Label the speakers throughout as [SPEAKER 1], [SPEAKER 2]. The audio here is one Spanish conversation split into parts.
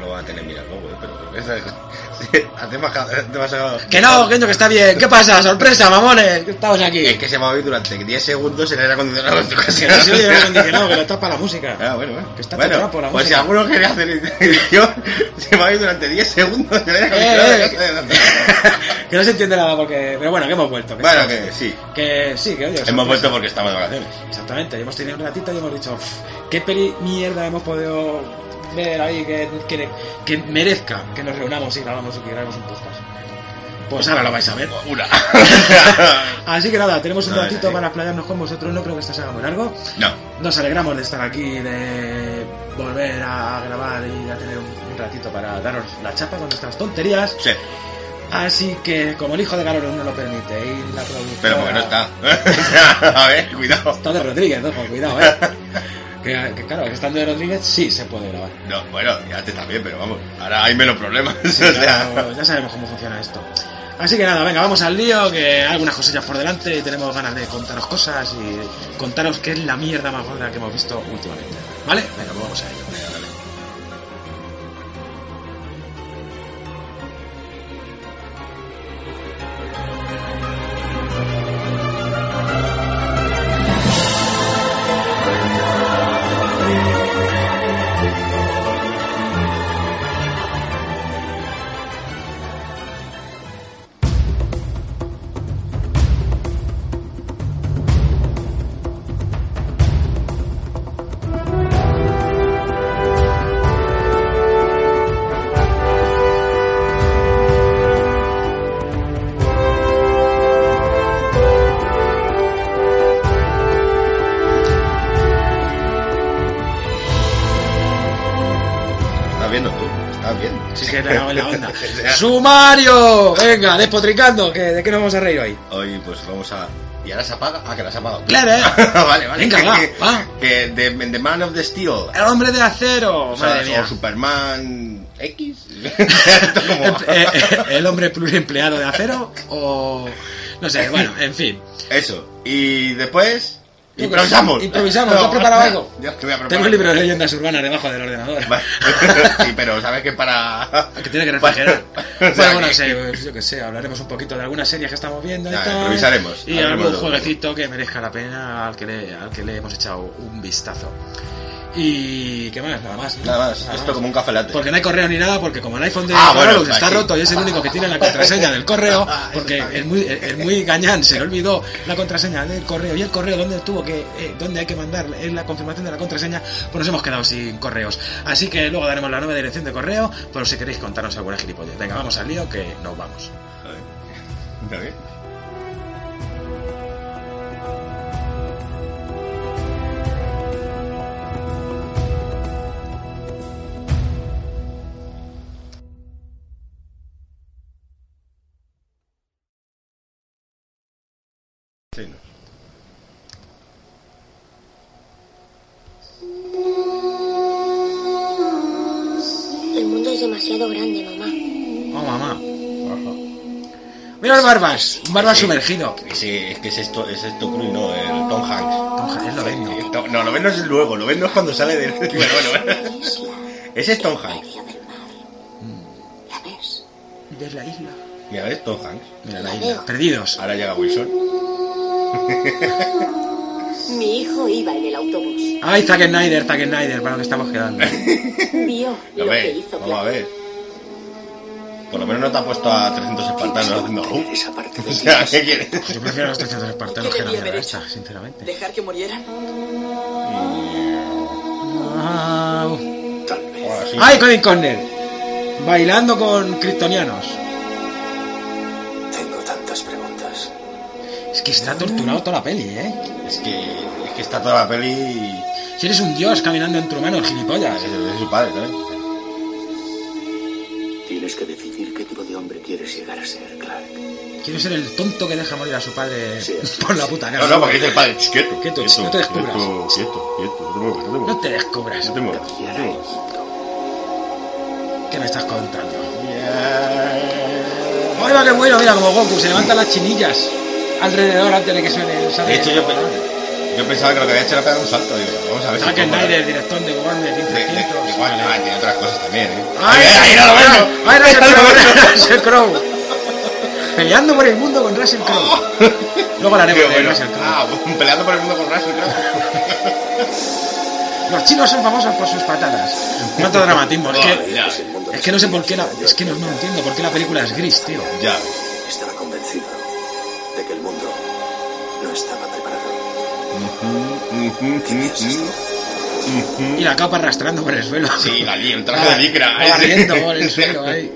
[SPEAKER 1] No va a tener mira ¿no, güey? pero esa es... sí, te vas a- te vas a-
[SPEAKER 2] Que no, que no, que está bien. ¿Qué pasa? Sorpresa, mamones. que Estamos
[SPEAKER 1] Es
[SPEAKER 2] aquí.
[SPEAKER 1] que se va a oír durante 10 segundos el aire acondicionado en tu casa.
[SPEAKER 2] Sí, yo no entendí que no, que lo tapa la música.
[SPEAKER 1] Ah, bueno, bueno.
[SPEAKER 2] Que está
[SPEAKER 1] bueno,
[SPEAKER 2] tocado por la
[SPEAKER 1] pues si
[SPEAKER 2] música.
[SPEAKER 1] alguno quiere hacer edición, se va a ir durante 10 segundos. de aire
[SPEAKER 2] Eh,
[SPEAKER 1] acondicionado.
[SPEAKER 2] Que no se entiende nada porque... Pero bueno, que hemos vuelto. Que
[SPEAKER 1] bueno,
[SPEAKER 2] estamos-
[SPEAKER 1] que sí.
[SPEAKER 2] Que sí, que oye.
[SPEAKER 1] Hemos
[SPEAKER 2] sorpresa.
[SPEAKER 1] vuelto porque estamos de vacaciones.
[SPEAKER 2] Exactamente, y hemos tenido un ratito y hemos dicho, "Uf, ¿qué peli mierda hemos podido ver ahí que, que, que merezca que nos reunamos y grabamos y que grabemos un podcast? Pues ahora lo vais a ver.
[SPEAKER 1] Una.
[SPEAKER 2] Así que nada, tenemos un
[SPEAKER 1] No,
[SPEAKER 2] ratito
[SPEAKER 1] sí.
[SPEAKER 2] para playarnos con vosotros, no creo que esto se haga muy largo.
[SPEAKER 1] no.
[SPEAKER 2] Nos alegramos de estar aquí, de volver a grabar y a tener un un ratito para daros la chapa con nuestras tonterías.
[SPEAKER 1] Sí,
[SPEAKER 2] Así que como el hijo de Galorón no lo permite y la productora...
[SPEAKER 1] pero porque no está. O sea, a ver, cuidado.
[SPEAKER 2] Está de Rodríguez, ojo, cuidado, eh. Que, que claro, que estando de Rodríguez sí se puede grabar.
[SPEAKER 1] No, bueno, ya te está bien, pero vamos. Ahora hay menos problemas. O sea,
[SPEAKER 2] Pero ya sabemos cómo funciona esto. Así que nada, venga, vamos al lío, que hay algunas cosillas por delante y tenemos ganas de contaros cosas y contaros qué es la mierda más gorda que hemos visto últimamente. ¿Vale? Venga, pues vamos a ello.
[SPEAKER 1] estás viendo tú, estás viendo.
[SPEAKER 2] Sí que te hago en la onda.
[SPEAKER 1] O sea,
[SPEAKER 2] ¡Sumario! Venga, despotricando, que, ¿de qué nos vamos a reír hoy?
[SPEAKER 1] Hoy pues vamos a... ¿Y ahora se apaga? Ah, que la has apagado.
[SPEAKER 2] Claro, eh.
[SPEAKER 1] vale, vale.
[SPEAKER 2] Venga, va,
[SPEAKER 1] que,
[SPEAKER 2] va.
[SPEAKER 1] que The, The Man of the Steel.
[SPEAKER 2] ¡El hombre de acero!
[SPEAKER 1] O sea,
[SPEAKER 2] Madre
[SPEAKER 1] o
[SPEAKER 2] mía.
[SPEAKER 1] Superman X.
[SPEAKER 2] Eh, eh, ¿El hombre pluriempleado de acero? O... No sé, bueno, en fin.
[SPEAKER 1] Eso. Y después.
[SPEAKER 2] Yo
[SPEAKER 1] Improvisamos.
[SPEAKER 2] creo que- improvisamos. ¿Tú has preparado algo?
[SPEAKER 1] Yo te voy a preparar.
[SPEAKER 2] Tengo el libro de leyendas urbanas debajo del ordenador.
[SPEAKER 1] Vale. sí, pero sabes que para.
[SPEAKER 2] Que tiene que refrigerar.
[SPEAKER 1] Para- o sea,
[SPEAKER 2] Bueno, bueno,
[SPEAKER 1] que-
[SPEAKER 2] sí, pues, yo que sé, hablaremos un poquito de algunas series que estamos viendo y
[SPEAKER 1] Ah,
[SPEAKER 2] tal.
[SPEAKER 1] improvisaremos,
[SPEAKER 2] Y
[SPEAKER 1] hablaremos
[SPEAKER 2] algún
[SPEAKER 1] de-
[SPEAKER 2] jueguecito que merezca la pena al que, le, al que le hemos echado un vistazo. Y... ¿qué más? Nada más. ¿no?
[SPEAKER 1] Nada más. Esto como un café latte.
[SPEAKER 2] Porque no hay correo ni nada, porque como el iPhone de
[SPEAKER 1] Ah, bueno,
[SPEAKER 2] Carolus está
[SPEAKER 1] aquí.
[SPEAKER 2] roto y es el único que tiene la contraseña del correo,
[SPEAKER 1] Ah, eso
[SPEAKER 2] porque
[SPEAKER 1] está bien.
[SPEAKER 2] es muy, es muy gañán, se le olvidó la contraseña del correo y el correo donde tuvo que, eh, donde hay que mandar en la confirmación de la contraseña, pues nos hemos quedado sin correos. Así que luego daremos la nueva dirección de correo, por si queréis contarnos alguna gilipollez. Venga, vamos al lío que nos vamos.
[SPEAKER 1] Está bien. Sí, no.
[SPEAKER 3] El mundo es demasiado grande, mamá.
[SPEAKER 2] Oh mamá. Mira el Barbas, un Barbas sumergido.
[SPEAKER 1] Ese- es que es esto, es esto Cruise, no, el Tom Hanks.
[SPEAKER 2] Tom Hanks, lo vendo.
[SPEAKER 1] No, no, lo ven no es luego, lo ven no es cuando sale del. Bueno, bueno, bueno.
[SPEAKER 3] Es la
[SPEAKER 1] Ese es Tom Hanks.
[SPEAKER 3] área del mar. ¿La ves?
[SPEAKER 2] Desde la isla.
[SPEAKER 1] Mira, ¿ves? Tom Hanks.
[SPEAKER 2] Mira, ahí, mira. perdidos.
[SPEAKER 1] Ahora llega Wilson.
[SPEAKER 3] Mi hijo iba en el autobús.
[SPEAKER 2] Ay, Zack Snyder, Zack Snyder, para lo que estamos quedando.
[SPEAKER 3] Vio
[SPEAKER 1] Lo
[SPEAKER 3] lo que
[SPEAKER 1] ves,
[SPEAKER 3] hizo
[SPEAKER 1] vamos a
[SPEAKER 3] Clark.
[SPEAKER 1] ver. Por lo menos no te ha puesto a 300 espartanos haciendo "Uh".
[SPEAKER 4] Esa parte
[SPEAKER 1] O sea, ¿qué quieres?
[SPEAKER 2] Yo prefiero los 300 espartanos que la mierda esta, sinceramente.
[SPEAKER 4] ¿Dejar que murieran?
[SPEAKER 2] Au.
[SPEAKER 4] Tal vez.
[SPEAKER 1] Ahora sí.
[SPEAKER 2] ¡Ay, Colin Conner! Bailando con kryptonianos.
[SPEAKER 4] Tengo tantas preguntas.
[SPEAKER 2] Es que está torturado toda la peli, ¿eh?
[SPEAKER 1] Es que, es que está toda la peli y-
[SPEAKER 2] Si eres un dios caminando entre humanos,
[SPEAKER 1] es,
[SPEAKER 2] gilipollas.
[SPEAKER 1] es su padre, ¿sabes?
[SPEAKER 4] Tienes que decidir qué tipo de hombre quieres llegar a ser, Clark.
[SPEAKER 2] Quiero ser el tonto que deja morir a su padre
[SPEAKER 4] Sí.
[SPEAKER 2] por la puta cara.
[SPEAKER 1] No, no, porque dice el padre, "Ch, quieto,
[SPEAKER 2] Quieto,
[SPEAKER 1] quieto,
[SPEAKER 2] no te descubras.
[SPEAKER 1] Quieto, quieto, quieto, no te muevas, no te muevas.
[SPEAKER 2] No te descubras.
[SPEAKER 1] No te muevas.
[SPEAKER 4] Cambiar a Egipto.
[SPEAKER 2] ¿Qué me estás contando? ¡Ay, va que bueno! Mira, como Goku se levantan las chinillas alrededor antes de que suene el
[SPEAKER 1] De hecho,
[SPEAKER 2] sale.
[SPEAKER 1] yo, pe- yo pensaba que lo que había hecho era pegar un salto. Digo, vamos a ver
[SPEAKER 2] Zack
[SPEAKER 1] cómo-
[SPEAKER 2] Snyder, director de Warner
[SPEAKER 1] De- de- de-
[SPEAKER 2] 300.
[SPEAKER 1] Igual, ah, tiene otras cosas también, ¿eh?
[SPEAKER 2] ¡Ay,
[SPEAKER 1] ¡Ay, no lo veo!
[SPEAKER 2] ¡Ay,
[SPEAKER 1] ¡Ay, no
[SPEAKER 2] Russell
[SPEAKER 1] lo
[SPEAKER 2] Crowe!
[SPEAKER 1] veo!
[SPEAKER 2] Russell Crowe! Peleando por el mundo con Russell Crowe. Luego hablaremos
[SPEAKER 1] Digo,
[SPEAKER 2] de
[SPEAKER 1] bueno,
[SPEAKER 2] Russell Crowe.
[SPEAKER 1] ah, un peleando por el mundo con Russell Crowe.
[SPEAKER 2] Los chinos son famosos por sus patadas. Cuánto dramatismo. Es
[SPEAKER 1] Ay,
[SPEAKER 2] que,
[SPEAKER 1] ya.
[SPEAKER 4] el mundo
[SPEAKER 2] es que no sé por qué la... Es que no, no entiendo por qué la película es gris, tío.
[SPEAKER 1] Ya.
[SPEAKER 4] Estaba convencido de que el mundo no estaba preparado.
[SPEAKER 1] Mm,
[SPEAKER 4] ¿Qué piensas tú?
[SPEAKER 2] Y la capa arrastrando por el suelo.
[SPEAKER 1] Sí, la li- el traje de licra.
[SPEAKER 2] Corriendo Ah, por el suelo eh. ahí.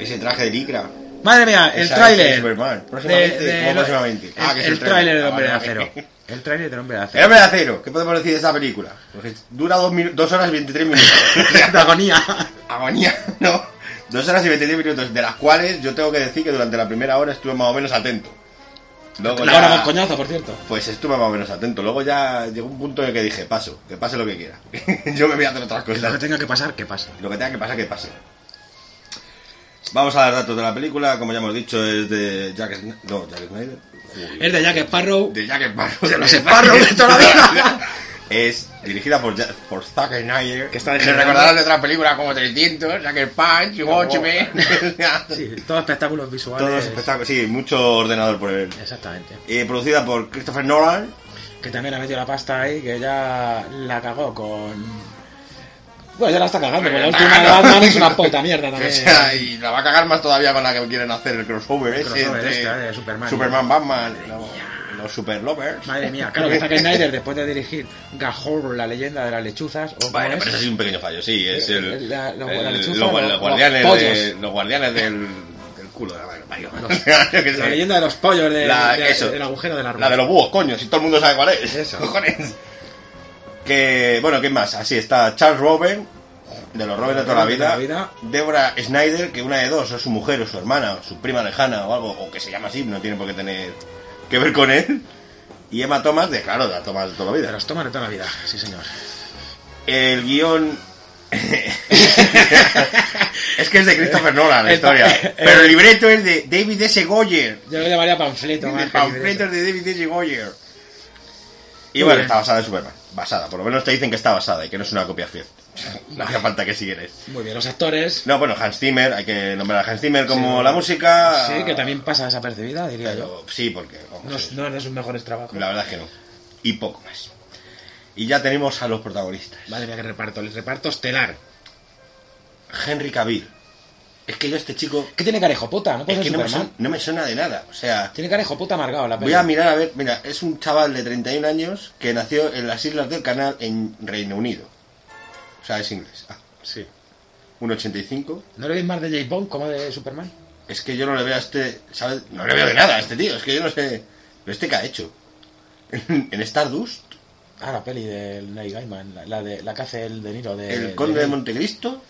[SPEAKER 1] Ese traje de licra.
[SPEAKER 2] Mía, mía, el
[SPEAKER 1] Esa-
[SPEAKER 2] tráiler.
[SPEAKER 1] ese Superman. Próximamente, ¿cómo próximamente?
[SPEAKER 2] El,
[SPEAKER 1] Ah, que es el
[SPEAKER 2] el tráiler
[SPEAKER 1] tráiler.
[SPEAKER 2] del
[SPEAKER 1] Ah,
[SPEAKER 2] hombre de
[SPEAKER 1] vale,
[SPEAKER 2] acero.
[SPEAKER 1] vale.
[SPEAKER 2] El tráiler del hombre de
[SPEAKER 1] El
[SPEAKER 2] acero.
[SPEAKER 1] hombre de acero. ¿Qué podemos decir de esa película? Porque dura 2 horas y 23 minutos. O sea,
[SPEAKER 2] La agonía.
[SPEAKER 1] Agonía, no. Dos horas y 23 minutos, de las cuales yo tengo que decir que durante la primera hora estuve más o menos atento. Luego
[SPEAKER 2] La hora más coñazo, por cierto.
[SPEAKER 1] Pues estuve más o menos atento. Luego ya llegó un punto en el que dije, paso, que pase lo que quiera. yo me voy a hacer otras
[SPEAKER 2] Lo que
[SPEAKER 1] cosas.
[SPEAKER 2] tenga que pasar, que pase.
[SPEAKER 1] Lo que tenga que pasar, que pase. Vamos a dar datos de la película, como ya hemos dicho, es de Jack Snyder. No, Jack Snyder.
[SPEAKER 2] Es de Jack Sparrow.
[SPEAKER 1] De Jack Sparrow.
[SPEAKER 2] De los Sparrow de toda la vida.
[SPEAKER 1] Es dirigida por, Ja- por Zack Snyder.
[SPEAKER 2] Que está
[SPEAKER 1] Me
[SPEAKER 2] degenerando.
[SPEAKER 1] recordarás de otras películas como 300, Jack Punch, Watchmen.
[SPEAKER 2] Sí, todos espectáculos visuales.
[SPEAKER 1] Todos espectáculos, sí, mucho ordenador por él.
[SPEAKER 2] Exactamente.
[SPEAKER 1] Eh, producida por Christopher Nolan.
[SPEAKER 2] Que también ha metido la pasta ahí, que ya la cagó con. Bueno, ya la está cagando, porque la última de Batman es una puta mierda
[SPEAKER 1] Eh, O
[SPEAKER 2] también.
[SPEAKER 1] sea, y la va a cagar más todavía con la que quieren hacer el crossover,
[SPEAKER 2] El
[SPEAKER 1] ese
[SPEAKER 2] crossover
[SPEAKER 1] entre
[SPEAKER 2] este, eh, de Superman.
[SPEAKER 1] Batman, los, los Super Lovers.
[SPEAKER 2] Madre mía, claro que Zack Snyder, después de dirigir Gahor, la leyenda de las lechuzas, o
[SPEAKER 1] Bueno, pero
[SPEAKER 2] cómo
[SPEAKER 1] eso
[SPEAKER 2] es,
[SPEAKER 1] sí es un pequeño fallo, sí, es el,
[SPEAKER 2] El- la- los-
[SPEAKER 1] el-
[SPEAKER 2] la lechuza,
[SPEAKER 1] los,
[SPEAKER 2] los-
[SPEAKER 1] los guardianes
[SPEAKER 2] los
[SPEAKER 1] de-
[SPEAKER 2] pollos.
[SPEAKER 1] los guardianes del, del culo de la madre, parió.
[SPEAKER 2] Los-
[SPEAKER 1] O sea, yo qué sé.
[SPEAKER 2] la leyenda de los pollos de-
[SPEAKER 1] La-
[SPEAKER 2] de-
[SPEAKER 1] eso.
[SPEAKER 2] del agujero del árbol.
[SPEAKER 1] La de los búhos, coño, si todo el mundo sabe cuál es.
[SPEAKER 2] Eso.
[SPEAKER 1] Cojones. Que, bueno, ¿qué más? Así está Charles Robin, de los Robin de toda la
[SPEAKER 2] Robin de
[SPEAKER 1] vida.
[SPEAKER 2] toda la vida.
[SPEAKER 1] Deborah Snyder, que una de dos, o su mujer, o su hermana, o su prima lejana, o algo, o que se llama así, no tiene por qué tener que ver con él. Y Emma Thomas, de claro, de la Thomas de toda la
[SPEAKER 2] De
[SPEAKER 1] vida.
[SPEAKER 2] los tomas de toda la vida, sí señor.
[SPEAKER 1] El guión. es que es de Christopher Nolan la
[SPEAKER 2] El-
[SPEAKER 1] historia. Pero el libreto es de David S. Goyer.
[SPEAKER 2] Yo lo llamaría panfleto, más
[SPEAKER 1] de
[SPEAKER 2] que
[SPEAKER 1] panfletos
[SPEAKER 2] libreto.
[SPEAKER 1] de David S. Goyer. Y
[SPEAKER 2] Muy
[SPEAKER 1] bueno,
[SPEAKER 2] bien.
[SPEAKER 1] está basada en Superman. Basada, por lo menos te dicen que está basada y que no es una copia fiel. No hacía falta que siguieras.
[SPEAKER 2] Muy bien, los actores.
[SPEAKER 1] No, bueno, Hans Zimmer, hay que nombrar a Hans Zimmer como
[SPEAKER 2] Sí.
[SPEAKER 1] la música.
[SPEAKER 2] Sí, que también pasa desapercibida, diría yo.
[SPEAKER 1] Pero sí, porque. vamos,
[SPEAKER 2] No, es-
[SPEAKER 1] sí,
[SPEAKER 2] no es de sus mejores trabajos.
[SPEAKER 1] La verdad es que no. Y poco más. Y ya tenemos a los protagonistas.
[SPEAKER 2] Madre mía, que reparto. El reparto estelar.
[SPEAKER 1] Henry Cavill. Es que yo, este chico.
[SPEAKER 2] ¿Qué tiene carejo puta? ¿No puede
[SPEAKER 1] Es que
[SPEAKER 2] ser
[SPEAKER 1] no me,
[SPEAKER 2] Superman?
[SPEAKER 1] suena, no me suena de nada. O sea,
[SPEAKER 2] Tiene carejo puta amargado la peli.
[SPEAKER 1] voy a mirar a ver. Mira, es un chaval de 31 años que nació en las Islas del Canal en Reino Unido. O sea, es inglés. Ah,
[SPEAKER 2] Sí.
[SPEAKER 1] un 85.
[SPEAKER 2] ¿No le veis más de James Bond como de Superman?
[SPEAKER 1] Es que yo no le veo a este. ¿sabes? No le veo de nada a este tío. Es que yo no sé. ¿Pero este qué ha hecho? en Stardust,
[SPEAKER 2] Ah, la peli del Neil Gaiman, la, la de, la que hace el De Niro de...
[SPEAKER 1] El Conde
[SPEAKER 2] eh.
[SPEAKER 1] de Montecristo.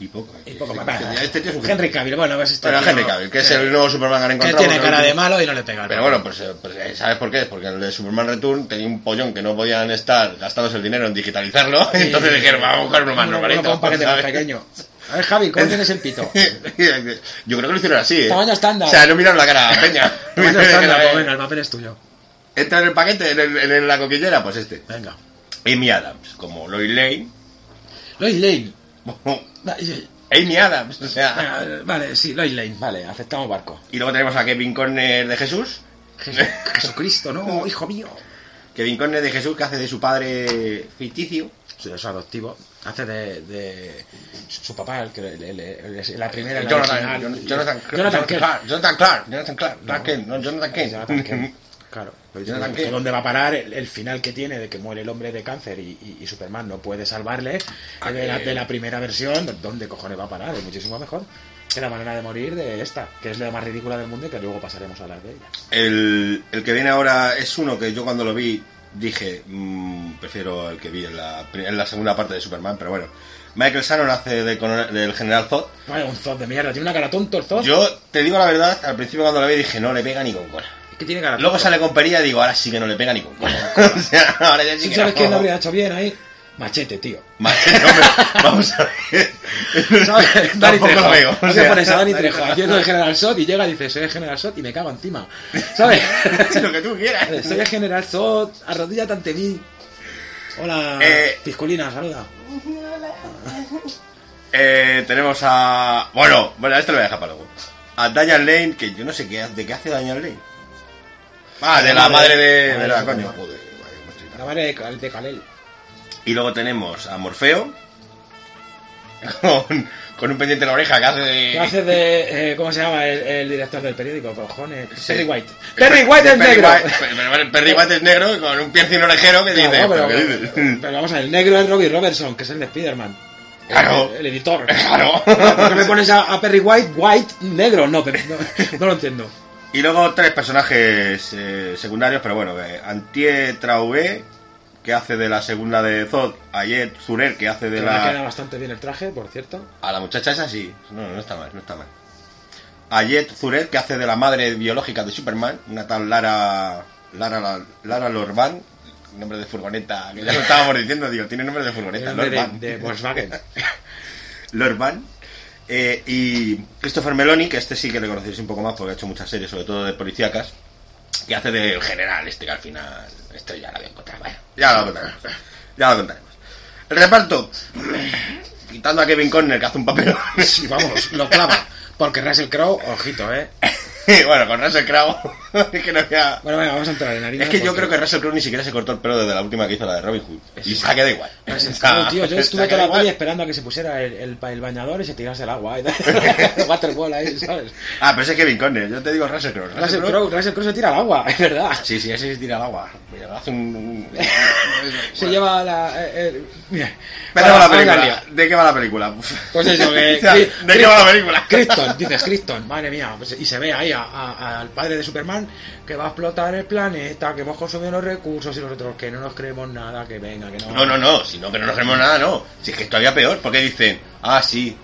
[SPEAKER 1] Y poco.
[SPEAKER 2] Y poco más.
[SPEAKER 1] Este tío- Este tío es un.
[SPEAKER 2] Henry Cavill, bueno, ves este
[SPEAKER 1] Bueno,
[SPEAKER 2] tío-
[SPEAKER 1] Henry Cavill, que es el nuevo Superman que han
[SPEAKER 2] Que
[SPEAKER 1] encontrado.
[SPEAKER 2] tiene
[SPEAKER 1] porque
[SPEAKER 2] cara
[SPEAKER 1] no-
[SPEAKER 2] de malo y Ah, no le pega.
[SPEAKER 1] Pero bueno, pues, eh, pues, eh, ¿sabes por qué? Porque el de Superman Return tenía un pollón que no podían estar gastándose el dinero en digitalizarlo.
[SPEAKER 2] Sí.
[SPEAKER 1] Entonces dijeron, vamos a buscar uno más
[SPEAKER 2] Uno-
[SPEAKER 1] normalito.
[SPEAKER 2] uno con un paquete más
[SPEAKER 1] ¿sabes?
[SPEAKER 2] pequeño. A ver, Javi, ¿cómo tienes el pito?
[SPEAKER 1] Yo creo que lo hicieron así, ¿eh?
[SPEAKER 2] Tamaño estándar.
[SPEAKER 1] O sea, no miraron la cara, peña.
[SPEAKER 2] Bueno,
[SPEAKER 1] Miraron la
[SPEAKER 2] estándar,
[SPEAKER 1] cara,
[SPEAKER 2] pues
[SPEAKER 1] eh.
[SPEAKER 2] venga, el papel es tuyo.
[SPEAKER 1] Entra en el paquete, en, el- en el- la coquillera, pues este.
[SPEAKER 2] Venga.
[SPEAKER 1] Amy Adams, como Lois Lane.
[SPEAKER 2] Lois Lane.
[SPEAKER 1] Amy Adams, o sea.
[SPEAKER 2] Ah, Vale, sí, Lois Lane, vale, aceptamos barco.
[SPEAKER 1] Y luego tenemos a Kevin Corner de Jesús.
[SPEAKER 2] Jes- Jesucristo, no, hijo mío.
[SPEAKER 1] Kevin Corner de Jesús que hace de su padre ficticio.
[SPEAKER 2] Su, su adoptivo hace de, de su su papá, el que- el- el- el- la primera. la
[SPEAKER 1] Jonathan,
[SPEAKER 2] original.
[SPEAKER 1] Jon- Jonathan,
[SPEAKER 2] Jonathan Kent.
[SPEAKER 1] Clark. Jonathan Clark. Jonathan Clark. Clark Kent, no, Jonathan Kent.
[SPEAKER 2] Jonathan Kent. Claro, pero yo
[SPEAKER 1] Jonathan
[SPEAKER 2] creo que
[SPEAKER 1] Kent.
[SPEAKER 2] dónde va a parar el, el final que tiene de que muere el hombre de cáncer y, y- y Superman no puede salvarle eh,
[SPEAKER 1] Ah,
[SPEAKER 2] de, la,
[SPEAKER 1] que-
[SPEAKER 2] de la primera versión, ¿dónde cojones va a parar? Es muchísimo mejor que la manera de morir de esta, que es la más ridícula del mundo y que luego pasaremos a hablar de ella.
[SPEAKER 1] El, el que viene ahora es uno que yo cuando lo vi dije, mm, prefiero el que vi en la, pri- en la segunda parte de Superman, pero bueno. Michael Shannon hace de coronel- del general Zod.
[SPEAKER 2] Vaya, un Zod de mierda, tiene una cara tonto el Zod.
[SPEAKER 1] Yo te digo la verdad, al principio cuando lo vi dije, no le pega ni con cola.
[SPEAKER 2] Es que tiene cara
[SPEAKER 1] Luego
[SPEAKER 2] tonto.
[SPEAKER 1] sale con perilla y digo, ahora sí que no le pega ni con cola. o sea, ahora ya sí
[SPEAKER 2] ¿Sí
[SPEAKER 1] que
[SPEAKER 2] ¿Sabes
[SPEAKER 1] no.
[SPEAKER 2] quién lo habría hecho bien ahí? Machete, tío.
[SPEAKER 1] Machete, hombre, vamos a ver.
[SPEAKER 2] ¿Sabes? Dani
[SPEAKER 1] Tampoco
[SPEAKER 2] Trejo.
[SPEAKER 1] lo veo.
[SPEAKER 2] No
[SPEAKER 1] o
[SPEAKER 2] te
[SPEAKER 1] sea,
[SPEAKER 2] pones a Dani
[SPEAKER 1] Dani
[SPEAKER 2] Trejo haciendo de General Zod y llega y dice, soy el General Zod y me cago encima. ¿Sabes?
[SPEAKER 1] Lo que tú quieras.
[SPEAKER 2] soy el General Zod, arrodíllate ante mí. Hola,
[SPEAKER 1] Eh,
[SPEAKER 2] Pisculina, saluda.
[SPEAKER 1] Eh, tenemos a. Bueno, bueno, esto lo voy a dejar para luego. A Diane Lane, que yo no sé qué, hace- de qué hace Diane Lane. Ah, de la madre de. de la coño. Ah, Joder, pues vaya, cómo estoy
[SPEAKER 2] La madre de, Cal- de Kalel.
[SPEAKER 1] eh, Y luego tenemos a Morfeo. Con, con un pendiente en la oreja que hace de.
[SPEAKER 2] ¿Qué hace de... eh, ¿Cómo se llama el, el director del periódico? Cojones.
[SPEAKER 1] Sí.
[SPEAKER 2] Terry White. Terry White es
[SPEAKER 1] Perry
[SPEAKER 2] negro.
[SPEAKER 1] White- pero- pero- pero Perry White es negro y con un piercing orejero que dice.
[SPEAKER 2] Claro,
[SPEAKER 1] "¿Pero qué
[SPEAKER 2] pero,
[SPEAKER 1] dices?".
[SPEAKER 2] pero vamos a ver, el negro es Robbie Robertson, que es el de Spider-Man.
[SPEAKER 1] Claro.
[SPEAKER 2] El, el editor.
[SPEAKER 1] Claro.
[SPEAKER 2] ¿Por qué me pones a, a Perry White, White, negro? No, pero no, no lo entiendo.
[SPEAKER 1] Y luego tres personajes eh, secundarios, pero bueno, que Antie Traoré, que hace de la segunda de Zod, Ayet Zurer, que hace de
[SPEAKER 2] Que le queda
[SPEAKER 1] la...
[SPEAKER 2] bastante bien el traje, por cierto.
[SPEAKER 1] A la muchacha esa sí, no, no está mal, no está mal. Ayet Zurer, que hace de la madre biológica de Superman, una tal Lara... Lara, la- Lara Lorban, nombre de furgoneta, que ya lo estábamos diciendo, digo, tiene nombre de
[SPEAKER 2] El
[SPEAKER 1] furgoneta,
[SPEAKER 2] nombre de,
[SPEAKER 1] Lorban.
[SPEAKER 2] de Volkswagen.
[SPEAKER 1] Lorban. Eh, y Christopher Meloni, que este sí que le conocéis un poco más porque ha hecho muchas series, sobre todo de policíacas, que hace del general este que al final. Esto ya lo voy a contar, bueno, ya lo contaremos. Ya lo contaremos. El reparto. Quitando a Kevin Conner, que hace un papel.
[SPEAKER 2] Sí, vamos, lo clava. Porque Russell Crowe, ojito, ¿eh?
[SPEAKER 1] bueno, con Russell Crowe. es que no había-
[SPEAKER 2] Bueno, venga, vamos a entrar en harina.
[SPEAKER 1] Es que yo
[SPEAKER 2] porque-
[SPEAKER 1] creo que Russell Crowe ni siquiera se cortó el pelo desde la última que hizo la de Robin Hood. Y se ha quedado igual.
[SPEAKER 2] Russell
[SPEAKER 1] O sea,
[SPEAKER 2] Crowe, tío, yo
[SPEAKER 1] se ha quedado
[SPEAKER 2] estuve toda la
[SPEAKER 1] igual.
[SPEAKER 2] peli esperando a que se pusiera el, el, pa- el bañador y se tirase el agua. ¿eh? El waterbowl ahí, ¿sabes?
[SPEAKER 1] Ah, pero ese es Kevin Conner, yo te digo Russell Crowe.
[SPEAKER 2] Russell Crowe, Russell Crowe se tira al agua, es verdad.
[SPEAKER 1] Sí, sí, ese se tira al agua. Mira, hace un- un...
[SPEAKER 2] Se lleva la... eh, eh, mira.
[SPEAKER 1] Empezamos
[SPEAKER 2] Ahora,
[SPEAKER 1] la
[SPEAKER 2] ahora
[SPEAKER 1] película.
[SPEAKER 2] el lío.
[SPEAKER 1] ¿De qué va la película?
[SPEAKER 2] Pues eso, que...
[SPEAKER 1] O sea,
[SPEAKER 2] que-
[SPEAKER 1] ¿De qué va la película?
[SPEAKER 2] Krypton, dices Krypton, madre mía, pues, y se ve ahí a- a- al padre de Superman que va a explotar el planeta, que hemos consumido los recursos y nosotros que no nos creemos nada, que venga, que no.
[SPEAKER 1] No, no, no, si no, que no nos creemos nada, no. Si es que es todavía peor, porque dicen, ah, sí.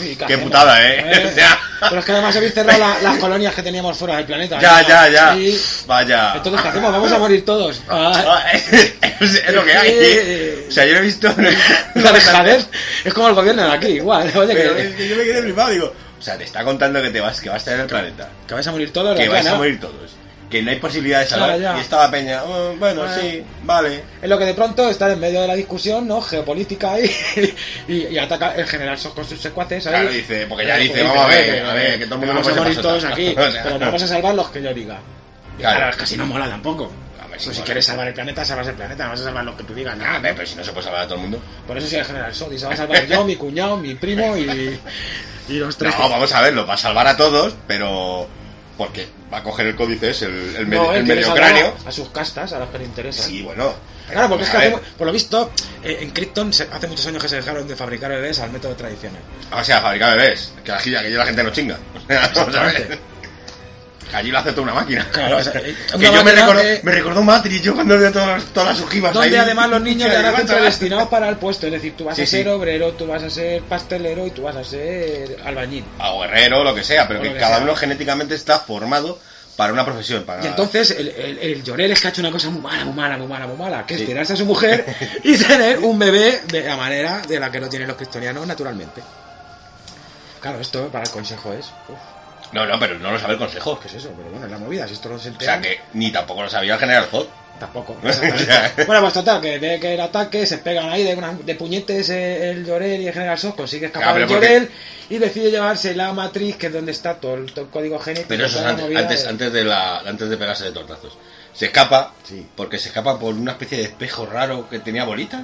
[SPEAKER 2] Uy,
[SPEAKER 1] Qué
[SPEAKER 2] hacemos?
[SPEAKER 1] putada, ¿eh? O sea.
[SPEAKER 2] Pero es que además habéis cerrado la- las colonias que teníamos fuera del planeta.
[SPEAKER 1] Ya,
[SPEAKER 2] ¿no?
[SPEAKER 1] ya, ya.
[SPEAKER 2] Sí.
[SPEAKER 1] Vaya.
[SPEAKER 2] Entonces, ¿qué hacemos? Vamos a morir todos. Ah,
[SPEAKER 1] Ah, es, es lo que hay. O sea, yo lo he visto.
[SPEAKER 2] la dejadez es como el gobierno de aquí, igual. Oye,
[SPEAKER 1] Pero
[SPEAKER 2] que-
[SPEAKER 1] es que yo me quedé flipado, digo. O sea, te está contando que te vas, que vas a estar en el planeta.
[SPEAKER 2] que vais a morir todos.
[SPEAKER 1] Que
[SPEAKER 2] la
[SPEAKER 1] vais a
[SPEAKER 2] plana.
[SPEAKER 1] morir todos. Que no hay posibilidad de salvar.
[SPEAKER 2] Ya, Ah. ya.
[SPEAKER 1] Y estaba Peña, "Oh, bueno,
[SPEAKER 2] Bueno.
[SPEAKER 1] sí, vale.
[SPEAKER 2] Es lo que de pronto estar en medio de la discusión, ¿no? Geopolítica ahí, y, y ataca el general Sos con sus secuaces ahí.
[SPEAKER 1] Claro, dice, porque ya dice,
[SPEAKER 2] Pues
[SPEAKER 1] vamos a ver,
[SPEAKER 2] que-
[SPEAKER 1] a ver, que todo el mundo
[SPEAKER 2] vamos
[SPEAKER 1] no
[SPEAKER 2] a
[SPEAKER 1] se
[SPEAKER 2] morir
[SPEAKER 1] pasa
[SPEAKER 2] todos
[SPEAKER 1] nada.
[SPEAKER 2] aquí,
[SPEAKER 1] O sea,
[SPEAKER 2] pero vamos a salvar los que yo diga.
[SPEAKER 1] Claro.
[SPEAKER 2] Claro, es que si no mola tampoco.
[SPEAKER 1] A ver, sí,
[SPEAKER 2] Pues si
[SPEAKER 1] mola. pues
[SPEAKER 2] quieres salvar el planeta, salvas el planeta, no vas a salvar los que tú digas,
[SPEAKER 1] A
[SPEAKER 2] nada.
[SPEAKER 1] ver, eh, pero si no se puede salvar a todo el mundo.
[SPEAKER 2] Por eso soy el general Sod y se va a salvar yo, mi cuñado, mi primo y, y los tres.
[SPEAKER 1] No, vamos a verlo, va a salvar a todos, pero. Porque va a coger el códice ese, el, el, medio-
[SPEAKER 2] No, él
[SPEAKER 1] el
[SPEAKER 2] quiere
[SPEAKER 1] medio
[SPEAKER 2] salvar
[SPEAKER 1] cráneo.
[SPEAKER 2] A sus castas, a las que le interesa.
[SPEAKER 1] Sí, bueno. pero
[SPEAKER 2] Claro, porque es que
[SPEAKER 1] a ver,
[SPEAKER 2] hacemos- por lo visto, eh, en Krypton se- hace muchos años que se dejaron de fabricar bebés al método tradicional.
[SPEAKER 1] O sea, fabricar bebés. Que la, que yo la gente no chinga. Vamos a ver.
[SPEAKER 2] Exactamente.
[SPEAKER 1] Que Allí lo hace toda una máquina.
[SPEAKER 2] Claro, o sea, eh,
[SPEAKER 1] que
[SPEAKER 2] una
[SPEAKER 1] yo me
[SPEAKER 2] máquina
[SPEAKER 1] recordó,
[SPEAKER 2] que-
[SPEAKER 1] me recordó Matrix, yo cuando veo todas, todas las ojivas ahí.
[SPEAKER 2] Donde además los niños
[SPEAKER 1] Que
[SPEAKER 2] ya nacen
[SPEAKER 1] levanta-
[SPEAKER 2] predestinados para el puesto. Es decir, tú vas
[SPEAKER 1] ¿eh? Sí,
[SPEAKER 2] a ser
[SPEAKER 1] sí.
[SPEAKER 2] obrero, tú vas a ser pastelero y tú vas a ser albañil.
[SPEAKER 1] A guerrero, lo que sea, pero
[SPEAKER 2] O
[SPEAKER 1] que,
[SPEAKER 2] lo que
[SPEAKER 1] cada
[SPEAKER 2] sea.
[SPEAKER 1] uno genéticamente está formado para una profesión. Para...
[SPEAKER 2] Y entonces el, el, el Llorel es que ha hecho una cosa muy mala, muy mala, muy mala, muy mala, que
[SPEAKER 1] Sí.
[SPEAKER 2] es tirarse a su mujer y tener un bebé de la manera de la que lo tienen los cristianos naturalmente. Claro, esto para el consejo es. Uf,
[SPEAKER 1] No, no, pero no lo sabe el consejo.
[SPEAKER 2] ¿Qué es eso? Pero bueno, es la movida, si esto no se
[SPEAKER 1] O sea
[SPEAKER 2] entera.
[SPEAKER 1] que ni tampoco lo sabía el general Zod.
[SPEAKER 2] Tampoco. exactamente. bueno, pues total, que ve que el ataque, se pegan ahí de, una- de puñetes eh, el Llorel y el General Sos, consigue escapar
[SPEAKER 1] Ah, pero
[SPEAKER 2] el
[SPEAKER 1] porque-
[SPEAKER 2] Llorel y decide llevarse la matriz, que es donde está todo el, todo el código genético.
[SPEAKER 1] Pero eso es
[SPEAKER 2] toda la
[SPEAKER 1] antes,
[SPEAKER 2] movida
[SPEAKER 1] antes,
[SPEAKER 2] de-
[SPEAKER 1] antes de la, antes de pegarse de tortazos. Se escapa,
[SPEAKER 5] Sí.
[SPEAKER 1] porque se escapa por una especie de espejo raro que tenía bolitas.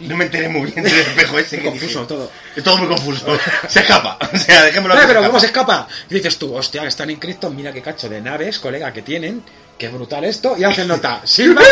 [SPEAKER 1] No me enteré muy bien del espejo ese. que
[SPEAKER 2] confuso
[SPEAKER 1] dije.
[SPEAKER 2] todo.
[SPEAKER 1] Es todo muy confuso. Se escapa. O sea, dejémoslo
[SPEAKER 2] Ah,
[SPEAKER 1] que
[SPEAKER 2] pero
[SPEAKER 1] se
[SPEAKER 2] ¿cómo se
[SPEAKER 1] escapa.
[SPEAKER 2] escapa? Y dices tú, hostia, que están inscritos, mira qué cacho de naves, colega, que tienen. Qué brutal esto. Y hacen nota, Silva,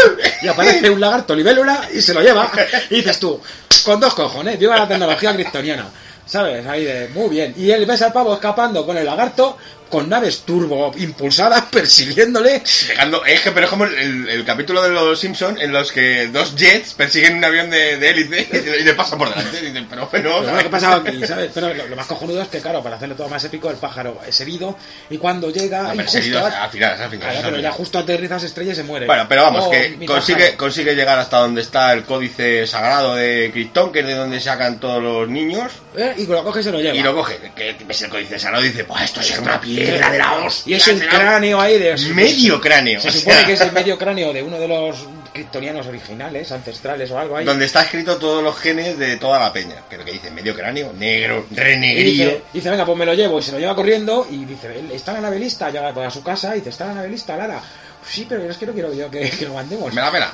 [SPEAKER 2] y aparece un lagarto libélula y se lo lleva. Y dices tú, con dos cojones, viva la tecnología kryptoniana. ¿Sabes? Ahí de, muy bien. Y él ves al pavo escapando con el lagarto, con naves turbo impulsadas, persiguiéndole.
[SPEAKER 1] Llegando- es que, pero es como el, el capítulo de los Simpsons en los que dos jets persiguen un avión de, de hélice y, le- y le pasa por delante. Y dicen, pero bueno,
[SPEAKER 2] Pero bueno, ¿qué pasaba aquí? ¿Sabes? Pero lo, lo más cojonudo es que, claro, para hacerlo todo más épico, el pájaro es herido y cuando llega.
[SPEAKER 1] Ah,
[SPEAKER 2] y
[SPEAKER 1] perseguido
[SPEAKER 2] justo-
[SPEAKER 1] hasta- al final, hasta el final,
[SPEAKER 2] Claro,
[SPEAKER 1] hasta el
[SPEAKER 2] pero ya
[SPEAKER 1] final.
[SPEAKER 2] justo aterriza, se estrella y se muere.
[SPEAKER 1] Bueno, pero vamos,
[SPEAKER 2] Oh,
[SPEAKER 1] que
[SPEAKER 2] mi
[SPEAKER 1] consigue,
[SPEAKER 2] pájaro.
[SPEAKER 1] consigue llegar hasta donde está el códice sagrado de Cristón, que es de donde sacan todos los niños,
[SPEAKER 2] Eh, Y lo coge y se lo lleva.
[SPEAKER 1] y lo coge. Que ves el códice sagrado y dice, pues esto es una piedra de la hostia.
[SPEAKER 2] Y es un
[SPEAKER 1] será
[SPEAKER 2] cráneo ahí de...
[SPEAKER 1] Medio cráneo.
[SPEAKER 2] Se
[SPEAKER 1] o
[SPEAKER 2] supone
[SPEAKER 1] sea,
[SPEAKER 2] que es el medio cráneo de uno de los kryptonianos originales, ancestrales o algo ahí.
[SPEAKER 1] Donde está escrito todos los genes de toda la peña. Pero que dice, medio cráneo, negro,
[SPEAKER 2] Y
[SPEAKER 1] renegrío.
[SPEAKER 2] dice, dice, venga, pues me lo llevo. Y se lo lleva corriendo y dice, "Él- está la nave lista. Llega a su casa y dice, está la nave lista, Lara. Sí, pero es que no quiero yo que, que lo mandemos.
[SPEAKER 1] Pues Me la pela.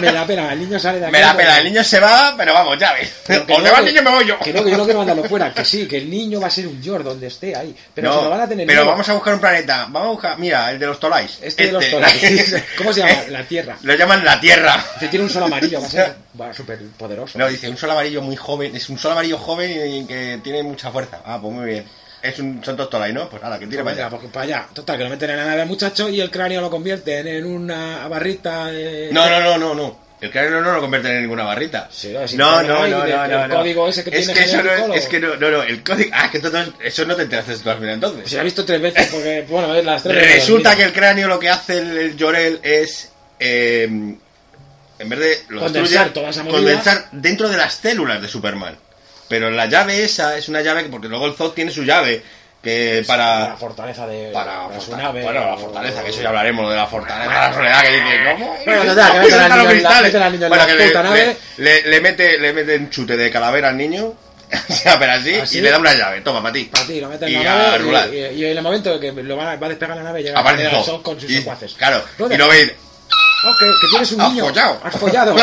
[SPEAKER 2] Me la pena, el niño sale de aquí.
[SPEAKER 1] Me la
[SPEAKER 2] porque-
[SPEAKER 1] pela, el niño se va, pero vamos, ya ves.
[SPEAKER 2] Pero que
[SPEAKER 1] O te
[SPEAKER 2] no,
[SPEAKER 1] va el
[SPEAKER 2] que-
[SPEAKER 1] niño, me voy yo.
[SPEAKER 2] Que no, que yo no quiero mandarlo fuera. Que sí, que el niño va a ser un yor donde esté ahí. Pero se lo van a tener
[SPEAKER 1] pero
[SPEAKER 2] miedo.
[SPEAKER 1] vamos a buscar un planeta. Vamos a buscar, mira, el de los Tolais. Eh,
[SPEAKER 2] Este de los Tolais. ¿Cómo se llama? La Tierra.
[SPEAKER 1] Lo llaman la Tierra.
[SPEAKER 2] Se tiene un sol amarillo, va a ser va, súper poderoso.
[SPEAKER 1] No, dice un sol amarillo muy joven. Es un sol amarillo joven y que tiene mucha fuerza. Ah, pues muy bien. Es un, son dos Tolais, ¿no? Pues nada, que tire para allá.
[SPEAKER 2] Venga, porque para allá. Total, que lo meten en la nave al muchacho y el cráneo lo convierten en una barrita eh, de...
[SPEAKER 1] No, no, no, no, no. El cráneo no lo convierten en ninguna barrita.
[SPEAKER 2] Sí, no, es
[SPEAKER 1] no, no,
[SPEAKER 2] el
[SPEAKER 1] no,
[SPEAKER 2] cráneo
[SPEAKER 1] no,
[SPEAKER 2] ahí,
[SPEAKER 1] no,
[SPEAKER 2] el
[SPEAKER 1] no.
[SPEAKER 2] código ese que
[SPEAKER 1] es
[SPEAKER 2] tiene
[SPEAKER 1] que eso no es,
[SPEAKER 2] genético,
[SPEAKER 1] es que no, no, no, el código. Ah, que todo, eso no te enteraste tú al final entonces.
[SPEAKER 2] Se lo ha visto tres veces porque, bueno, es las tres veces.
[SPEAKER 1] Resulta que el cráneo lo que hace el, el Llorel es. eh, en vez de. Lo
[SPEAKER 2] Condensar
[SPEAKER 1] destruye,
[SPEAKER 2] toda esa movida.
[SPEAKER 1] Condensar dentro de las células de Superman. Pero la llave esa es una llave que. Porque luego el Zod tiene su llave. Que
[SPEAKER 2] Para la
[SPEAKER 1] para.
[SPEAKER 2] fortaleza de...
[SPEAKER 1] Para
[SPEAKER 2] de su
[SPEAKER 1] forta-
[SPEAKER 2] nave.
[SPEAKER 1] bueno, la
[SPEAKER 2] o-
[SPEAKER 1] fortaleza, que eso ya hablaremos de la fortaleza, de la soledad que dice, ¿cómo?
[SPEAKER 2] Bueno, total, que meten al
[SPEAKER 1] Están los
[SPEAKER 2] niño en la-
[SPEAKER 1] cristales.
[SPEAKER 2] meten al niño en
[SPEAKER 1] Bueno,
[SPEAKER 2] la
[SPEAKER 1] que le-
[SPEAKER 2] puta
[SPEAKER 1] le,
[SPEAKER 2] nave.
[SPEAKER 1] le- le mete, le mete un chute de calavera al niño, o sea, pero así,
[SPEAKER 2] Así.
[SPEAKER 1] y le da una llave, toma, para ti.
[SPEAKER 2] A ¿Ah, ti, lo meten
[SPEAKER 1] y
[SPEAKER 2] en la
[SPEAKER 1] a
[SPEAKER 2] nave
[SPEAKER 1] rular.
[SPEAKER 2] y, y- y en el momento que lo va, a- va a despegar la nave llega
[SPEAKER 1] Aparece
[SPEAKER 2] el
[SPEAKER 1] Zod.
[SPEAKER 2] Zod con sus
[SPEAKER 1] Y-
[SPEAKER 2] secuaces.
[SPEAKER 1] Claro,
[SPEAKER 2] ¿Dónde?
[SPEAKER 1] y lo veis,
[SPEAKER 2] Oh, que, que tienes un
[SPEAKER 1] Has
[SPEAKER 2] niño.
[SPEAKER 1] follado.
[SPEAKER 2] Has follado.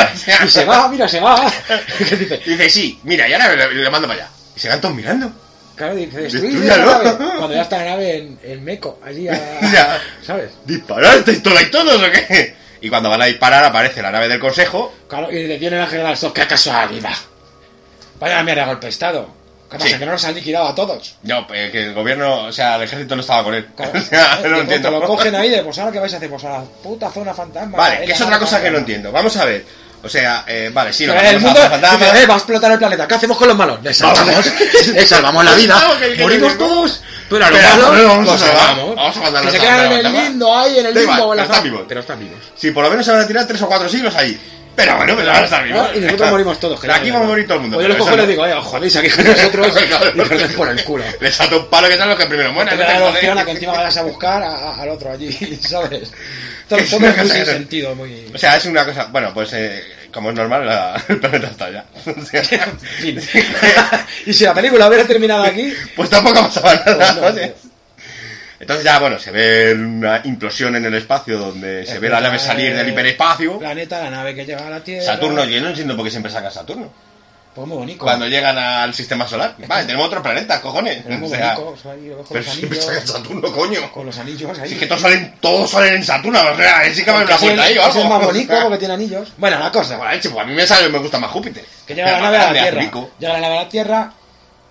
[SPEAKER 2] y se va, mira, se va. que dice,
[SPEAKER 1] Y dice, sí, mira, y ahora le, le mando para allá. Y se van todos mirando.
[SPEAKER 2] Claro, dice, destruir la
[SPEAKER 1] Destrúyalo.
[SPEAKER 2] nave. Cuando ya está la nave en, en Meco, allí a...
[SPEAKER 1] Ya.
[SPEAKER 2] ¿Sabes?
[SPEAKER 1] ¿Disparaste esto y todos o qué? Y cuando van a disparar aparece la nave del consejo.
[SPEAKER 2] Claro, y detienen a General Zod, ¡qué casualidad! Vaya mierda golpe de estado. ¿Qué pasa?
[SPEAKER 1] Sí.
[SPEAKER 2] Que no nos han liquidado a todos.
[SPEAKER 1] No, pues que el gobierno, o sea, el ejército no estaba con él.
[SPEAKER 2] Claro.
[SPEAKER 1] O sea,
[SPEAKER 2] Y
[SPEAKER 1] no lo
[SPEAKER 2] cuando
[SPEAKER 1] entiendo.
[SPEAKER 2] Lo cogen ahí de, pues ahora qué vais a hacer, pues a la puta zona fantasma.
[SPEAKER 1] Vale,
[SPEAKER 2] en
[SPEAKER 1] que es otra
[SPEAKER 2] la zona
[SPEAKER 1] cosa que no
[SPEAKER 2] fantasma.
[SPEAKER 1] entiendo. Vamos a ver. O sea, eh, vale, sí, lo
[SPEAKER 2] Que
[SPEAKER 1] mandamos
[SPEAKER 2] El mundo
[SPEAKER 1] a la fantasma.
[SPEAKER 2] dice, "Eh, va a explotar el planeta. ¿Qué hacemos con los malos? Les salvamos, les salvamos la vida.
[SPEAKER 1] Claro, que- que-
[SPEAKER 2] Morimos
[SPEAKER 1] que-
[SPEAKER 2] todos, pero a los
[SPEAKER 1] Pero,
[SPEAKER 2] malos
[SPEAKER 1] pero vamos a
[SPEAKER 2] los
[SPEAKER 1] salvar,
[SPEAKER 2] salvamos.
[SPEAKER 1] vamos a mandar
[SPEAKER 2] que
[SPEAKER 1] los
[SPEAKER 2] se
[SPEAKER 1] malos
[SPEAKER 2] quedan
[SPEAKER 1] a la
[SPEAKER 2] en el
[SPEAKER 1] fantasma.
[SPEAKER 2] lindo ahí, en el
[SPEAKER 1] Da igual,
[SPEAKER 2] limbo. en
[SPEAKER 1] pero
[SPEAKER 2] la
[SPEAKER 1] están
[SPEAKER 2] zona-
[SPEAKER 1] vivos.
[SPEAKER 2] Pero están vivos.
[SPEAKER 1] Sí, por lo menos se van a tirar tres o cuatro siglos ahí. Pero bueno, pues pero van a estar vivos.
[SPEAKER 2] Y nosotros morimos todos. que
[SPEAKER 1] De
[SPEAKER 2] no
[SPEAKER 1] aquí
[SPEAKER 2] me
[SPEAKER 1] va a
[SPEAKER 2] da.
[SPEAKER 1] morir todo el mundo.
[SPEAKER 2] O yo los
[SPEAKER 1] pero
[SPEAKER 2] cojo y
[SPEAKER 1] eso
[SPEAKER 2] les
[SPEAKER 1] no.
[SPEAKER 2] digo, oye, os jodéis aquí con nosotros
[SPEAKER 1] Claro.
[SPEAKER 2] y perdéis por el culo.
[SPEAKER 1] Les salta un palo que son los que primero mueren.
[SPEAKER 2] Te da la
[SPEAKER 1] Joder.
[SPEAKER 2] opción a que encima vayas a buscar a- a- al otro allí, ¿sabes? Todo,
[SPEAKER 1] Es
[SPEAKER 2] todo
[SPEAKER 1] una
[SPEAKER 2] es muy
[SPEAKER 1] cosa
[SPEAKER 2] sin
[SPEAKER 1] que-
[SPEAKER 2] sentido, muy...
[SPEAKER 1] O sea, es una cosa. Bueno, pues eh, como es normal, la- el planeta está allá. O sea,
[SPEAKER 2] En fin. y si la película hubiera terminado aquí...
[SPEAKER 1] pues tampoco pasaba nada.
[SPEAKER 2] Pues no,
[SPEAKER 1] ¿vale? Entonces ya, bueno, se ve una implosión en el espacio donde se ve la nave salir del hiperespacio.
[SPEAKER 2] Planeta, la nave que llega a la Tierra...
[SPEAKER 1] Saturno, yo no entiendo por qué siempre saca Saturno.
[SPEAKER 2] Pues muy bonito.
[SPEAKER 1] Cuando llegan al sistema solar. Vale, tenemos otro planeta, cojones.
[SPEAKER 2] Pero muy
[SPEAKER 1] O sea,
[SPEAKER 2] bonito, o sea, ahí lo dejo
[SPEAKER 1] pero
[SPEAKER 2] los
[SPEAKER 1] siempre
[SPEAKER 2] anillos,
[SPEAKER 1] sacan Saturno, coño.
[SPEAKER 2] Con los anillos ahí.
[SPEAKER 1] Si es que todos salen, todos salen en Saturno, o sea, sí que va a haber
[SPEAKER 2] Porque
[SPEAKER 1] una puerta
[SPEAKER 2] es
[SPEAKER 1] ahí
[SPEAKER 2] el-
[SPEAKER 1] o
[SPEAKER 2] Es el
[SPEAKER 1] algo.
[SPEAKER 2] más
[SPEAKER 1] O sea,
[SPEAKER 2] bonito porque tiene anillos. Bueno, la cosa...
[SPEAKER 1] Bueno, leche, pues a mí me sale, me gusta más Júpiter.
[SPEAKER 2] Que llega la nave a la Tierra. Llega la nave a la Tierra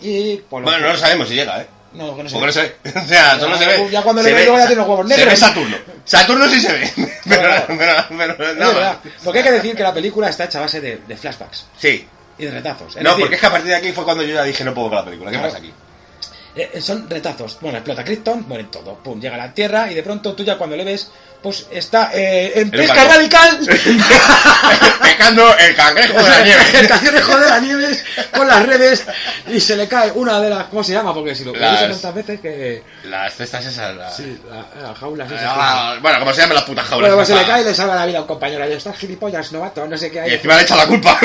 [SPEAKER 2] y... por lo
[SPEAKER 1] Bueno,
[SPEAKER 2] que-
[SPEAKER 1] no lo sabemos si llega, ¿eh?
[SPEAKER 2] No, que no sé.
[SPEAKER 1] Porque no se ve. O sea, solo se ve.
[SPEAKER 2] Ya cuando
[SPEAKER 1] se
[SPEAKER 2] le ve, luego ya tiene los huevos negros.
[SPEAKER 1] Se ve Saturno. Saturno sí se ve. Pero,
[SPEAKER 2] Claro.
[SPEAKER 1] pero, pero,
[SPEAKER 2] Es
[SPEAKER 1] no.
[SPEAKER 2] verdad. Porque hay que decir que la película está hecha a base de, de flashbacks
[SPEAKER 1] Sí.
[SPEAKER 2] y de retazos. Es
[SPEAKER 1] No,
[SPEAKER 2] decir,
[SPEAKER 1] porque es que a partir de aquí fue cuando yo ya dije no puedo con la película. ¿Qué
[SPEAKER 2] Claro.
[SPEAKER 1] pasa aquí?
[SPEAKER 2] Eh, eh, son retazos. Bueno, explota Krypton, mueren todo. Pum, llega a la Tierra y de pronto tú ya cuando le ves, pues está eh, en
[SPEAKER 1] En un
[SPEAKER 2] pesca
[SPEAKER 1] barco.
[SPEAKER 2] radical.
[SPEAKER 1] Pescando el cangrejo de la
[SPEAKER 2] El
[SPEAKER 1] nieve.
[SPEAKER 2] cangrejo de las nieves con las redes y se le cae una de las. ¿Cómo se llama? Porque si lo
[SPEAKER 1] Las-
[SPEAKER 2] puse tantas veces que.
[SPEAKER 1] Las cestas esas. la-
[SPEAKER 2] Sí, la, la jaula. sí, sí, sí.
[SPEAKER 1] Ah, bueno, como se llama la puta jaula.
[SPEAKER 2] Bueno, pues se le
[SPEAKER 1] esa.
[SPEAKER 2] cae y le salva la vida a un compañero. Yo, estás gilipollas, novato, no sé qué hay.
[SPEAKER 1] Y encima le echa la culpa.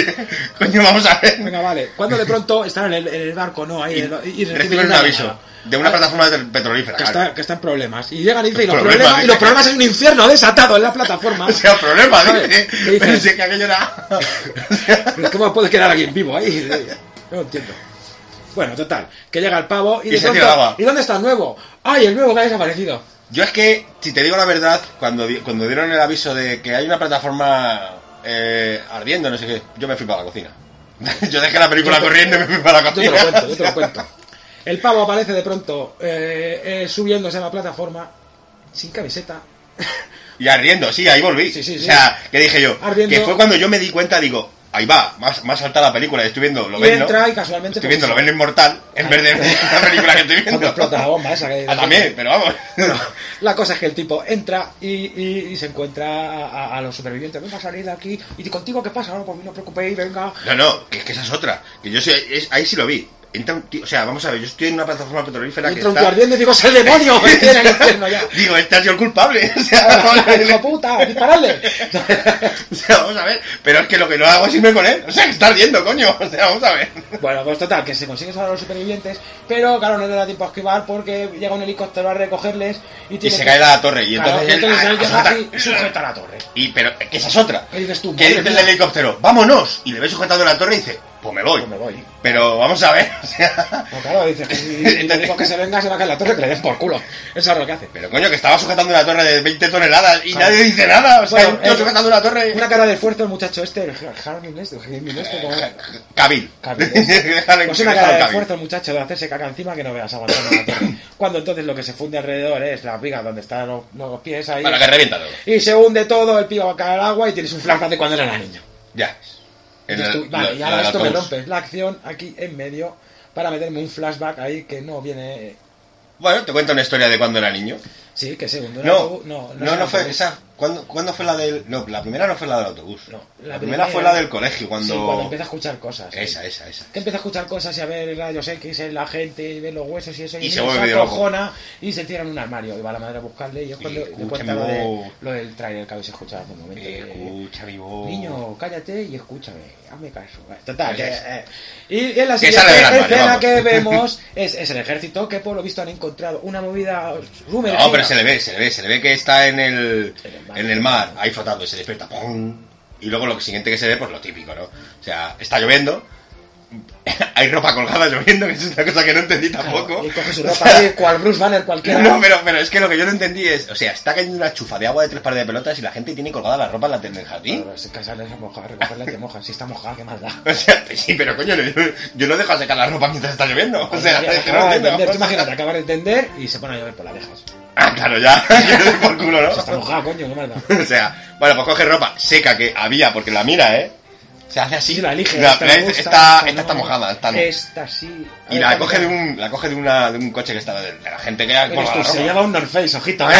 [SPEAKER 1] Coño, vamos a ver.
[SPEAKER 2] Venga, vale. Cuando de pronto están en el, en el barco, ¿no? Ahí,
[SPEAKER 1] Y,
[SPEAKER 2] en el- y
[SPEAKER 1] reciben un aviso
[SPEAKER 2] llamada.
[SPEAKER 1] de una plataforma de petrolífera.
[SPEAKER 2] Que
[SPEAKER 1] claro.
[SPEAKER 2] está, que está en problemas. Y llegan y dicen, y
[SPEAKER 1] Los
[SPEAKER 2] los
[SPEAKER 1] problemas,
[SPEAKER 2] problemas, y los
[SPEAKER 1] dice.
[SPEAKER 2] problemas es un infierno desatado en la plataforma.
[SPEAKER 1] O sea, problema,
[SPEAKER 2] ¿Sabes?
[SPEAKER 1] dice.
[SPEAKER 2] ¿Qué dices?
[SPEAKER 1] Pero si es que aquello era. O sea,
[SPEAKER 2] Pero ¿Cómo puede quedar alguien vivo ahí? No lo entiendo. Bueno, total. Que llega el pavo y,
[SPEAKER 1] Y
[SPEAKER 2] de
[SPEAKER 1] se
[SPEAKER 2] pronto-
[SPEAKER 1] tira al agua.
[SPEAKER 2] ¿Y dónde está el nuevo? ¡Ay, el nuevo que ha desaparecido!
[SPEAKER 1] Yo es que, si te digo la verdad, cuando, di- cuando dieron el aviso de que hay una plataforma eh, ardiendo, no sé qué, yo me fui para la cocina. Yo dejé la película
[SPEAKER 2] Yo te-
[SPEAKER 1] corriendo y me fui para la
[SPEAKER 2] Yo
[SPEAKER 1] cocina.
[SPEAKER 2] te lo cuento, yo te lo cuento. El pavo aparece de pronto eh, eh, subiéndose a la plataforma sin camiseta.
[SPEAKER 1] Y ardiendo, sí, ahí volví.
[SPEAKER 2] Sí, sí, sí.
[SPEAKER 1] O sea, que dije yo,
[SPEAKER 2] Ardiendo.
[SPEAKER 1] que fue cuando yo me di cuenta, digo, ahí va, más, más alta la película, estoy viendo, lo
[SPEAKER 2] y
[SPEAKER 1] ven, ¿no?
[SPEAKER 2] entra y casualmente...
[SPEAKER 1] Estoy
[SPEAKER 2] pues,
[SPEAKER 1] viendo, lo ven inmortal, en vez de la película que estoy
[SPEAKER 2] cuando
[SPEAKER 1] viendo.
[SPEAKER 2] explota la bomba esa que...
[SPEAKER 1] Ah, también, pero vamos.
[SPEAKER 2] La cosa es que el tipo entra y, y- y se encuentra a, a- a los supervivientes. Venga, salir de aquí. ¿Y contigo qué pasa? No, pues no os preocupéis, venga.
[SPEAKER 1] No, no, que es que esa es otra. Que yo sí, es- ahí sí lo vi. Entra un tío- o sea, vamos a ver, yo estoy en una plataforma petrolífera
[SPEAKER 2] Y
[SPEAKER 1] que
[SPEAKER 2] entra un
[SPEAKER 1] está...
[SPEAKER 2] tío ardiendo y digo, ¡es el demonio! que tiene el infierno ya! Ah,
[SPEAKER 1] Digo, este ha sido el culpable. O sea, vamos a
[SPEAKER 2] ¡Hijo
[SPEAKER 1] ver.
[SPEAKER 2] puta! ¡Disparadle!
[SPEAKER 1] O sea, vamos a ver. Pero es que lo que no hago es irme con él. O sea, que está ardiendo, coño. O sea, vamos a ver.
[SPEAKER 2] bueno, pues total, que se consigue salvar a los supervivientes, pero claro, no le da tiempo a esquivar porque llega un helicóptero a recogerles y,
[SPEAKER 1] Y
[SPEAKER 2] tiene
[SPEAKER 1] se
[SPEAKER 2] que-
[SPEAKER 1] cae la torre. Y
[SPEAKER 2] Claro,
[SPEAKER 1] entonces, él-
[SPEAKER 2] él
[SPEAKER 1] ah,
[SPEAKER 2] llega
[SPEAKER 1] sujeta-
[SPEAKER 2] aquí y sujeta la torre.
[SPEAKER 1] Y pero que esa es otra.
[SPEAKER 2] ¿Qué dices tú?
[SPEAKER 1] Que
[SPEAKER 2] Madre
[SPEAKER 1] dice el
[SPEAKER 2] mía.
[SPEAKER 1] del helicóptero, vámonos. Y le ve sujetado a la torre y dice, pues me voy.
[SPEAKER 2] Pues me voy.
[SPEAKER 1] Pero vamos a ver. O sea,
[SPEAKER 2] No, claro, dice que si el tipo que se venga se va a caer la torre, que le den por culo. Eso es lo que hace.
[SPEAKER 1] pero coño, que estaba sujetando una torre de 20 toneladas y
[SPEAKER 2] Claro.
[SPEAKER 1] nadie dice nada. O sea,
[SPEAKER 2] Bueno,
[SPEAKER 1] yo
[SPEAKER 2] eh,
[SPEAKER 1] sujetando una torre.
[SPEAKER 2] Una cara de esfuerzo el muchacho este, el Har- Harmin este, el Harmin este, como...
[SPEAKER 1] Cabil.
[SPEAKER 2] Cabil,
[SPEAKER 1] Déjale
[SPEAKER 2] Pues
[SPEAKER 1] que
[SPEAKER 2] una
[SPEAKER 1] deja
[SPEAKER 2] cara
[SPEAKER 1] al
[SPEAKER 2] de
[SPEAKER 1] Cabil.
[SPEAKER 2] esfuerzo el muchacho de hacerse caca encima que no veas aguantando la torre. Cuando entonces lo que se funde alrededor es la viga donde están los, los pies ahí.
[SPEAKER 1] Bueno, que revienta todo.
[SPEAKER 2] Y se hunde todo, el pibe va a caer al agua y tienes un flashback de cuando era niño.
[SPEAKER 1] Ya. En
[SPEAKER 2] Dices
[SPEAKER 1] el-
[SPEAKER 2] tú, vale,
[SPEAKER 1] lo-
[SPEAKER 2] y ahora
[SPEAKER 1] lo-
[SPEAKER 2] esto me
[SPEAKER 1] autobús.
[SPEAKER 2] rompe. La acción aquí en medio para meterme un flashback ahí que no viene.
[SPEAKER 1] Bueno, te cuento una historia de cuando era niño.
[SPEAKER 2] Sí, que se hunde.
[SPEAKER 1] No, no,
[SPEAKER 2] se
[SPEAKER 1] no, fue
[SPEAKER 2] hunde.
[SPEAKER 1] esa. ¿cuándo, cuándo fue la del.? No, la primera no fue la del autobús.
[SPEAKER 2] No,
[SPEAKER 1] la, primera, fue la del colegio, cuando.
[SPEAKER 2] Sí, cuando empieza a escuchar cosas. sí.
[SPEAKER 1] Esa, esa, esa.
[SPEAKER 2] Que empieza a escuchar cosas y a ver rayos X en la gente y ver los huesos y eso.
[SPEAKER 1] Y se
[SPEAKER 2] mira,
[SPEAKER 1] vuelve loco.
[SPEAKER 2] acojona y se tira en un armario. Y va la madre a buscarle y es cuando le
[SPEAKER 1] Escúchame,
[SPEAKER 2] cuenta lo, de,
[SPEAKER 1] vos.
[SPEAKER 2] lo del trailer que habéis escuchado hace un momento.
[SPEAKER 1] Eh,
[SPEAKER 2] que-
[SPEAKER 1] Escucha, vivo.
[SPEAKER 2] Niño, cállate y escúchame, hazme caso. Total, que,
[SPEAKER 1] Gracias.
[SPEAKER 2] eh, y en la
[SPEAKER 1] Que
[SPEAKER 2] siguiente
[SPEAKER 1] sale del armario,
[SPEAKER 2] escena
[SPEAKER 1] vamos.
[SPEAKER 2] que vemos es, es el ejército que por lo visto han encontrado una movida sumergida.
[SPEAKER 1] No, pero se le ve, se le ve, se le ve que está en el,
[SPEAKER 2] En el mar.
[SPEAKER 1] en el mar, ahí flotando, y se despierta. ¡pum! Y luego lo siguiente que se ve, pues lo típico, ¿no? O sea, está lloviendo, hay ropa colgada lloviendo, que es una cosa que no entendí tampoco.
[SPEAKER 2] Claro, Y coge su
[SPEAKER 1] O
[SPEAKER 2] ropa
[SPEAKER 1] sea,
[SPEAKER 2] ahí, cual Bruce Banner cualquiera.
[SPEAKER 1] No, pero, pero es que lo que yo no entendí es, o sea, está cayendo una chufa de agua de tres pares de pelotas y la gente tiene colgada la ropa en la en el jardín.
[SPEAKER 2] Claro, es que sale a mojar, recogerla y te moja. Si está mojada, qué más da.
[SPEAKER 1] O sea, sí, pero coño, yo, yo no dejo secar la ropa mientras está lloviendo.
[SPEAKER 2] Pues
[SPEAKER 1] O sea, es que no
[SPEAKER 2] Acaba de
[SPEAKER 1] entiendo.
[SPEAKER 2] entender, ah, tú imagínate, acabas de entender y se pone a llover por las dejas.
[SPEAKER 1] Ah, claro, ya, yo doy por culo,
[SPEAKER 2] Si está
[SPEAKER 1] ¿no?
[SPEAKER 2] mojada, coño, qué más da.
[SPEAKER 1] O sea, bueno, pues coge ropa seca que había, porque la mira, ¿eh? Se hace así.
[SPEAKER 2] Si la elige,
[SPEAKER 1] La-
[SPEAKER 2] esta,
[SPEAKER 1] la-
[SPEAKER 2] me gusta,
[SPEAKER 1] esta-
[SPEAKER 2] esta
[SPEAKER 1] esta está
[SPEAKER 2] no.
[SPEAKER 1] mojada, esta no.
[SPEAKER 2] Esta sí. A
[SPEAKER 1] Y
[SPEAKER 2] ver,
[SPEAKER 1] la
[SPEAKER 2] vale,
[SPEAKER 1] coge de
[SPEAKER 2] vale.
[SPEAKER 1] un, la coge de, una, de un coche que estaba de, de la gente que ha
[SPEAKER 2] Eres
[SPEAKER 1] colgado
[SPEAKER 2] tú,
[SPEAKER 1] la
[SPEAKER 2] Se
[SPEAKER 1] ropa.
[SPEAKER 2] lleva un North Face, ojito, eh.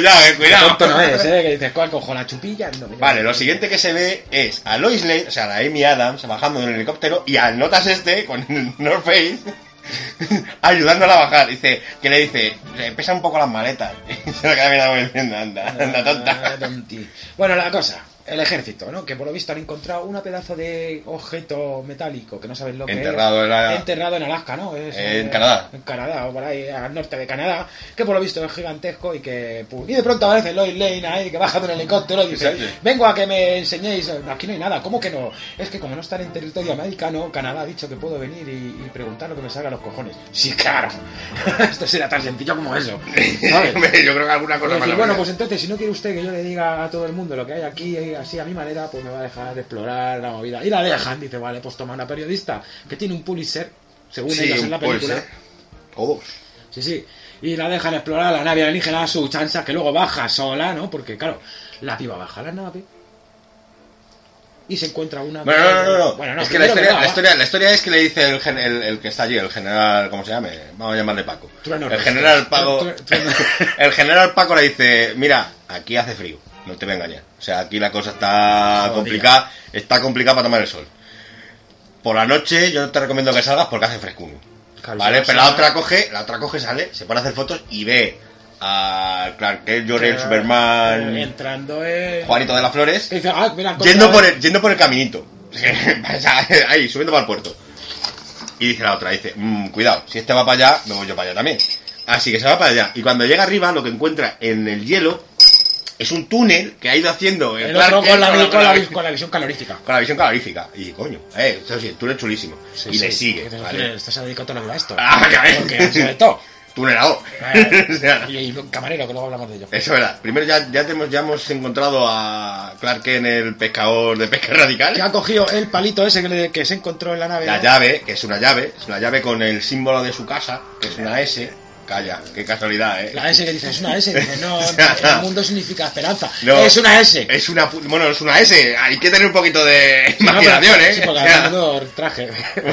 [SPEAKER 1] ya, eh, cuidado.
[SPEAKER 2] Tonto no es, ¿eh? Que dices, ¿cuál cojo la chupilla? No, mira.
[SPEAKER 1] Vale, lo siguiente que se ve es a Lois Lane, o sea, la Amy Adams bajando de un helicóptero y al Notas este con el North Face ayudándola a bajar. Dice, que le dice, le pesa un poco las maletas. Y se lo queda mirando diciendo, anda, anda
[SPEAKER 2] Ah,
[SPEAKER 1] tonta.
[SPEAKER 2] tonti. Bueno, la cosa, el ejército, ¿no? Que por lo visto han encontrado una pedazo de objeto metálico que no sabes lo que
[SPEAKER 1] Enterrado
[SPEAKER 2] es.
[SPEAKER 1] en la-
[SPEAKER 2] Enterrado en Alaska, ¿no? Es, eh,
[SPEAKER 1] En Canadá.
[SPEAKER 2] En Canadá, o por ahí, al norte de Canadá, que por lo visto es gigantesco y que. pum, y de pronto aparece Lloyd Lane ahí que baja de un helicóptero y dice:
[SPEAKER 1] Exacto.
[SPEAKER 2] Vengo a que me enseñéis. Aquí no hay nada, ¿cómo que no? Es que como no están en territorio americano, Canadá ha dicho que puedo venir y, y preguntar lo que me salga a los cojones. Sí, claro. Esto será tan sencillo como eso. ¿sabes?
[SPEAKER 1] Hombre, yo creo que alguna cosa
[SPEAKER 2] Es
[SPEAKER 1] más
[SPEAKER 2] decir,
[SPEAKER 1] lo
[SPEAKER 2] bueno,
[SPEAKER 1] vería.
[SPEAKER 2] pues entonces, si no quiere usted que yo le diga a todo el mundo lo que hay aquí, eh, así a mi manera, pues me va a dejar explorar la movida. Y la dejan, dice, vale, pues toma una periodista que tiene un Pulitzer, según
[SPEAKER 1] Sí, pues, eh,
[SPEAKER 2] ellos en la
[SPEAKER 1] un Pulitzer.
[SPEAKER 2] película.
[SPEAKER 1] Todos.
[SPEAKER 2] Sí, sí. Y la dejan explorar la nave alienígena a su chanza, que luego baja sola, ¿no? Porque, claro, la piba baja la nave, y se encuentra una.
[SPEAKER 1] Bueno, no, no, no, no.
[SPEAKER 2] Bueno,
[SPEAKER 1] es que la
[SPEAKER 2] primero
[SPEAKER 1] historia, la,
[SPEAKER 2] no, va.
[SPEAKER 1] historia, la historia es que le dice el, gen- el, el que está allí, el general, ¿cómo se llama? Vamos a llamarle Paco.
[SPEAKER 2] Trueno
[SPEAKER 1] el
[SPEAKER 2] Rostro.
[SPEAKER 1] general Paco,
[SPEAKER 2] Tru- trueno.
[SPEAKER 1] el general Paco le dice, mira, aquí hace frío, no te voy a engañar. O sea, aquí la cosa está
[SPEAKER 2] Jodida.
[SPEAKER 1] complicada, está complicada para tomar el sol. Por la noche yo te recomiendo que salgas porque hace frescuno.
[SPEAKER 2] Claro,
[SPEAKER 1] vale,
[SPEAKER 2] ya
[SPEAKER 1] pero la
[SPEAKER 2] sea-
[SPEAKER 1] otra coge, la otra coge, sale, se pone a hacer fotos y ve a Clark Kent, Jorel,
[SPEAKER 2] Eh,
[SPEAKER 1] Superman,
[SPEAKER 2] Entrando en.
[SPEAKER 1] Juanito de las Flores.
[SPEAKER 2] Que dice, ah, mira, han
[SPEAKER 1] Yendo
[SPEAKER 2] cortado-
[SPEAKER 1] por, el, yendo por el caminito. O sea, Ahí, subiendo para el puerto. Y dice la otra, dice, "Mm, cuidado, si este va para allá, me voy yo para allá también. Así que se va para allá. Y cuando llega arriba, lo que encuentra en el hielo es un túnel que ha ido haciendo
[SPEAKER 2] El
[SPEAKER 1] Clark
[SPEAKER 2] otro
[SPEAKER 1] Kent
[SPEAKER 2] con la,
[SPEAKER 1] con
[SPEAKER 2] con la-
[SPEAKER 1] la-
[SPEAKER 2] con la visión calorífica.
[SPEAKER 1] con la visión calorífica. Y coño, eh, eso sí, el túnel chulísimo.
[SPEAKER 2] Sí,
[SPEAKER 1] y
[SPEAKER 2] sí,
[SPEAKER 1] le sigue.
[SPEAKER 2] que
[SPEAKER 1] ¿vale?
[SPEAKER 2] tú- Esto se ha dedicado toda la vida a esto.
[SPEAKER 1] Ah, ya ves.
[SPEAKER 2] Porque sobre todo.
[SPEAKER 1] Tunelado.
[SPEAKER 2] eh,
[SPEAKER 1] O sea,
[SPEAKER 2] y, y un camarero, que luego hablamos de ello.
[SPEAKER 1] Eso es verdad. Primero ya, ya, tenemos, ya hemos encontrado a Clark Kent, el pescador de pesca radical.
[SPEAKER 2] Que ha cogido el palito ese que, le- que se encontró en la nave.
[SPEAKER 1] La
[SPEAKER 2] ¿no?
[SPEAKER 1] llave, que es una llave, es una llave con el símbolo de su casa, que es una S. Calla, qué casualidad, ¿eh?
[SPEAKER 2] La S que dice, es una S. Dice, no,
[SPEAKER 1] O sea,
[SPEAKER 2] el mundo significa esperanza.
[SPEAKER 1] no.
[SPEAKER 2] es una S.
[SPEAKER 1] Es una... pu- Bueno, es una S. Hay que tener un poquito de
[SPEAKER 2] No, pero-
[SPEAKER 1] imaginación, ¿eh?
[SPEAKER 2] Sí, porque
[SPEAKER 1] O sea,
[SPEAKER 2] hablando del traje.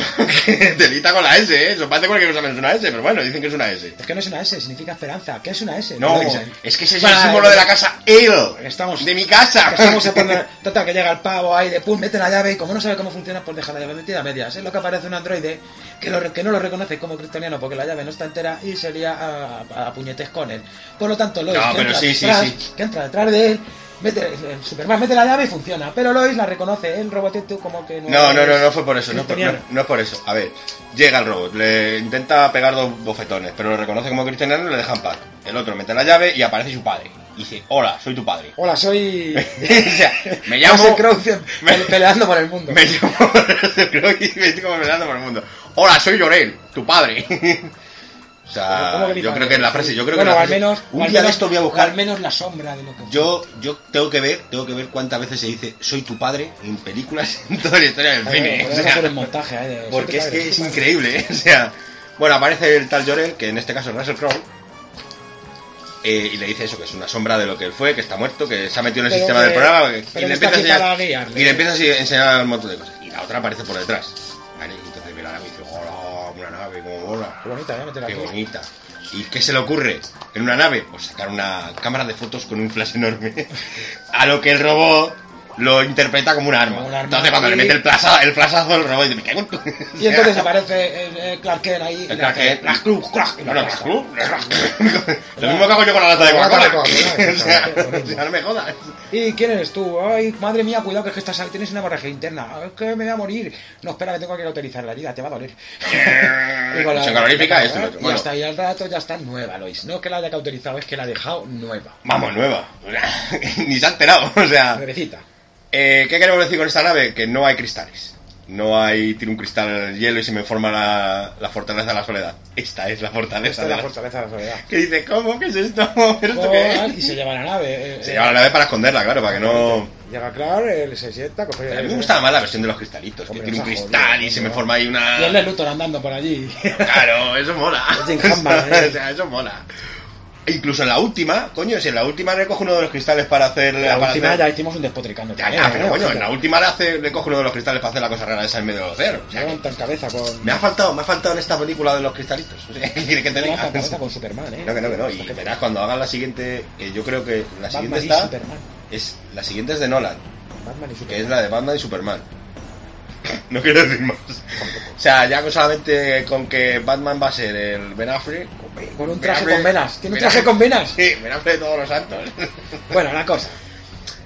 [SPEAKER 1] Delita con la S, ¿eh? Eso parece cualquier cosa menos una S, pero bueno, dicen que es una S.
[SPEAKER 2] Es que no es una S, significa esperanza. ¿Qué es una S?
[SPEAKER 1] No,
[SPEAKER 2] Lo dicen.
[SPEAKER 1] es que ese es el
[SPEAKER 2] Para-
[SPEAKER 1] símbolo de la casa EL.
[SPEAKER 2] Estamos-
[SPEAKER 1] De mi casa.
[SPEAKER 2] Que estamos a poner- total, que llega el pavo ahí de pum, mete la llave y como no sabe cómo funciona, pues deja la llave metida a medias. Es lo que aparece un androide que, lo re- que no lo reconoce como kryptoniano porque la llave no está entera y sería a, a- a puñetes con él. Por lo tanto, Lois,
[SPEAKER 1] No,
[SPEAKER 2] que,
[SPEAKER 1] pero
[SPEAKER 2] entra
[SPEAKER 1] sí, sí,
[SPEAKER 2] detrás,
[SPEAKER 1] sí.
[SPEAKER 2] que entra detrás de él, mete, eh, Superman mete la llave y funciona. Pero Lois la reconoce, el robotito como que no.
[SPEAKER 1] No, no, no,
[SPEAKER 2] es-
[SPEAKER 1] no fue por eso, no, por-
[SPEAKER 2] tenía-
[SPEAKER 1] no- no es por eso. A ver, llega el robot, le intenta pegar dos bofetones, pero lo reconoce como cristiano y le deja en paz. El otro mete la llave y aparece su padre. Y dice, hola, soy tu padre.
[SPEAKER 2] Hola, soy.
[SPEAKER 1] o sea, me llamo...
[SPEAKER 2] Russell Crowe,
[SPEAKER 1] me-
[SPEAKER 2] peleando por el mundo.
[SPEAKER 1] Me llamo... creo que me estoy como peleando por el mundo. Hola, soy Llorel, tu padre. o
[SPEAKER 2] ¿Cómo
[SPEAKER 1] sea,
[SPEAKER 2] grita?
[SPEAKER 1] yo creo que es la frase, yo creo
[SPEAKER 2] Bueno,
[SPEAKER 1] que es la
[SPEAKER 2] al
[SPEAKER 1] frase.
[SPEAKER 2] menos,
[SPEAKER 1] Un
[SPEAKER 2] al
[SPEAKER 1] día de
[SPEAKER 2] menos-
[SPEAKER 1] esto voy a
[SPEAKER 2] Al
[SPEAKER 1] buscar...
[SPEAKER 2] menos la sombra de lo que
[SPEAKER 1] Yo, yo tengo que ver, tengo que ver cuántas veces se dice soy tu padre en películas en toda la historia del
[SPEAKER 2] Claro,
[SPEAKER 1] cine.
[SPEAKER 2] Eh, podemos
[SPEAKER 1] O sea,
[SPEAKER 2] hacer el montaje, ¿eh? de-
[SPEAKER 1] Porque es que es
[SPEAKER 2] Soy tu padre.
[SPEAKER 1] increíble, ¿eh? o sea... Bueno, aparece el tal Llorel, que en este caso es Russell Crowe, eh, y le dice eso, que es una sombra de lo que él fue, que está muerto, que se ha metido en el
[SPEAKER 2] Pero
[SPEAKER 1] sistema
[SPEAKER 2] que-
[SPEAKER 1] del programa, que-
[SPEAKER 2] pero
[SPEAKER 1] y, le
[SPEAKER 2] que está
[SPEAKER 1] empieza a
[SPEAKER 2] aquí
[SPEAKER 1] enseñar,
[SPEAKER 2] para guiarle. ¿eh?
[SPEAKER 1] y le empieza a enseñar un montón de cosas. Y la otra aparece por detrás, ¿vale? Y entonces ve la nave y dice, hola, una nave, como mola,
[SPEAKER 2] Qué bonita, ¿eh? Meter
[SPEAKER 1] qué
[SPEAKER 2] aquí.
[SPEAKER 1] bonita. ¿Y qué se le ocurre en una nave? Pues sacar una cámara de fotos con un flash enorme, a lo que el robot... Lo interpreta como un arma.
[SPEAKER 2] Como un arma.
[SPEAKER 1] Entonces, cuando le
[SPEAKER 2] Y-
[SPEAKER 1] mete el, plaza, el flazazo, el robot dice: Me cago en tu-". O
[SPEAKER 2] Y
[SPEAKER 1] sea,
[SPEAKER 2] entonces aparece el, el Clark Kent ahí.
[SPEAKER 1] el Clark Kent.
[SPEAKER 2] Las cruz, crack, y
[SPEAKER 1] No,
[SPEAKER 2] lo
[SPEAKER 1] no,
[SPEAKER 2] abraza.
[SPEAKER 1] Lo mismo que hago yo con la lata de
[SPEAKER 2] Con la lata de
[SPEAKER 1] Coca-Cola.
[SPEAKER 2] Coca-Cola,
[SPEAKER 1] O sea,
[SPEAKER 2] exactamente.
[SPEAKER 1] o sea, no me jodas.
[SPEAKER 2] ¿Y quién eres tú? Ay, madre mía, cuidado que es que estás ahí, tienes una barraje interna. Ah, Es que me voy a morir. No, espera, que tengo que cauterizar la herida, te va a doler. Y con la-
[SPEAKER 1] Se calorífica, Ah, esto y lo otro.
[SPEAKER 2] Y
[SPEAKER 1] Bueno,
[SPEAKER 2] hasta ahí al rato ya está nueva, Lois. No es que la haya cauterizado, es que la ha dejado nueva.
[SPEAKER 1] vamos, nueva. Ni se ha enterado. O sea,
[SPEAKER 2] Nuevecita.
[SPEAKER 1] eh, ¿qué queremos decir con esta nave? Que no hay cristales. No hay, tiro un cristal en el hielo y se me forma la, la fortaleza de la soledad. Esta es la fortaleza
[SPEAKER 2] Esta es
[SPEAKER 1] de
[SPEAKER 2] la fortaleza de la soledad.
[SPEAKER 1] Que dice, ¿cómo? ¿Qué es esto? ¿Esto qué
[SPEAKER 2] Y
[SPEAKER 1] es?
[SPEAKER 2] se lleva la nave. eh,
[SPEAKER 1] Se
[SPEAKER 2] eh,
[SPEAKER 1] lleva la nave para esconderla, claro, para que no...
[SPEAKER 2] Llega Clark, él se sienta, coge...
[SPEAKER 1] A mí me gustaba más la versión de los cristalitos, que
[SPEAKER 2] Hombre,
[SPEAKER 1] tiene un
[SPEAKER 2] nos ha jodido,
[SPEAKER 1] cristal y se
[SPEAKER 2] ¿no?
[SPEAKER 1] me forma ahí una...
[SPEAKER 2] Y él es Luthor andando por allí.
[SPEAKER 1] Claro, eso mola.
[SPEAKER 2] Es Jim Hammond, ¿eh?
[SPEAKER 1] O sea, eso mola. E incluso en la última, coño, si en la última le coge uno de los cristales para hacer.
[SPEAKER 2] La
[SPEAKER 1] para
[SPEAKER 2] última
[SPEAKER 1] hacer-
[SPEAKER 2] ya hicimos un despotricando.
[SPEAKER 1] Ya,
[SPEAKER 2] también,
[SPEAKER 1] ya,
[SPEAKER 2] ¿eh?
[SPEAKER 1] pero coño,
[SPEAKER 2] Ojito.
[SPEAKER 1] en la última le, hace, le coge uno de los cristales para hacer la cosa rara esa en medio del océano. O
[SPEAKER 2] Me
[SPEAKER 1] sea, que-
[SPEAKER 2] levanta en cabeza con.
[SPEAKER 1] me ha faltado, me ha faltado en esta película de los cristalitos. O sea, ¿qué quieres que te
[SPEAKER 2] me
[SPEAKER 1] diga?
[SPEAKER 2] levanta en cabeza con Superman, ¿eh?
[SPEAKER 1] No, que no, que no. Y
[SPEAKER 2] Esto que-
[SPEAKER 1] verás cuando hagan la siguiente, que yo creo que la siguiente
[SPEAKER 2] Batman y
[SPEAKER 1] está.
[SPEAKER 2] Superman.
[SPEAKER 1] Es, la siguiente es de Nolan,
[SPEAKER 2] Batman
[SPEAKER 1] que
[SPEAKER 2] y
[SPEAKER 1] es
[SPEAKER 2] Superman.
[SPEAKER 1] la de Batman y Superman. No quiero decir más. O sea, ya con solamente con que Batman va a ser el Ben Affleck,
[SPEAKER 2] Con un traje
[SPEAKER 1] Mira,
[SPEAKER 2] con venas. Tiene un
[SPEAKER 1] mira.
[SPEAKER 2] traje con venas.
[SPEAKER 1] Sí, me la de todos los santos.
[SPEAKER 2] Bueno, la cosa.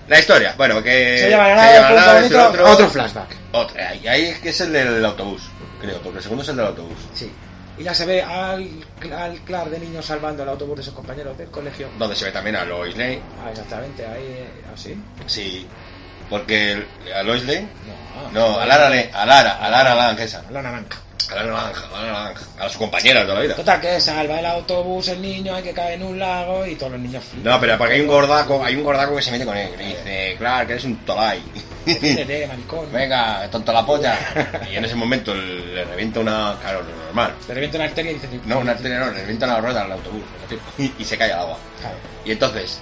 [SPEAKER 1] La historia, bueno, que.
[SPEAKER 2] Se lleva la
[SPEAKER 1] Eh, se
[SPEAKER 2] nave,
[SPEAKER 1] lleva
[SPEAKER 2] punto
[SPEAKER 1] nada,
[SPEAKER 2] bonito,
[SPEAKER 1] es el
[SPEAKER 2] otro, flashback.
[SPEAKER 1] Otro, ahí, ahí es que es el del autobús, creo, porque el segundo es el del autobús.
[SPEAKER 2] Sí. Y ya se ve al, al Clark de niño salvando el autobús de sus compañeros del colegio.
[SPEAKER 1] Donde se ve también a Lois Lane.
[SPEAKER 2] Ah, exactamente, ahí, eh, así.
[SPEAKER 1] Sí. Porque el- a Lois Lane.
[SPEAKER 2] No,
[SPEAKER 1] No, a Lara Lane, a Lara, a Lara Lange esa.
[SPEAKER 2] La naranja.
[SPEAKER 1] A Lara Lange, a Lara Lange. A sus compañeras de la vida.
[SPEAKER 2] Total, que salva el autobús, el niño, hay que cae en un lago y todos los niños flipan.
[SPEAKER 1] No, pero porque hay un gordaco, hay un gordaco que se mete con él. que le dice, claro, que eres un tolai.
[SPEAKER 2] Tiene maricón.
[SPEAKER 1] Venga, tonto la polla. Y en ese momento le revienta una. Claro, lo normal.
[SPEAKER 2] Le revienta una arteria y dice...
[SPEAKER 1] No, una arteria no, le revientan la rueda al autobús, me refiero. y, y se cae al agua.
[SPEAKER 2] Claro.
[SPEAKER 1] Y entonces,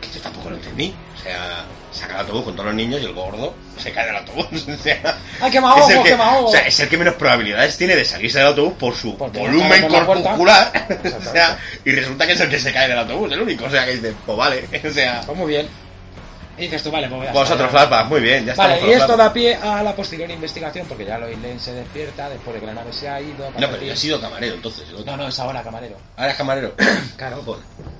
[SPEAKER 1] ¿qué Yo tampoco lo entendí. O sea, saca el autobús con todos los niños y el gordo se cae del autobús. O sea,
[SPEAKER 2] ¡Ay, que me ahogo,
[SPEAKER 1] es el que,
[SPEAKER 2] que me ahogo!
[SPEAKER 1] o sea, es el que menos probabilidades tiene de salirse del autobús por su
[SPEAKER 2] Porque no
[SPEAKER 1] volumen
[SPEAKER 2] cabe por la puerta.
[SPEAKER 1] corporal. O sea,
[SPEAKER 2] Exactamente.
[SPEAKER 1] y resulta que es el que se cae del autobús, el único. O sea, que dices, pues vale. O sea,
[SPEAKER 2] Pues muy bien. Y dices tú, vale, pues ya está,
[SPEAKER 1] vosotros
[SPEAKER 2] ya.
[SPEAKER 1] lapas, muy bien, ya
[SPEAKER 2] Vale,
[SPEAKER 1] estamos con
[SPEAKER 2] y
[SPEAKER 1] los
[SPEAKER 2] esto
[SPEAKER 1] lapas.
[SPEAKER 2] da pie a la posterior investigación, porque ya Lois Lane se despierta después de que la nave se ha ido.
[SPEAKER 1] No, pero yo he sido camarero entonces. el otro.
[SPEAKER 2] No, no, es ahora camarero.
[SPEAKER 1] Ahora es camarero.
[SPEAKER 2] Claro. pues.
[SPEAKER 1] Joder.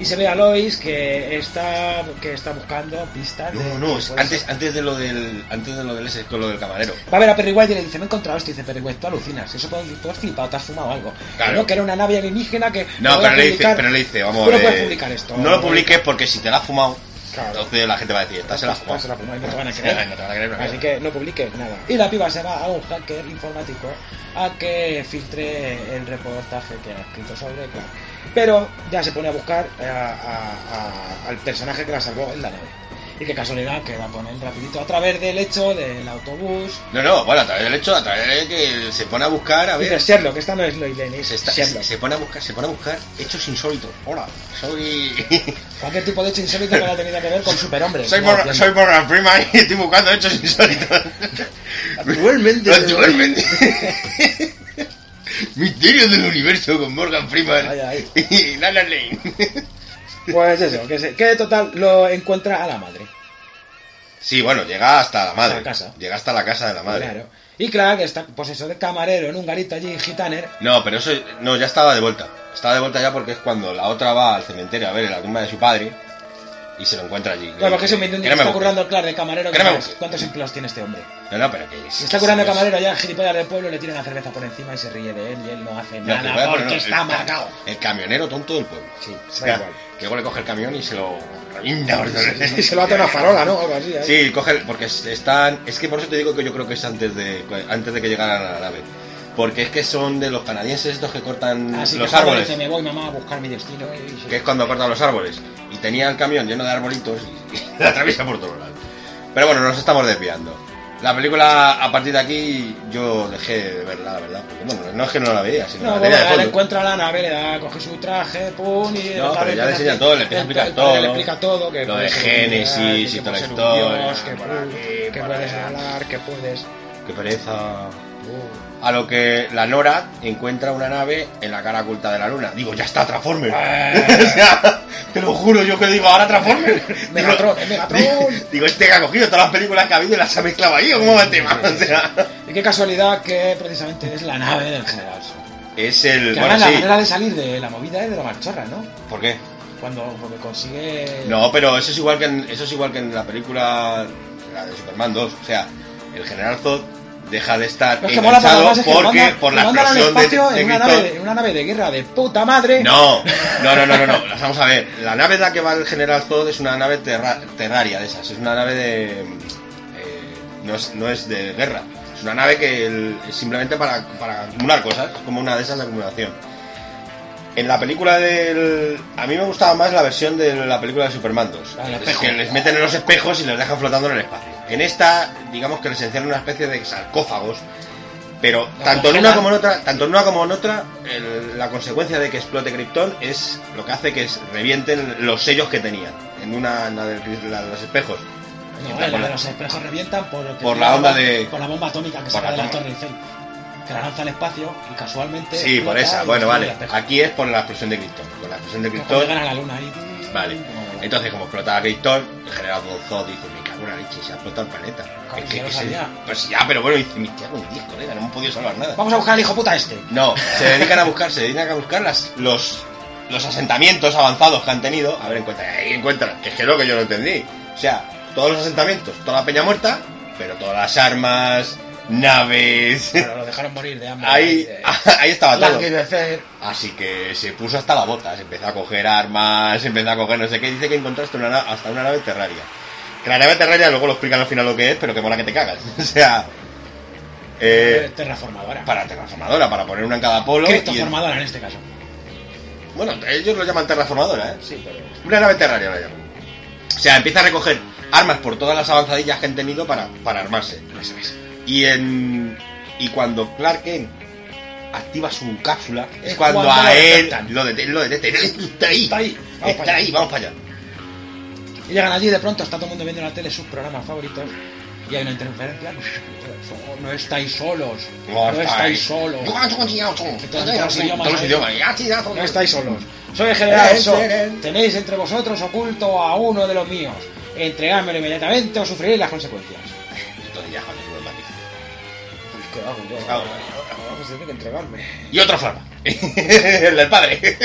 [SPEAKER 2] Y se ve a Lois que está, que está buscando pistas. de-
[SPEAKER 1] No, no, es-
[SPEAKER 2] pues,
[SPEAKER 1] antes, antes de lo del. Antes de lo del ese, con lo del camarero.
[SPEAKER 2] Va a ver a Perry White y le dice, me he encontrado esto. Y dice, Perry White, tú alucinas. Eso puede tú has flipado, te has fumado algo.
[SPEAKER 1] Claro.
[SPEAKER 2] No, que era una nave alienígena que...
[SPEAKER 1] No,
[SPEAKER 2] voy a
[SPEAKER 1] pero le dice,
[SPEAKER 2] publicar.
[SPEAKER 1] pero le dice, vamos
[SPEAKER 2] Tú no
[SPEAKER 1] eh,
[SPEAKER 2] puedes publicar esto.
[SPEAKER 1] No lo publiques porque si te la has fumado,
[SPEAKER 2] Claro.
[SPEAKER 1] entonces la gente va a decir, esta se la ha
[SPEAKER 2] Esta se la
[SPEAKER 1] fumado.
[SPEAKER 2] ha fumado y pues no te van a creer.
[SPEAKER 1] No te van a creer, no.
[SPEAKER 2] Así que no publiques nada. Y la piba se va a un hacker informático a que filtre el reportaje que ha escrito sobre Clark. Pero ya se pone a buscar eh, a- a- a- al personaje que la salvó en la nave. Y qué casualidad que va con él rapidito a través del hecho del autobús.
[SPEAKER 1] No, no, bueno, a través del hecho, a través de que se pone a buscar, a
[SPEAKER 2] Dice
[SPEAKER 1] ver.
[SPEAKER 2] Sherlock, esta no es Lois Lane, es
[SPEAKER 1] Se, está-
[SPEAKER 2] Sherlock.
[SPEAKER 1] se pone a buscar, se pone a buscar hechos insólitos. Hola, soy.
[SPEAKER 2] Cualquier tipo de hecho insólito que haya tenido que ver con superhombre.
[SPEAKER 1] soy,
[SPEAKER 2] No
[SPEAKER 1] Mor-
[SPEAKER 2] entiendo.
[SPEAKER 1] soy Morgan Freeman y estoy buscando hechos insólitos.
[SPEAKER 2] Actualmente.
[SPEAKER 1] Actualmente. Misterios del universo con Morgan Freeman
[SPEAKER 2] Ay, ay.
[SPEAKER 1] y Lana Lane.
[SPEAKER 2] Pues eso, que, se- que total lo encuentra a la madre.
[SPEAKER 1] Sí, bueno, llega hasta la madre.
[SPEAKER 2] Hasta la casa.
[SPEAKER 1] Llega hasta la casa de la madre.
[SPEAKER 2] Claro. Y Clark está, pues eso, de camarero en un garito allí, gitaner.
[SPEAKER 1] No, pero eso no, ya estaba de vuelta. Estaba de vuelta ya porque es cuando la otra va al cementerio a ver la tumba de su padre y se lo encuentra allí.
[SPEAKER 2] Claro, porque eso me
[SPEAKER 1] Que
[SPEAKER 2] entiende
[SPEAKER 1] no
[SPEAKER 2] está
[SPEAKER 1] busques.
[SPEAKER 2] currando el Clark de camarero. que
[SPEAKER 1] Que no me
[SPEAKER 2] sabes
[SPEAKER 1] busques.
[SPEAKER 2] ¿Cuántos empleos tiene este hombre?
[SPEAKER 1] No, no, pero que
[SPEAKER 2] Se está curando el camarero allá, gilipollas del pueblo, le tiran la cerveza por encima y se ríe de él y él no hace
[SPEAKER 1] No, que
[SPEAKER 2] nada
[SPEAKER 1] vaya, pero
[SPEAKER 2] porque
[SPEAKER 1] no,
[SPEAKER 2] está
[SPEAKER 1] el-
[SPEAKER 2] marcado.
[SPEAKER 1] El camionero tonto del pueblo.
[SPEAKER 2] Sí, da
[SPEAKER 1] O sea,
[SPEAKER 2] igual.
[SPEAKER 1] Que luego le coge el camión y se lo revinda.
[SPEAKER 2] Y se lo hace una farola, ¿no? Algo así. ¿eh?
[SPEAKER 1] Sí, coge, el- porque es- están, es que por eso te digo que yo creo que es antes de, antes de que llegaran a la nave, porque es que son de los canadienses estos que cortan
[SPEAKER 2] Así Ah, que
[SPEAKER 1] los
[SPEAKER 2] joder,
[SPEAKER 1] árboles.
[SPEAKER 2] dice, me voy mamá a buscar mi destino. y-
[SPEAKER 1] que es cuando cortan los árboles. Y tenía el camión lleno de arbolitos y la atraviesa por todos lados. Pero bueno, nos estamos desviando. La película, a partir de aquí, yo dejé de verla, la verdad. Porque, bueno, no es que no la veía, sino
[SPEAKER 2] No,
[SPEAKER 1] la
[SPEAKER 2] bueno,
[SPEAKER 1] tenía de
[SPEAKER 2] le
[SPEAKER 1] fondo.
[SPEAKER 2] encuentra la nave, le da, coge su traje, pum, y...
[SPEAKER 1] No, pero ya
[SPEAKER 2] tal,
[SPEAKER 1] le
[SPEAKER 2] empieza
[SPEAKER 1] enseña
[SPEAKER 2] a-
[SPEAKER 1] todo, le empieza a
[SPEAKER 2] el-
[SPEAKER 1] explicar
[SPEAKER 2] el padre
[SPEAKER 1] todo.
[SPEAKER 2] Le explica todo, que
[SPEAKER 1] Lo
[SPEAKER 2] puedes
[SPEAKER 1] de
[SPEAKER 2] ser un
[SPEAKER 1] Génesis
[SPEAKER 2] dios,
[SPEAKER 1] y
[SPEAKER 2] que
[SPEAKER 1] toda la
[SPEAKER 2] puedes ser un
[SPEAKER 1] historia,
[SPEAKER 2] dios, que,
[SPEAKER 1] para
[SPEAKER 2] pu-
[SPEAKER 1] aquí,
[SPEAKER 2] que
[SPEAKER 1] para
[SPEAKER 2] puedes
[SPEAKER 1] allá.
[SPEAKER 2] hablar, que puedes...
[SPEAKER 1] Qué pereza. A lo que la Nora encuentra una nave en la cara oculta de la luna. Digo, ya está Transformer.
[SPEAKER 2] Eh.
[SPEAKER 1] o sea, te lo juro, yo que digo, ahora Transformer. Digo,
[SPEAKER 2] Megatron, es Megatron.
[SPEAKER 1] Digo, digo, este que ha cogido todas las películas que ha habido y las ha mezclado ahí, ¿o cómo va el tema? O sea,
[SPEAKER 2] Y qué casualidad que precisamente es la nave del general. Sol.
[SPEAKER 1] es el.
[SPEAKER 2] Que
[SPEAKER 1] Bueno,
[SPEAKER 2] ahora la
[SPEAKER 1] sí.
[SPEAKER 2] manera de salir de la movida es de lo marchorra, ¿no?
[SPEAKER 1] ¿Por qué?
[SPEAKER 2] Cuando porque consigue...
[SPEAKER 1] No, pero eso es igual que en, eso es igual que en la película la de Superman 2, o sea, el general Zod deja de estar
[SPEAKER 2] Pero es que mola porque
[SPEAKER 1] enganchado
[SPEAKER 2] además es que lo
[SPEAKER 1] porque
[SPEAKER 2] mandan-
[SPEAKER 1] por
[SPEAKER 2] lo
[SPEAKER 1] la
[SPEAKER 2] mandan al
[SPEAKER 1] explosión de,
[SPEAKER 2] espacio
[SPEAKER 1] de
[SPEAKER 2] en, una
[SPEAKER 1] Krypton-
[SPEAKER 2] nave de, en una nave de guerra de puta madre.
[SPEAKER 1] No, no, no, no, no, no. Las vamos a ver. La nave en la que va el general Zod es una nave terra- terraria de esas. Es una nave de. eh, no, es, no es de guerra. Es una nave que el- es simplemente para, para acumular cosas. Es como una de esas de acumulación. En la película del. A mí me gustaba más la versión de la película de Superman 2.
[SPEAKER 2] Ah, el
[SPEAKER 1] Es
[SPEAKER 2] espejo.
[SPEAKER 1] que les meten en los espejos y les dejan flotando en el espacio. En esta, digamos que les encierran una especie de sarcófagos pero
[SPEAKER 2] La
[SPEAKER 1] tanto en una
[SPEAKER 2] congelan.
[SPEAKER 1] como en otra, tanto en una como en otra, el- la consecuencia de que explote Krypton es lo que hace que es- revienten los sellos que tenían en una en la de la de los espejos.
[SPEAKER 2] No,
[SPEAKER 1] Por
[SPEAKER 2] la-
[SPEAKER 1] la-
[SPEAKER 2] los espejos revientan por,
[SPEAKER 1] por la onda de-
[SPEAKER 2] Por la bomba atómica que
[SPEAKER 1] por
[SPEAKER 2] saca
[SPEAKER 1] la
[SPEAKER 2] de la
[SPEAKER 1] toma.
[SPEAKER 2] Torre Eiffel. Que la lanza al espacio y casualmente...
[SPEAKER 1] Sí, por
[SPEAKER 2] explota
[SPEAKER 1] esa.
[SPEAKER 2] y
[SPEAKER 1] Bueno,
[SPEAKER 2] destruye
[SPEAKER 1] vale.
[SPEAKER 2] el espejo.
[SPEAKER 1] Aquí es por la explosión de Krypton. Con la explosión de
[SPEAKER 2] Que cuando
[SPEAKER 1] Krypton.
[SPEAKER 2] llegan a la luna ahí...
[SPEAKER 1] Vale. Entonces, como explotaba Krypton, el general Zod dice, me cago en la leche, se ha explotado el planeta.
[SPEAKER 2] Claro,
[SPEAKER 1] Es
[SPEAKER 2] ya lo
[SPEAKER 1] se-
[SPEAKER 2] sabía.
[SPEAKER 1] pues ya, pero bueno, dice, me cago en 10, colega, no hemos podido salvar nada.
[SPEAKER 2] Vamos a buscar al hijo puta este.
[SPEAKER 1] No, se dedican a buscar, se dedican a buscar las, los, los asentamientos avanzados que han tenido. A ver, encuentran, ahí encuentran, que es que es lo que yo no entendí. O sea, todos los asentamientos, toda la peña muerta, pero todas las armas, naves.
[SPEAKER 2] Pero lo dejaron morir de hambre.
[SPEAKER 1] Ahí, ah,
[SPEAKER 2] Eh,
[SPEAKER 1] ahí estaba todo.
[SPEAKER 2] languidecer.
[SPEAKER 1] Así que se puso hasta la bota, se empezó a coger armas, se empezó a coger no sé qué. Dice que encontraste una, na- hasta una nave terraria. Que la nave terraria luego lo explican al final lo que es, pero que mola que te cagas. O sea, eh,
[SPEAKER 2] terraformadora.
[SPEAKER 1] para terraformadora, para poner una en cada polo. y-
[SPEAKER 2] Criptoformadora en este caso.
[SPEAKER 1] Bueno, ellos lo llaman terraformadora, ¿eh?
[SPEAKER 2] Sí, pero.
[SPEAKER 1] Una nave terraria la llaman. O sea, empieza a recoger armas por todas las avanzadillas que han tenido para, para armarse. Y en y cuando Clark Kent activa su cápsula, es,
[SPEAKER 2] Es
[SPEAKER 1] cuando,
[SPEAKER 2] cuando
[SPEAKER 1] a
[SPEAKER 2] lo
[SPEAKER 1] él
[SPEAKER 2] detectan.
[SPEAKER 1] lo, dete- lo detectan. Está ahí.
[SPEAKER 2] Está ahí. Vamos
[SPEAKER 1] Está
[SPEAKER 2] para allá.
[SPEAKER 1] ahí, vamos para allá.
[SPEAKER 2] Y llegan allí y de pronto está todo el mundo viendo en la tele sus programas favoritos. Y hay una interferencia. No estáis solos. No estáis solos. No estáis solos. Soy el general Eso. Tenéis entre vosotros oculto a uno de los míos. Entregádmelo inmediatamente o sufriréis las consecuencias.
[SPEAKER 1] Entonces ya, joder, es magnífico.
[SPEAKER 2] Pues qué hago yo.
[SPEAKER 1] Ah, bueno.
[SPEAKER 2] Pues tiene que entregarme.
[SPEAKER 1] Y otra forma. el del padre.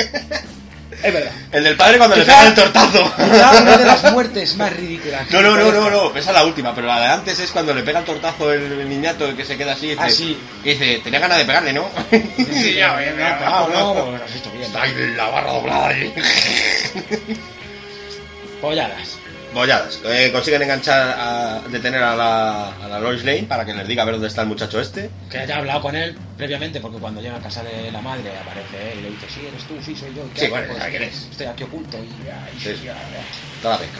[SPEAKER 2] Es verdad.
[SPEAKER 1] El del padre cuando le
[SPEAKER 2] Quizá-
[SPEAKER 1] pega el tortazo.
[SPEAKER 2] Quizá una de las muertes más ridículas.
[SPEAKER 1] No, no, no, no, no, esa es la última, pero la de antes es cuando le pega el tortazo el, el niñato el que se queda así y dice,
[SPEAKER 2] Ah, sí.
[SPEAKER 1] y dice tenía ganas de pegarle, ¿no?
[SPEAKER 2] Sí, sí,
[SPEAKER 1] Y ya,
[SPEAKER 2] no,
[SPEAKER 1] venga,
[SPEAKER 2] no,
[SPEAKER 1] vamos,
[SPEAKER 2] no,
[SPEAKER 1] Ah, ¿no?
[SPEAKER 2] porque lo has hecho bien.
[SPEAKER 1] Está ahí la barra doblada ahí.
[SPEAKER 2] Polladas.
[SPEAKER 1] Bolladas. Eh, consiguen enganchar, a, detener a la, a la Lois Lane para que les diga a ver dónde está el muchacho este.
[SPEAKER 2] Que haya hablado con él previamente, porque cuando llega a casa de la madre aparece él y le dice, sí, eres tú, sí, soy yo. ¿qué
[SPEAKER 1] Sí,
[SPEAKER 2] hago?
[SPEAKER 1] bueno, ya que eres.
[SPEAKER 2] Estoy aquí oculto y... ya, y-
[SPEAKER 1] Sí.
[SPEAKER 2] ya, ya".
[SPEAKER 1] Está la pesca.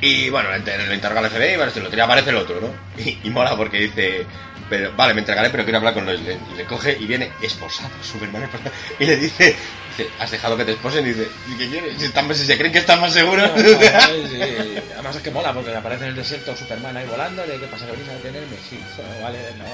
[SPEAKER 1] Y bueno, le inter- le interroga al FBI y bueno, se lo tira, aparece el otro, ¿no? Y, y mola porque dice, pero, vale, me entregaré, pero quiero hablar con Lois Lane. Y le coge y viene esposado, Superman esposado. Y le dice, dice, ¿has dejado que te esposen? Y dice, "¿Y qué quieres? Si, están, si se creen que están más seguros.
[SPEAKER 2] No, no, sí, sí. Además es que mola, porque aparece en el desierto Superman ahí volando, le que pasa que venís a detenerme. Sí, bueno, vale, no,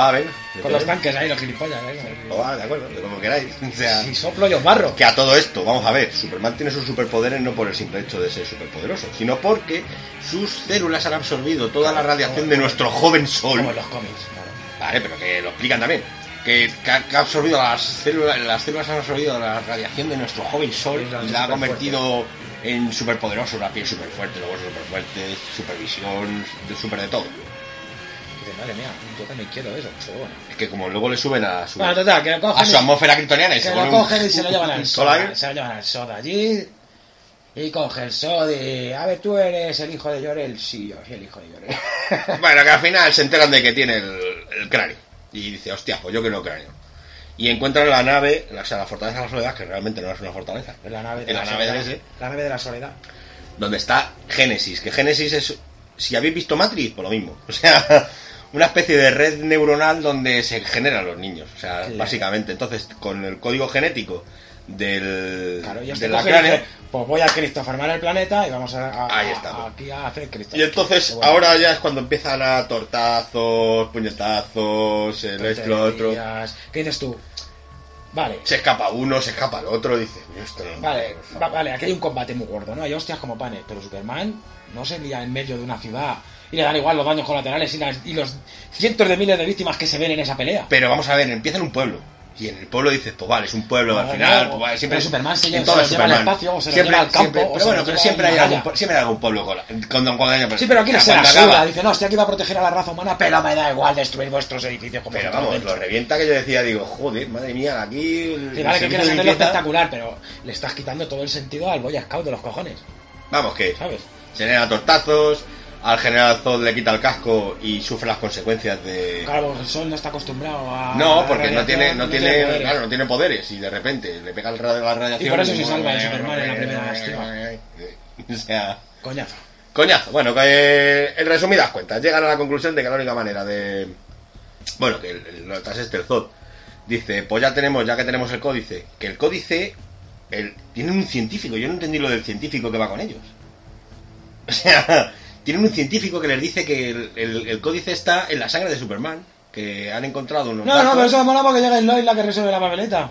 [SPEAKER 2] va.
[SPEAKER 1] Va, ven.
[SPEAKER 2] Con los tanques ahí, los gilipollas. ¿eh?
[SPEAKER 1] Va, de acuerdo, como queráis. O sea,
[SPEAKER 2] Si soplo yo os barro.
[SPEAKER 1] Que a todo esto, vamos a ver, Superman tiene sus superpoderes no por el simple hecho de ser superpoderoso, sino porque sus células han absorbido toda la radiación de nuestro joven sol.
[SPEAKER 2] Como en los cómics, claro.
[SPEAKER 1] Vale, pero que lo explican también. Que, que ha que ha absorbido las células, las células han absorbido la radiación de nuestro joven sol
[SPEAKER 2] Sí, la
[SPEAKER 1] y
[SPEAKER 2] de
[SPEAKER 1] la ha
[SPEAKER 2] superfuerte.
[SPEAKER 1] convertido en superpoderoso, una piel superfuerte, los huesos superfuertes, supervisión, de super de todo.
[SPEAKER 2] Dice, madre mía, yo también quiero eso, pero bueno.
[SPEAKER 1] Es que como luego le suben a su,
[SPEAKER 2] Bueno, total, que lo cogen
[SPEAKER 1] a su
[SPEAKER 2] y-
[SPEAKER 1] atmósfera kryptoniana y se
[SPEAKER 2] Que lo
[SPEAKER 1] vuelve un-
[SPEAKER 2] cogen y se lo llevan al
[SPEAKER 1] un
[SPEAKER 2] soda.
[SPEAKER 1] solar.
[SPEAKER 2] Se lo llevan al soda allí. Y coge el soda y. A ver, tú eres el hijo de Llorel. Sí, yo soy el hijo de Llorel.
[SPEAKER 1] Bueno, que al final se enteran de que tiene el, el cráneo. Y dice, hostia, pues yo quiero cráneo. Y encuentran la nave, la- o sea, la fortaleza de la soledad, que realmente no es una fortaleza.
[SPEAKER 2] En la nave de
[SPEAKER 1] En
[SPEAKER 2] la,
[SPEAKER 1] la nave de
[SPEAKER 2] soledad.
[SPEAKER 1] ese.
[SPEAKER 2] La nave de la soledad.
[SPEAKER 1] Donde está Génesis, que Génesis es, si habéis visto Matrix, por lo mismo. O sea, una especie de red neuronal donde se generan los niños. O sea,
[SPEAKER 2] Claro.
[SPEAKER 1] básicamente. Entonces, con el código genético del,
[SPEAKER 2] Claro, y este
[SPEAKER 1] del
[SPEAKER 2] coge y
[SPEAKER 1] cráneo...
[SPEAKER 2] dice, Pues voy a criptofarmar el planeta y vamos a, a-
[SPEAKER 1] Ahí está.
[SPEAKER 2] a- aquí a hacer cripto.
[SPEAKER 1] Y entonces,
[SPEAKER 2] Bueno,
[SPEAKER 1] ahora ya es cuando empiezan a tortazos, puñetazos, el esto, lo otro.
[SPEAKER 2] tonterías. ¿Qué dices tú? Vale.
[SPEAKER 1] Se escapa uno, se escapa el otro, dice, esto no.
[SPEAKER 2] Vale,
[SPEAKER 1] por favor".
[SPEAKER 2] va- vale, aquí hay un combate muy gordo, ¿no? Hay hostias como panes, pero Superman no se lía en medio de una ciudad y le dan igual los daños colaterales y, las- y los cientos de miles de víctimas que se ven en esa pelea.
[SPEAKER 1] Pero vamos a ver, empieza en un pueblo. Y en el pueblo dices, pues vale, es un pueblo
[SPEAKER 2] Vale,
[SPEAKER 1] al final,
[SPEAKER 2] no,
[SPEAKER 1] pues vale, siempre.
[SPEAKER 2] pero Superman se
[SPEAKER 1] en
[SPEAKER 2] lleva-
[SPEAKER 1] todo
[SPEAKER 2] se
[SPEAKER 1] es
[SPEAKER 2] lo lleva al espacio, o se lo
[SPEAKER 1] siempre,
[SPEAKER 2] lleva al campo,
[SPEAKER 1] siempre- pero
[SPEAKER 2] o se
[SPEAKER 1] bueno, pero
[SPEAKER 2] lo lleva
[SPEAKER 1] siempre
[SPEAKER 2] a
[SPEAKER 1] hay,
[SPEAKER 2] una
[SPEAKER 1] algún,
[SPEAKER 2] raya.
[SPEAKER 1] siempre hay algún pueblo con, la- con, con-
[SPEAKER 2] Sí, pero quiere
[SPEAKER 1] ya
[SPEAKER 2] ser
[SPEAKER 1] cuando
[SPEAKER 2] absurda.
[SPEAKER 1] acaba.
[SPEAKER 2] Dice, no, estoy aquí para proteger a la raza humana, pero me da igual destruir vuestros edificios como
[SPEAKER 1] Pero
[SPEAKER 2] vosotros
[SPEAKER 1] vamos,
[SPEAKER 2] dentro".
[SPEAKER 1] lo revienta que yo decía, digo, joder, madre mía, aquí. el-
[SPEAKER 2] Sí,
[SPEAKER 1] el
[SPEAKER 2] vale, que
[SPEAKER 1] servicio
[SPEAKER 2] quieres
[SPEAKER 1] de
[SPEAKER 2] hacerlo
[SPEAKER 1] limpieza-
[SPEAKER 2] espectacular, pero le estás quitando todo el sentido al Boy Scout de los cojones,
[SPEAKER 1] Vamos, que
[SPEAKER 2] ¿sabes?
[SPEAKER 1] se le da tortazos, al general Zod le quita el casco y sufre las consecuencias de.
[SPEAKER 2] Claro, el sol no está acostumbrado a... a
[SPEAKER 1] No,
[SPEAKER 2] Ah, la
[SPEAKER 1] porque no
[SPEAKER 2] radiación,
[SPEAKER 1] tiene, no tiene,
[SPEAKER 2] poderes.
[SPEAKER 1] claro, no tiene poderes y de repente le pega el radio, la radiación.
[SPEAKER 2] Y por eso se salva el Superman en la primera
[SPEAKER 1] O sea,
[SPEAKER 2] Coñazo.
[SPEAKER 1] coñazo. Bueno, que, eh, en resumidas cuentas, llegan a la conclusión de que la única manera de, bueno, que el- el- lo tras este el Zod dice, pues ya tenemos, ya que tenemos el códice, que el códice, el, tienen un científico. Yo no entendí lo del científico que va con ellos. O sea, tienen un científico que les dice que el, el- el códice está en la sangre de Superman, que han encontrado unos
[SPEAKER 2] No, no,
[SPEAKER 1] datos-
[SPEAKER 2] pero eso me mola porque llega Lois la que resuelve la papeleta.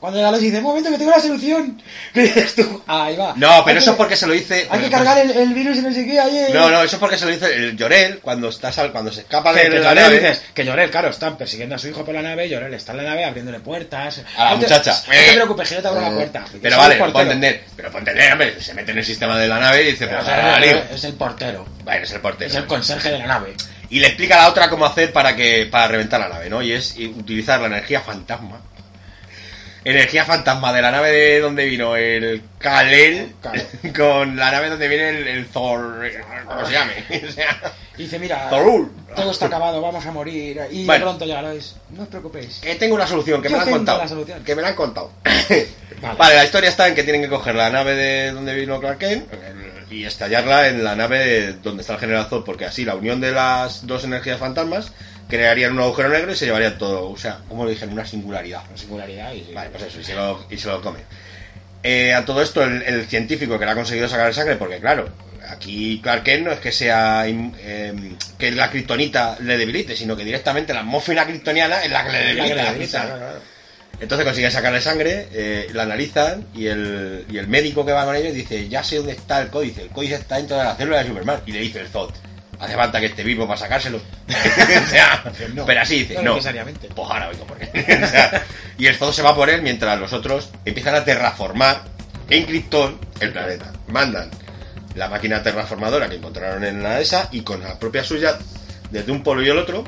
[SPEAKER 2] Cuando llega Lois dice, un momento que tengo la solución. ¿Qué dices tú? Ahí va.
[SPEAKER 1] No, pero
[SPEAKER 2] Hay
[SPEAKER 1] eso
[SPEAKER 2] que-
[SPEAKER 1] es porque se lo dice.
[SPEAKER 2] Hay que cargar el, el virus y no sé qué ahí. eh.
[SPEAKER 1] No, no, eso es porque se lo dice el Llorel cuando está sal- cuando se escapa
[SPEAKER 2] Que,
[SPEAKER 1] de
[SPEAKER 2] que
[SPEAKER 1] la
[SPEAKER 2] Llorel,
[SPEAKER 1] nave.
[SPEAKER 2] dices, que Llorel, claro, están persiguiendo a su hijo por la nave, Llorel está en la nave abriéndole puertas.
[SPEAKER 1] A la
[SPEAKER 2] No te-
[SPEAKER 1] muchacha. Eh,
[SPEAKER 2] No te preocupes, que yo te abro la puerta.
[SPEAKER 1] Pero
[SPEAKER 2] Soy
[SPEAKER 1] vale,
[SPEAKER 2] el
[SPEAKER 1] lo puedo
[SPEAKER 2] portero.
[SPEAKER 1] entender. Pero puedo entender, hombre. Se mete en el sistema de la nave y dice,
[SPEAKER 2] Pero,
[SPEAKER 1] pues
[SPEAKER 2] o sea,
[SPEAKER 1] ahora la lío.
[SPEAKER 2] es el portero,
[SPEAKER 1] Vale, es el portero.
[SPEAKER 2] es el conserje de la nave.
[SPEAKER 1] Y le explica a la otra cómo hacer para que para reventar la nave, ¿no? Y es utilizar la energía fantasma. Energía fantasma de la nave de donde vino el Kalel
[SPEAKER 2] Claro.
[SPEAKER 1] con la nave donde viene el, el Thor. ¿Cómo se llame? O sea,
[SPEAKER 2] Y dice, mira,
[SPEAKER 1] Thorul.
[SPEAKER 2] todo está acabado, vamos a morir. Y de
[SPEAKER 1] Vale.
[SPEAKER 2] pronto llega Lois, no os preocupéis.
[SPEAKER 1] Que Eh, tengo una solución, que
[SPEAKER 2] Yo
[SPEAKER 1] me la han
[SPEAKER 2] tengo
[SPEAKER 1] contado.
[SPEAKER 2] la solución.
[SPEAKER 1] Que me la han contado.
[SPEAKER 2] Vale.
[SPEAKER 1] vale. la historia está en que tienen que coger la nave de donde vino Clark Kent eh, y estallarla en la nave donde está el general Zod, porque así la unión de las dos energías fantasmas crearían un agujero negro y se llevarían todo, o sea, como lo dije, una singularidad. pues
[SPEAKER 2] Singularidad y...
[SPEAKER 1] Vale, pues eso, y se lo, y se lo come. Eh, a todo esto, el, el científico que le ha conseguido sacar el sangre, porque claro, aquí Clark Kent no es que sea in- eh, que la kriptonita le debilite, sino que directamente la atmósfera kriptoniana es la que le
[SPEAKER 2] La
[SPEAKER 1] debilita.
[SPEAKER 2] granadita,
[SPEAKER 1] quizá.
[SPEAKER 2] claro, claro.
[SPEAKER 1] Entonces consiguen sacarle sangre, eh, la analizan y el, y el médico que va con ellos dice, ya sé dónde está el códice, el códice está dentro de la célula de Superman. Y le dice el Zod, hace falta que esté vivo para sacárselo. o sea,
[SPEAKER 2] Pues No,
[SPEAKER 1] pero así dice,
[SPEAKER 2] no
[SPEAKER 1] no.
[SPEAKER 2] necesariamente.
[SPEAKER 1] Pues ahora vengo por él. O sea, y el Zod se va por él mientras los otros empiezan a terraformar en Krypton el planeta. Mandan la máquina terraformadora que encontraron en la ESA y con la propia suya, desde un polo y el otro,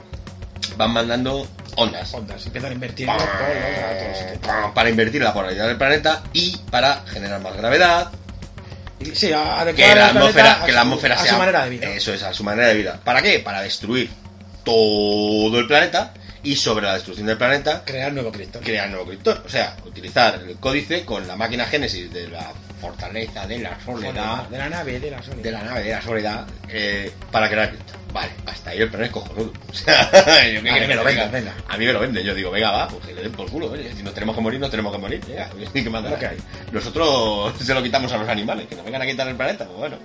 [SPEAKER 1] van mandando ondas
[SPEAKER 2] Ondas, empiezan a invertir en los polos, a todos los sitios.
[SPEAKER 1] para para invertir la polaridad del planeta y para generar más gravedad,
[SPEAKER 2] Y- Sí, a- adecuar
[SPEAKER 1] que
[SPEAKER 2] el
[SPEAKER 1] la
[SPEAKER 2] planeta
[SPEAKER 1] atmósfera,
[SPEAKER 2] a
[SPEAKER 1] que la
[SPEAKER 2] su-
[SPEAKER 1] atmósfera
[SPEAKER 2] a
[SPEAKER 1] sea
[SPEAKER 2] su manera de vida.
[SPEAKER 1] Eso es, a su manera de vida. ¿Para qué? Para destruir todo el planeta y sobre la destrucción del planeta
[SPEAKER 2] Crear nuevo Cristo.
[SPEAKER 1] crear nuevo criptor. O sea, utilizar el códice con la máquina génesis de la fortaleza, de la
[SPEAKER 2] De
[SPEAKER 1] soledad,
[SPEAKER 2] la, de la nave, de la sólida.
[SPEAKER 1] de la nave, de la soledad, eh, para crear criptor. Vale, hasta ahí el plan es cojonudo. O sea, yo qué
[SPEAKER 2] A
[SPEAKER 1] quieres
[SPEAKER 2] mí me
[SPEAKER 1] que
[SPEAKER 2] lo
[SPEAKER 1] te
[SPEAKER 2] vendas,
[SPEAKER 1] diga.
[SPEAKER 2] venga.
[SPEAKER 1] A mí me lo venden. Yo digo, venga, va, pues que le den por culo. oye, Si nos tenemos que morir, nos tenemos que morir. ya, ¿qué más da?
[SPEAKER 2] Lo que hay.
[SPEAKER 1] Nosotros se lo quitamos a los animales, que nos vengan a quitar el planeta, pues bueno.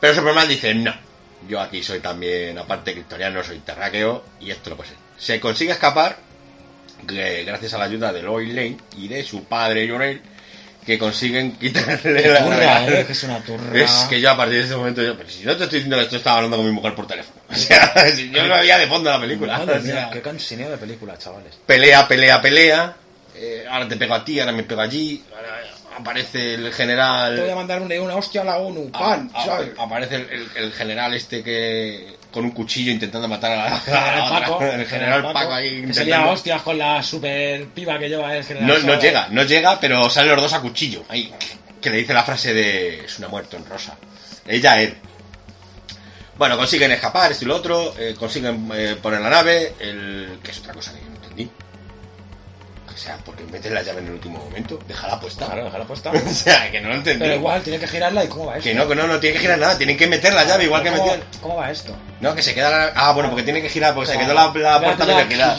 [SPEAKER 1] Pero Superman dice, no. Yo aquí soy también, aparte de criptoriano, soy terráqueo y esto lo puede ser. Se consigue escapar eh, gracias a la ayuda de Lois Lane y de su padre Llorel, que consiguen quitarle la...
[SPEAKER 2] Turra, eh, que es una turra.
[SPEAKER 1] Es que yo a partir de ese momento, yo, pero si no te estoy diciendo que esto estaba hablando con mi mujer por teléfono. O sea, si yo lo veía de fondo en la película.
[SPEAKER 2] Madre
[SPEAKER 1] O sea,
[SPEAKER 2] mía, qué cansineo de película, chavales.
[SPEAKER 1] pelea, pelea, pelea. eh, ahora te pego a ti, ahora me pego allí. Ahora eh, aparece el
[SPEAKER 2] Te voy a
[SPEAKER 1] general.
[SPEAKER 2] mandar una, una hostia a la ONU,
[SPEAKER 1] a-
[SPEAKER 2] pan,
[SPEAKER 1] a-
[SPEAKER 2] ¿sabes?
[SPEAKER 1] aparece el, el- el general este que con un cuchillo intentando matar a la, a la otra, el general Paco ahí
[SPEAKER 2] Que se lía
[SPEAKER 1] intentando.
[SPEAKER 2] hostias con la super piba que lleva el general.
[SPEAKER 1] No, no
[SPEAKER 2] Sala.
[SPEAKER 1] llega, no llega, pero salen los dos a cuchillo. Ahí, que le dice la frase de es una muerto en rosa. Ella, él. Bueno, consiguen escapar, esto y lo otro, eh, consiguen eh, poner la nave, el... que es otra cosa que yo no entendí. O sea, porque metes la llave en el último momento, déjala puesta.
[SPEAKER 2] Claro, déjala puesta.
[SPEAKER 1] o sea, que no lo entendí.
[SPEAKER 2] Pero igual, tiene que girarla y cómo va esto.
[SPEAKER 1] Que no, que no, no tiene que girar nada, tienen que meter la llave igual que
[SPEAKER 2] ¿Cómo,
[SPEAKER 1] metían.
[SPEAKER 2] ¿Cómo va esto?
[SPEAKER 1] No, que se queda la... Ah, bueno, porque tiene que girar, porque se quedó la, la
[SPEAKER 2] Claro.
[SPEAKER 1] puerta
[SPEAKER 2] Claro.
[SPEAKER 1] medio girada.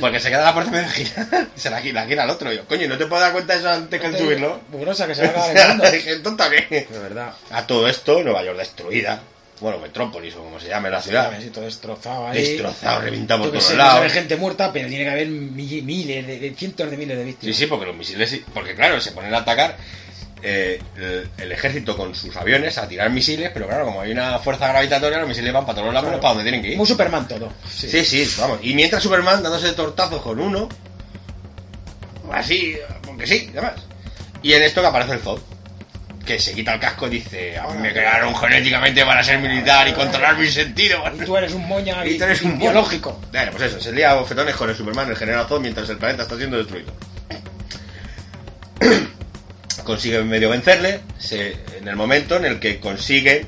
[SPEAKER 1] Porque se queda la puerta medio girada. Se la gira, la gira al otro. Yo, coño, ¿no te puedo dar cuenta de eso antes que el subirlo?
[SPEAKER 2] Mugrosa, que se va a acabar el mundo.
[SPEAKER 1] ¿Qué tonta qué?
[SPEAKER 2] De verdad.
[SPEAKER 1] A todo esto, Nueva York destruida. Bueno, Metrópolis o como se llame la ciudad.
[SPEAKER 2] ¿Sabes? Y todo destrozado ahí.
[SPEAKER 1] Destrozado, reventado por
[SPEAKER 2] Yo que
[SPEAKER 1] todos
[SPEAKER 2] sé, no
[SPEAKER 1] lados.
[SPEAKER 2] sabe gente muerta, pero tiene que haber mi- miles, de, de- cientos de miles de
[SPEAKER 1] Sí,
[SPEAKER 2] víctimas.
[SPEAKER 1] sí, porque los misiles, sí- porque claro, se ponen a atacar eh, el, el ejército con sus aviones a tirar misiles, pero claro, como hay una fuerza gravitatoria, los misiles van para todos los lados,
[SPEAKER 2] Claro.
[SPEAKER 1] para donde tienen que ir.
[SPEAKER 2] Muy Superman todo.
[SPEAKER 1] Sí, sí, vamos. Y mientras Superman dándose tortazos con uno. Así, porque sí, además. Y en esto que aparece el Zod. Que se quita el casco y dice, "A mí me crearon genéticamente para ser militar y controlar mis sentidos.
[SPEAKER 2] Y tú eres un moña
[SPEAKER 1] Y tú eres un mono.
[SPEAKER 2] biológico.
[SPEAKER 1] Bueno, pues eso, se lía a bofetones con el Superman, el general Zod, mientras el planeta está siendo destruido. Consigue medio vencerle, se- en el momento en el que consigue...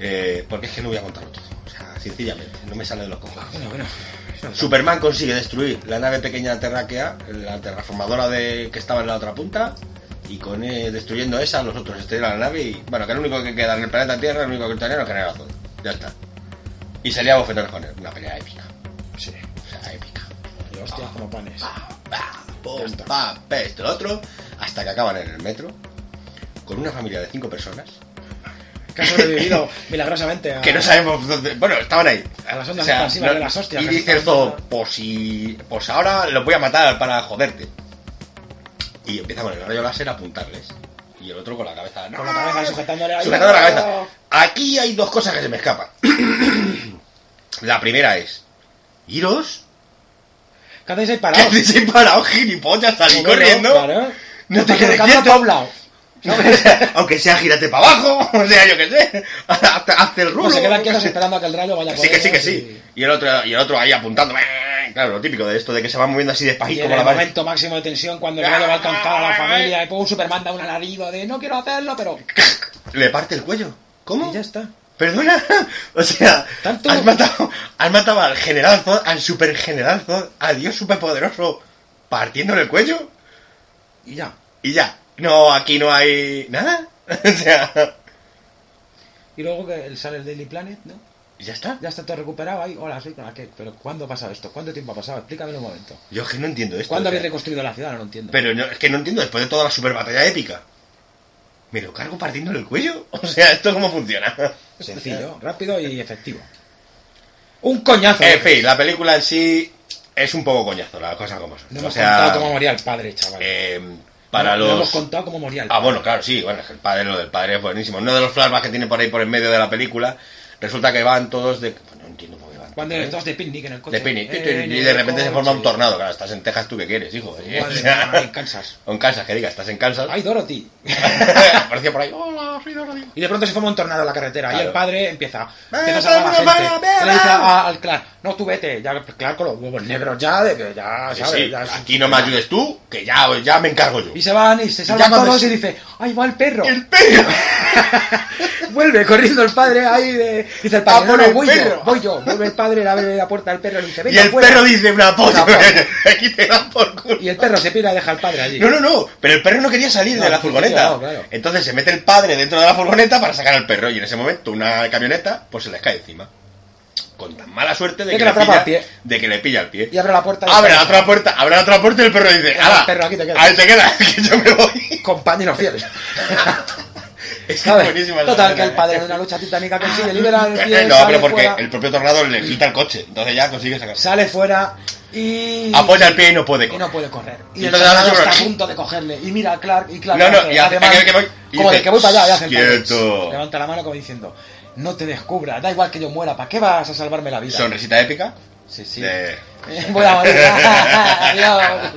[SPEAKER 1] eh, porque es que no voy a contarlo todo, o sea, sencillamente, no me sale de los cojones.
[SPEAKER 2] Bueno, bueno.
[SPEAKER 1] Superman consigue destruir la nave pequeña terráquea, la terraformadora de que estaba en la otra punta, y con eh, destruyendo esa, los otros estrellan la nave y. Bueno, que el único que queda en el planeta Tierra, el único que tenía era el general Zod. Ya está. Y salía a bofetones con él. Una pelea épica. Sí. O sea, épica.
[SPEAKER 2] Y hostias como panes.
[SPEAKER 1] Pa, pa, pum, pa, pa, esto, lo otro, hasta que acaban en el metro, con una familia de cinco personas.
[SPEAKER 2] Que ha sobrevivido milagrosamente a...
[SPEAKER 1] Que no sabemos dónde. Bueno, estaban ahí.
[SPEAKER 2] A las ondas expansivas de las hostias,
[SPEAKER 1] Y
[SPEAKER 2] que
[SPEAKER 1] dice el
[SPEAKER 2] estaban-
[SPEAKER 1] zoo, pues si. Pues ahora los voy a matar para joderte. Y empieza con el rayo láser a apuntarles. Y el otro con la cabeza.
[SPEAKER 2] Con la cabeza sujetándole ahí.
[SPEAKER 1] Sujetando la cabeza. Aquí hay dos cosas que se me escapan. la primera es. ¿Iros?
[SPEAKER 2] ¿Qué hacéis ahí
[SPEAKER 1] ¿Qué
[SPEAKER 2] parados?
[SPEAKER 1] hacéis ahí parados, gilipollas? Salí
[SPEAKER 2] Bueno,
[SPEAKER 1] corriendo.
[SPEAKER 2] claro.
[SPEAKER 1] No te
[SPEAKER 2] Está
[SPEAKER 1] quedes
[SPEAKER 2] colocando a
[SPEAKER 1] quieto.
[SPEAKER 2] un lado.
[SPEAKER 1] Aunque sea gírate para abajo. O sea, yo qué sé. Hazte hazte el rulo.
[SPEAKER 2] O Pues se quedan
[SPEAKER 1] yo qué
[SPEAKER 2] quietos
[SPEAKER 1] sé.
[SPEAKER 2] esperando a que el rayo vaya
[SPEAKER 1] Sí,
[SPEAKER 2] por
[SPEAKER 1] que sí, que
[SPEAKER 2] ellos
[SPEAKER 1] sí. Y el otro, y el otro ahí apuntando. Claro, lo típico de esto, de que se van moviendo así
[SPEAKER 2] Y, y
[SPEAKER 1] despacito
[SPEAKER 2] en
[SPEAKER 1] como
[SPEAKER 2] el
[SPEAKER 1] la mano.
[SPEAKER 2] momento máximo de tensión cuando el rayo va a alcanzar a la familia y pues un Superman da un alarido de no quiero hacerlo, pero...
[SPEAKER 1] Le parte el cuello. ¿Cómo?
[SPEAKER 2] Y ya está.
[SPEAKER 1] ¿Perdona? O sea,
[SPEAKER 2] Tanto-
[SPEAKER 1] has matado, has matado al general Zod, al super general Zod, al dios superpoderoso, partiéndole el cuello
[SPEAKER 2] Y ya.
[SPEAKER 1] y ya. No, aquí no hay nada. O sea,
[SPEAKER 2] Y luego que sale el Daily Planet, ¿no?
[SPEAKER 1] ¿Ya está?
[SPEAKER 2] Ya está todo recuperado ahí. Hola, soy con aquel. Pero ¿cuándo ha pasado esto? ¿Cuánto tiempo ha pasado? Explícame un momento.
[SPEAKER 1] Yo es que no entiendo esto.
[SPEAKER 2] ¿Cuándo
[SPEAKER 1] o sea,
[SPEAKER 2] habéis reconstruido la ciudad? No lo entiendo.
[SPEAKER 1] Pero no- es que no entiendo, después de toda la super batalla épica, ¿me lo cargo partiéndole el cuello? O sea, ¿esto cómo funciona? eh,
[SPEAKER 2] Sencillo, rápido y efectivo. Un coñazo. ¿eh?
[SPEAKER 1] En fin, la película en sí es un poco coñazo, la cosa como son.
[SPEAKER 2] No
[SPEAKER 1] o
[SPEAKER 2] hemos
[SPEAKER 1] sea,
[SPEAKER 2] contado cómo moría el padre, chaval.
[SPEAKER 1] eh, para
[SPEAKER 2] no, no hemos
[SPEAKER 1] los...
[SPEAKER 2] contado cómo moría el
[SPEAKER 1] Ah, bueno, claro, sí, bueno, es que el padre, lo del padre es buenísimo. Uno de los flashbacks que tiene por ahí por el medio de la película, resulta que van todos de... Bueno, no entiendo por qué van.
[SPEAKER 2] Cuando
[SPEAKER 1] todos, ¿eh?
[SPEAKER 2] estás de picnic en el coche.
[SPEAKER 1] de picnic,
[SPEAKER 2] Eh,
[SPEAKER 1] y de repente se
[SPEAKER 2] coche.
[SPEAKER 1] forma un tornado. Claro, estás en Texas, ¿tú qué quieres, hijo? Eh,
[SPEAKER 2] Madre
[SPEAKER 1] O sea,
[SPEAKER 2] mía, en Kansas.
[SPEAKER 1] o en Kansas, que diga, estás en Kansas.
[SPEAKER 2] ¡Ay, Dorothy!
[SPEAKER 1] Aparecía por ahí, "Oh, hola, soy Dorothy.
[SPEAKER 2] Y de pronto se forma un tornado en la carretera y
[SPEAKER 1] Claro.
[SPEAKER 2] el padre empieza,
[SPEAKER 1] Ven,
[SPEAKER 2] empieza a salvar a la
[SPEAKER 1] ven,
[SPEAKER 2] gente.
[SPEAKER 1] ven, ven,
[SPEAKER 2] Le dice
[SPEAKER 1] ven.
[SPEAKER 2] a- al Clark, no, tú vete. Ya, Clark con los huevos negros ya, de que ya,
[SPEAKER 1] Sí,
[SPEAKER 2] ¿sabes?
[SPEAKER 1] sí,
[SPEAKER 2] Ya es-
[SPEAKER 1] aquí no me ayudes tú, que ya, ya me encargo yo.
[SPEAKER 2] Y se van y se salvan
[SPEAKER 1] Ya cuando
[SPEAKER 2] todos
[SPEAKER 1] se-
[SPEAKER 2] y dice, ¡ay, va el perro!
[SPEAKER 1] ¡El perro!
[SPEAKER 2] Vuelve corriendo el padre ahí de... Dice el padre,
[SPEAKER 1] Ah,
[SPEAKER 2] no,
[SPEAKER 1] por
[SPEAKER 2] no,
[SPEAKER 1] el
[SPEAKER 2] voy
[SPEAKER 1] perro.
[SPEAKER 2] yo, voy yo. Vuelve el padre, le abre la puerta al perro y le dice,
[SPEAKER 1] Y
[SPEAKER 2] venga,
[SPEAKER 1] el
[SPEAKER 2] fuera".
[SPEAKER 1] perro dice una polla.
[SPEAKER 2] Una polla.
[SPEAKER 1] Aquí te dan por culo.
[SPEAKER 2] Y el perro se pira y deja al padre allí.
[SPEAKER 1] No, no, no, pero el perro no quería salir
[SPEAKER 2] No,
[SPEAKER 1] de la
[SPEAKER 2] sí, sí,
[SPEAKER 1] furgoneta.
[SPEAKER 2] claro, claro.
[SPEAKER 1] Entonces se mete el padre dentro de la furgoneta para sacar al perro y en ese momento una camioneta pues se les cae encima. Con tan mala suerte de,
[SPEAKER 2] De
[SPEAKER 1] que, le
[SPEAKER 2] que le atrapa
[SPEAKER 1] pilla,
[SPEAKER 2] al pie.
[SPEAKER 1] de que le pilla el pie.
[SPEAKER 2] Y abre la puerta. y-
[SPEAKER 1] Abre la otra puerta, abre la otra puerta y el perro dice,
[SPEAKER 2] Ala,
[SPEAKER 1] "Hala,
[SPEAKER 2] perro, aquí te quedas".
[SPEAKER 1] Ahí te quedas, que yo me voy.
[SPEAKER 2] Compañeros fieles.
[SPEAKER 1] Es
[SPEAKER 2] ¿Sabes?
[SPEAKER 1] buenísima la
[SPEAKER 2] Total,
[SPEAKER 1] escena,
[SPEAKER 2] que el
[SPEAKER 1] ¿eh?
[SPEAKER 2] padre de una lucha titánica consigue liberar el
[SPEAKER 1] Eh,
[SPEAKER 2] pie,
[SPEAKER 1] no,
[SPEAKER 2] sale
[SPEAKER 1] pero porque
[SPEAKER 2] fuera.
[SPEAKER 1] el propio tornado le quita el coche, entonces ya consigue sacar.
[SPEAKER 2] sale fuera y...
[SPEAKER 1] Apoya el pie y no puede
[SPEAKER 2] Y
[SPEAKER 1] correr.
[SPEAKER 2] no puede correr. Y
[SPEAKER 1] Y
[SPEAKER 2] el
[SPEAKER 1] entonces ahora
[SPEAKER 2] tornado
[SPEAKER 1] se
[SPEAKER 2] está a
[SPEAKER 1] corre.
[SPEAKER 2] punto de cogerle. Y mira a Clark y Clark.
[SPEAKER 1] No, no,
[SPEAKER 2] hace-
[SPEAKER 1] y hace,
[SPEAKER 2] hace mano,
[SPEAKER 1] que- que voy- y
[SPEAKER 2] como
[SPEAKER 1] dice,
[SPEAKER 2] de que voy para allá. Y hace el
[SPEAKER 1] "Quieto".
[SPEAKER 2] padre. Levanta la mano como diciendo: No te descubra, da igual que yo muera. ¿Para qué vas a salvarme la vida?
[SPEAKER 1] Sonrisita épica.
[SPEAKER 2] Sí, sí.
[SPEAKER 1] de-
[SPEAKER 2] Voy a morir. Adiós.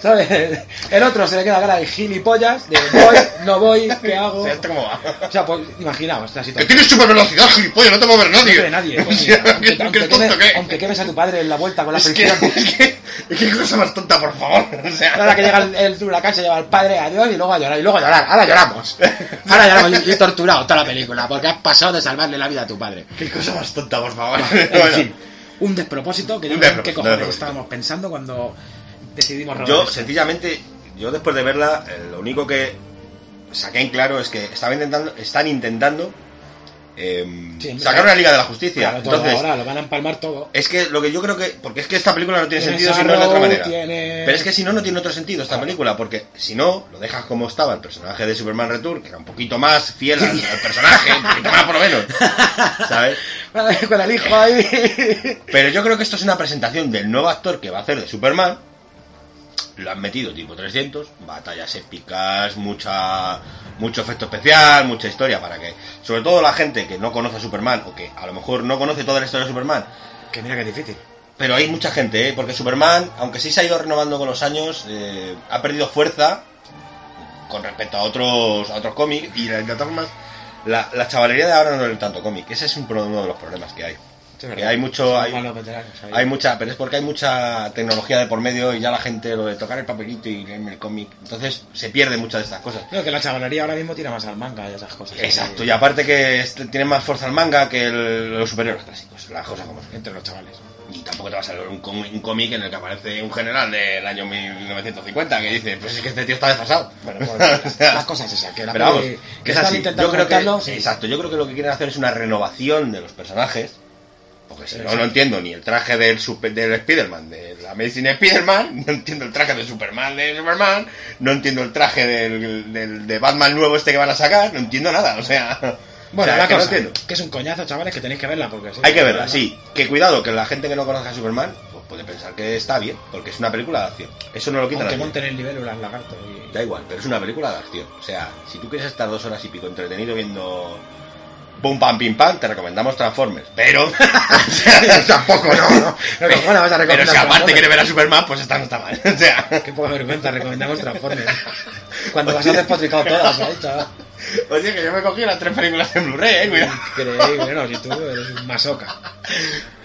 [SPEAKER 2] ¿Sabes? El otro se le queda cara de gilipollas. De voy, no voy, ¿qué hago?
[SPEAKER 1] O sea, ¿esto cómo va?
[SPEAKER 2] O sea, pues imaginaos la
[SPEAKER 1] Que
[SPEAKER 2] situación.
[SPEAKER 1] tienes super velocidad, gilipollas, no te va a ver
[SPEAKER 2] No
[SPEAKER 1] nadie.
[SPEAKER 2] te ve nadie. coño.
[SPEAKER 1] O sea,
[SPEAKER 2] Aunque-
[SPEAKER 1] ¿qué- qué
[SPEAKER 2] Aunque
[SPEAKER 1] tonto
[SPEAKER 2] quemes-
[SPEAKER 1] qué?
[SPEAKER 2] aunque quemes a tu padre en la vuelta con la
[SPEAKER 1] Es que,
[SPEAKER 2] policía.
[SPEAKER 1] es que, es que cosa más tonta, por favor. O sea,
[SPEAKER 2] Ahora que llega el, el huracán se lleva al padre a Dios y luego a llorar, y luego a llorar. Ahora lloramos. Ahora lloramos y, y torturado toda la película porque has pasado de salvarle la vida a tu padre.
[SPEAKER 1] Qué cosa más tonta, por favor.
[SPEAKER 2] En
[SPEAKER 1] Bueno,
[SPEAKER 2] fin, un despropósito que yo
[SPEAKER 1] Un
[SPEAKER 2] no sé en qué
[SPEAKER 1] despropósito,
[SPEAKER 2] cojones
[SPEAKER 1] despropósito.
[SPEAKER 2] estábamos pensando cuando decidimos rodar.
[SPEAKER 1] yo,
[SPEAKER 2] esto.
[SPEAKER 1] sencillamente, yo después de verla, eh, lo único que saqué en claro es que estaba intentando, están intentando em,
[SPEAKER 2] Sí,
[SPEAKER 1] sacar una Liga de la Justicia.
[SPEAKER 2] Claro, todo
[SPEAKER 1] Entonces,
[SPEAKER 2] ahora lo van a empalmar todo.
[SPEAKER 1] es que lo que yo creo que. Porque es que esta película no tiene
[SPEAKER 2] Tienes
[SPEAKER 1] sentido si
[SPEAKER 2] a
[SPEAKER 1] no es de otra
[SPEAKER 2] Rogue,
[SPEAKER 1] manera.
[SPEAKER 2] tienes-
[SPEAKER 1] Pero es que si no, no tiene otro sentido esta
[SPEAKER 2] Claro.
[SPEAKER 1] película, porque si no, lo dejas como estaba el personaje de Superman Return, que era un poquito más fiel al, al personaje, un poquito más por lo menos. ¿Sabes?
[SPEAKER 2] Con el hijo ahí.
[SPEAKER 1] Pero yo creo que esto es una presentación del nuevo actor que va a hacer de Superman. Lo han metido tipo 300, batallas épicas, mucha mucho efecto especial, mucha historia para que, sobre todo la gente que no conoce a Superman o que a lo mejor no conoce toda la historia de Superman,
[SPEAKER 2] que mira que difícil.
[SPEAKER 1] pero hay mucha gente, ¿eh? porque Superman, aunque sí se ha ido renovando con los años, eh, ha perdido fuerza con respecto a otros a otros cómics y de todas formas la, la chavalería de ahora no lee tanto cómic. Ese es un, pro- uno de los problemas que hay.
[SPEAKER 2] Sí, es
[SPEAKER 1] Que
[SPEAKER 2] verdad.
[SPEAKER 1] hay mucho,
[SPEAKER 2] Son
[SPEAKER 1] hay,
[SPEAKER 2] malos veteranos ahí.
[SPEAKER 1] hay mucha, pero es porque hay mucha tecnología de por medio y ya la gente lo de tocar el papelito y leerme el cómic, entonces se pierde muchas de estas cosas.
[SPEAKER 2] No, que la chavalería ahora mismo tira más al manga y esas cosas.
[SPEAKER 1] Exacto, y aparte que este- tiene más fuerza el manga que el- los superhéroes clásicos, las cosas como son.
[SPEAKER 2] Entre los chavales.
[SPEAKER 1] Y tampoco te vas a leer un, com- un cómic en el que aparece un general del año 1950 que dice, pues es que este tío está desfasado.
[SPEAKER 2] Bueno, pues,
[SPEAKER 1] O sea,
[SPEAKER 2] las cosas esas, que la
[SPEAKER 1] pero vamos,
[SPEAKER 2] peli-
[SPEAKER 1] que es
[SPEAKER 2] están
[SPEAKER 1] así.
[SPEAKER 2] intentando
[SPEAKER 1] Yo creo que,
[SPEAKER 2] contarlo, sí.
[SPEAKER 1] exacto, yo creo que lo que quieren hacer es una renovación de los personajes. Porque si no,
[SPEAKER 2] Exacto.
[SPEAKER 1] no entiendo ni el traje del, super, del Spider-Man, de la Amazing Spider-Man, no entiendo el traje de Superman de Superman, no entiendo el traje del, del- de Batman nuevo este que van a sacar, no entiendo nada, o sea... o
[SPEAKER 2] Bueno,
[SPEAKER 1] sea,
[SPEAKER 2] la
[SPEAKER 1] que no
[SPEAKER 2] cosa, que,
[SPEAKER 1] entiendo.
[SPEAKER 2] es un coñazo, chavales, que tenéis que verla porque sí,
[SPEAKER 1] Hay que verla, sí. Que cuidado, que la gente que no conozca a Superman pues puede pensar que está bien, porque es una película de acción. Eso no lo quita
[SPEAKER 2] Aunque
[SPEAKER 1] nadie.
[SPEAKER 2] monten el nivel las lagartos y...
[SPEAKER 1] Da igual, pero es una película de acción. O sea, si tú quieres estar dos horas y pico entretenido viendo pum pam pim pam, te recomendamos Transformers. Pero o sea, tampoco no. no.
[SPEAKER 2] No, que bueno, vas a recomendar
[SPEAKER 1] pero si aparte
[SPEAKER 2] Transformers.
[SPEAKER 1] quieres ver a Superman, pues esta no está mal. O sea,
[SPEAKER 2] Qué poca vergüenza, recomendamos Transformers. Cuando vas a despotricar todas, ¿eh, chaval?
[SPEAKER 1] oye, que yo me he cogido las tres películas en Blu-ray, eh, cuidado.
[SPEAKER 2] Increíble, no, si tú eres un masoca.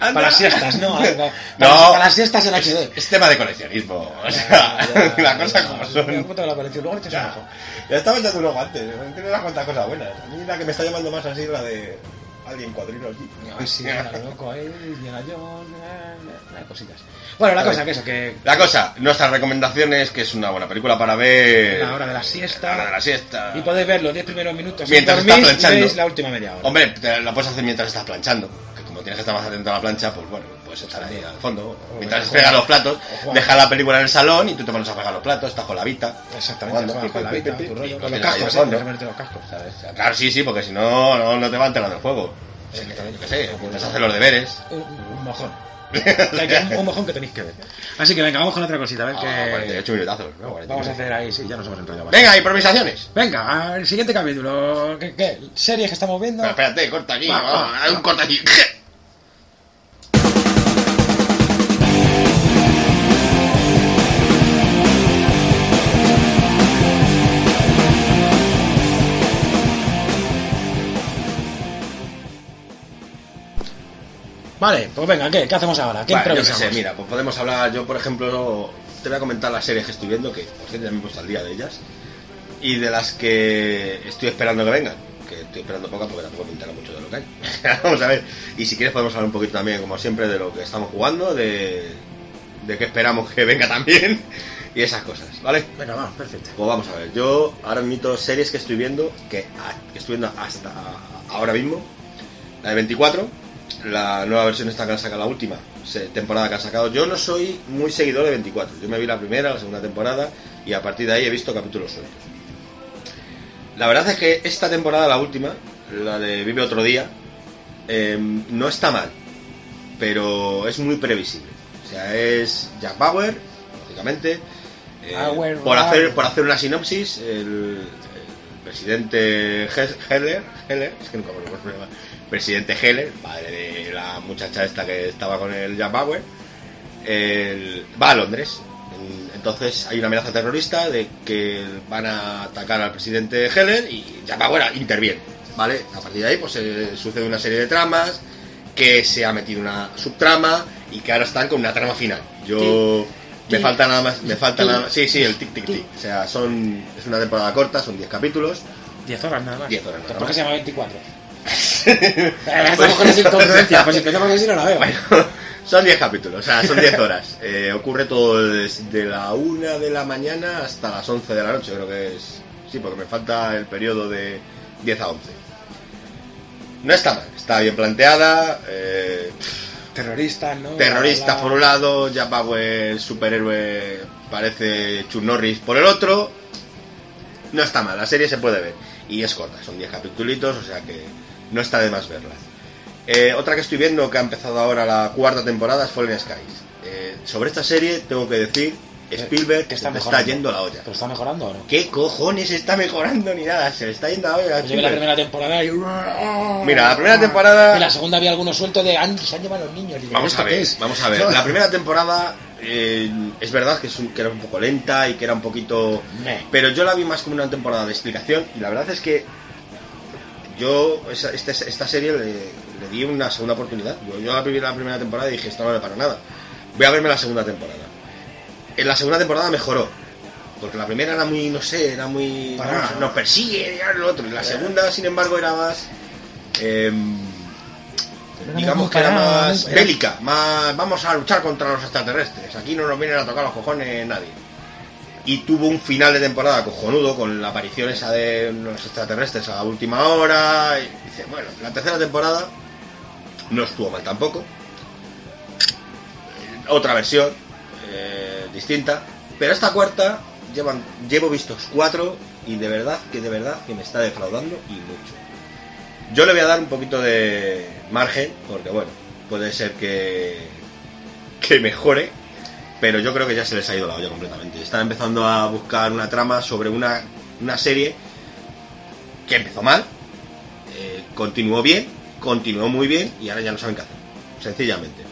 [SPEAKER 1] Anda.
[SPEAKER 2] Para las siestas, ¿no? Para,
[SPEAKER 1] No.
[SPEAKER 2] para las siestas en HD.
[SPEAKER 1] Es tema de coleccionismo. O sea, la cosa como
[SPEAKER 2] Me
[SPEAKER 1] son.
[SPEAKER 2] apunto la aparición, luego le echas un ojo.
[SPEAKER 1] Ya estaba echando un ojo antes, ¿eh? tiene unas cuantas cosas buenas. A mí la que me está llamando más así es la de alguien cuadrino aquí.
[SPEAKER 2] Ah, sí, era loco, eh, Indiana Jones, eh, eh, cositas. Bueno, la
[SPEAKER 1] A ver.
[SPEAKER 2] cosa que eso, que
[SPEAKER 1] La cosa, nuestra recomendación es que es una buena película para ver.
[SPEAKER 2] La hora de la siesta.
[SPEAKER 1] La hora de la siesta.
[SPEAKER 2] Y podéis ver los 10 primeros minutos
[SPEAKER 1] Mientras
[SPEAKER 2] sin dormir
[SPEAKER 1] estás
[SPEAKER 2] y
[SPEAKER 1] planchando.
[SPEAKER 2] veis la última media hora.
[SPEAKER 1] Hombre, te la puedes hacer mientras estás planchando. Que como tienes que estar más atento a la plancha, pues bueno, puedes estar ahí al fondo. Mientras
[SPEAKER 2] mientras
[SPEAKER 1] despegas los platos,
[SPEAKER 2] Juan.
[SPEAKER 1] deja la película en el salón y tú te pones a pegar los platos, estás con la vita.
[SPEAKER 2] Exactamente,
[SPEAKER 1] jugando.
[SPEAKER 2] Juan, con la vida, tu rollo,
[SPEAKER 1] Y
[SPEAKER 2] con los
[SPEAKER 1] tienes ahí al
[SPEAKER 2] cascos, ¿eh?
[SPEAKER 1] fondo.
[SPEAKER 2] Tienes que ponerte los cascos.
[SPEAKER 1] ¿sabes? Claro, sí, sí, porque si no, no, no te va a enterar del juego. Sí, yo qué sé, mientras haces los deberes.
[SPEAKER 2] Un, un mojón. Hay que- un, un mojón que tenéis que ver. Así que venga, vamos con otra cosita, a ver
[SPEAKER 1] Ah,
[SPEAKER 2] qué-
[SPEAKER 1] 48 minutazos, ¿no? 48.
[SPEAKER 2] Vamos a hacer ahí, sí, ya nos hemos enrollado. bastante.
[SPEAKER 1] Pues Venga, improvisaciones.
[SPEAKER 2] Venga, al siguiente capítulo. ¿Qué, qué? ¿Series que estamos viendo?
[SPEAKER 1] Pero espérate, corta aquí.
[SPEAKER 2] Va,
[SPEAKER 1] vamos,
[SPEAKER 2] va,
[SPEAKER 1] hay un corta aquí.
[SPEAKER 2] Vale, pues venga, ¿qué, ¿Qué hacemos ahora? ¿Qué
[SPEAKER 1] Vale, yo qué
[SPEAKER 2] improvisamos?
[SPEAKER 1] sé, mira, pues podemos hablar. Yo, por ejemplo, te voy a comentar las series que estoy viendo, que por cierto ya me he puesto al día de ellas, y de las que estoy esperando que vengan. Que estoy esperando pocas porque tampoco me entera mucho de lo que hay. Vamos a ver. Y si quieres, podemos hablar un poquito también, como siempre, de lo que estamos jugando, de, de qué esperamos que venga también, y esas cosas, ¿vale?
[SPEAKER 2] Venga, va, perfecto.
[SPEAKER 1] Pues vamos a ver, yo ahora admito series que estoy viendo, que, a- que estoy viendo hasta ahora mismo. La de 24, la nueva versión esta que han sacado, la última se- temporada que han sacado. Yo no soy muy seguidor de 24, yo me vi la primera, la segunda temporada y a partir de ahí he visto capítulos sueltos. La verdad es que esta temporada, la última, la de Vive otro día, eh, no está mal, pero es muy previsible. O sea, es Jack Bauer, lógicamente. eh,
[SPEAKER 2] Bauer,
[SPEAKER 1] por, hacer,
[SPEAKER 2] Bauer.
[SPEAKER 1] por hacer una sinopsis, el, el presidente He- Heller, Heller, es que nunca me acuerdo cómo se llama, presidente Heller, padre de la muchacha esta que estaba con el Jack Bauer, el- va a Londres. En- Entonces hay una amenaza terrorista de que van a atacar al presidente Heller y Jack Bauer interviene. ¿Vale? A partir de ahí pues eh, sucede una serie de tramas, que se ha metido una subtrama y que ahora están con una trama final. Yo... Me
[SPEAKER 2] Tic.
[SPEAKER 1] falta nada más, me falta
[SPEAKER 2] Tic.
[SPEAKER 1] nada más. Sí, sí, el tic tic tic. O sea, son es una temporada corta, son 10 capítulos.
[SPEAKER 2] 10 horas nada más.
[SPEAKER 1] 10 horas nada
[SPEAKER 2] ¿Por qué
[SPEAKER 1] más. Pues
[SPEAKER 2] se llama 24? Eh, Estamos con las incongruencias, pues empezamos a decir no la veo.
[SPEAKER 1] Bueno, son 10 capítulos, o sea, son 10 horas. Eh, ocurre todo desde la 1 de la mañana hasta las 11 de la noche, creo que es. Sí, porque me falta el periodo de 10 a 11. No está mal, está bien planteada. Eh,
[SPEAKER 2] Terroristas, ¿no?
[SPEAKER 1] terroristas
[SPEAKER 2] La-
[SPEAKER 1] por un lado, Jack Bauer superhéroe parece Chuck Norris por el otro. No está mal, la serie se puede ver. Y es corta, son 10 capítulos, o sea que no está de más verla. Eh, otra que estoy viendo que ha empezado ahora la cuarta temporada es Fallen Skies. Eh, sobre esta serie tengo que decir, Spielberg
[SPEAKER 2] Eh, que
[SPEAKER 1] está
[SPEAKER 2] está
[SPEAKER 1] te está
[SPEAKER 2] mejorando. Pues-
[SPEAKER 1] yendo la olla. Pues
[SPEAKER 2] ¿Pero está mejorando o no?
[SPEAKER 1] ¿Qué cojones está mejorando ni nada? Se le está yendo la olla. a
[SPEAKER 2] Yo vi la Ah.
[SPEAKER 1] Spielberg.
[SPEAKER 2] primera temporada y...
[SPEAKER 1] Mira, la primera temporada...
[SPEAKER 2] En la segunda había algunos sueltos de... "Ah, se han llevado a los niños. Y digo,
[SPEAKER 1] Vamos a
[SPEAKER 2] ¿qué
[SPEAKER 1] ver,
[SPEAKER 2] es?
[SPEAKER 1] vamos a ver. La primera temporada eh, es verdad que, es un- que era un poco lenta y que era un poquito...
[SPEAKER 2] Meh.
[SPEAKER 1] Pero yo la vi más como una temporada de explicación y la verdad es que yo esa- esta, esta serie le, le di una segunda oportunidad. Yo, yo la vi la primera temporada y dije, esto no vale para nada. Voy a verme la segunda temporada. En la segunda temporada mejoró. Porque la primera era muy, no sé, era muy...
[SPEAKER 2] Parada.
[SPEAKER 1] Nos persigue, ya lo otro. La segunda, sin embargo, era más... em, digamos que era más bélica, más vamos a luchar contra los extraterrestres, aquí no nos vienen a tocar los cojones nadie. Y tuvo un final de temporada cojonudo con la aparición esa de los extraterrestres a la última hora. Y dice, bueno, la tercera temporada no estuvo mal tampoco. Eh, Otra versión eh, distinta. Pero esta cuarta llevan, llevo vistos cuatro y de verdad que de verdad que me está defraudando y mucho. Yo le voy a dar un poquito de margen, porque bueno, puede ser que, que mejore, pero yo creo que ya se les ha ido la olla completamente. Están empezando a buscar una trama sobre una, una serie que empezó mal, eh, continuó bien, continuó muy bien y ahora ya no saben qué hacer, sencillamente.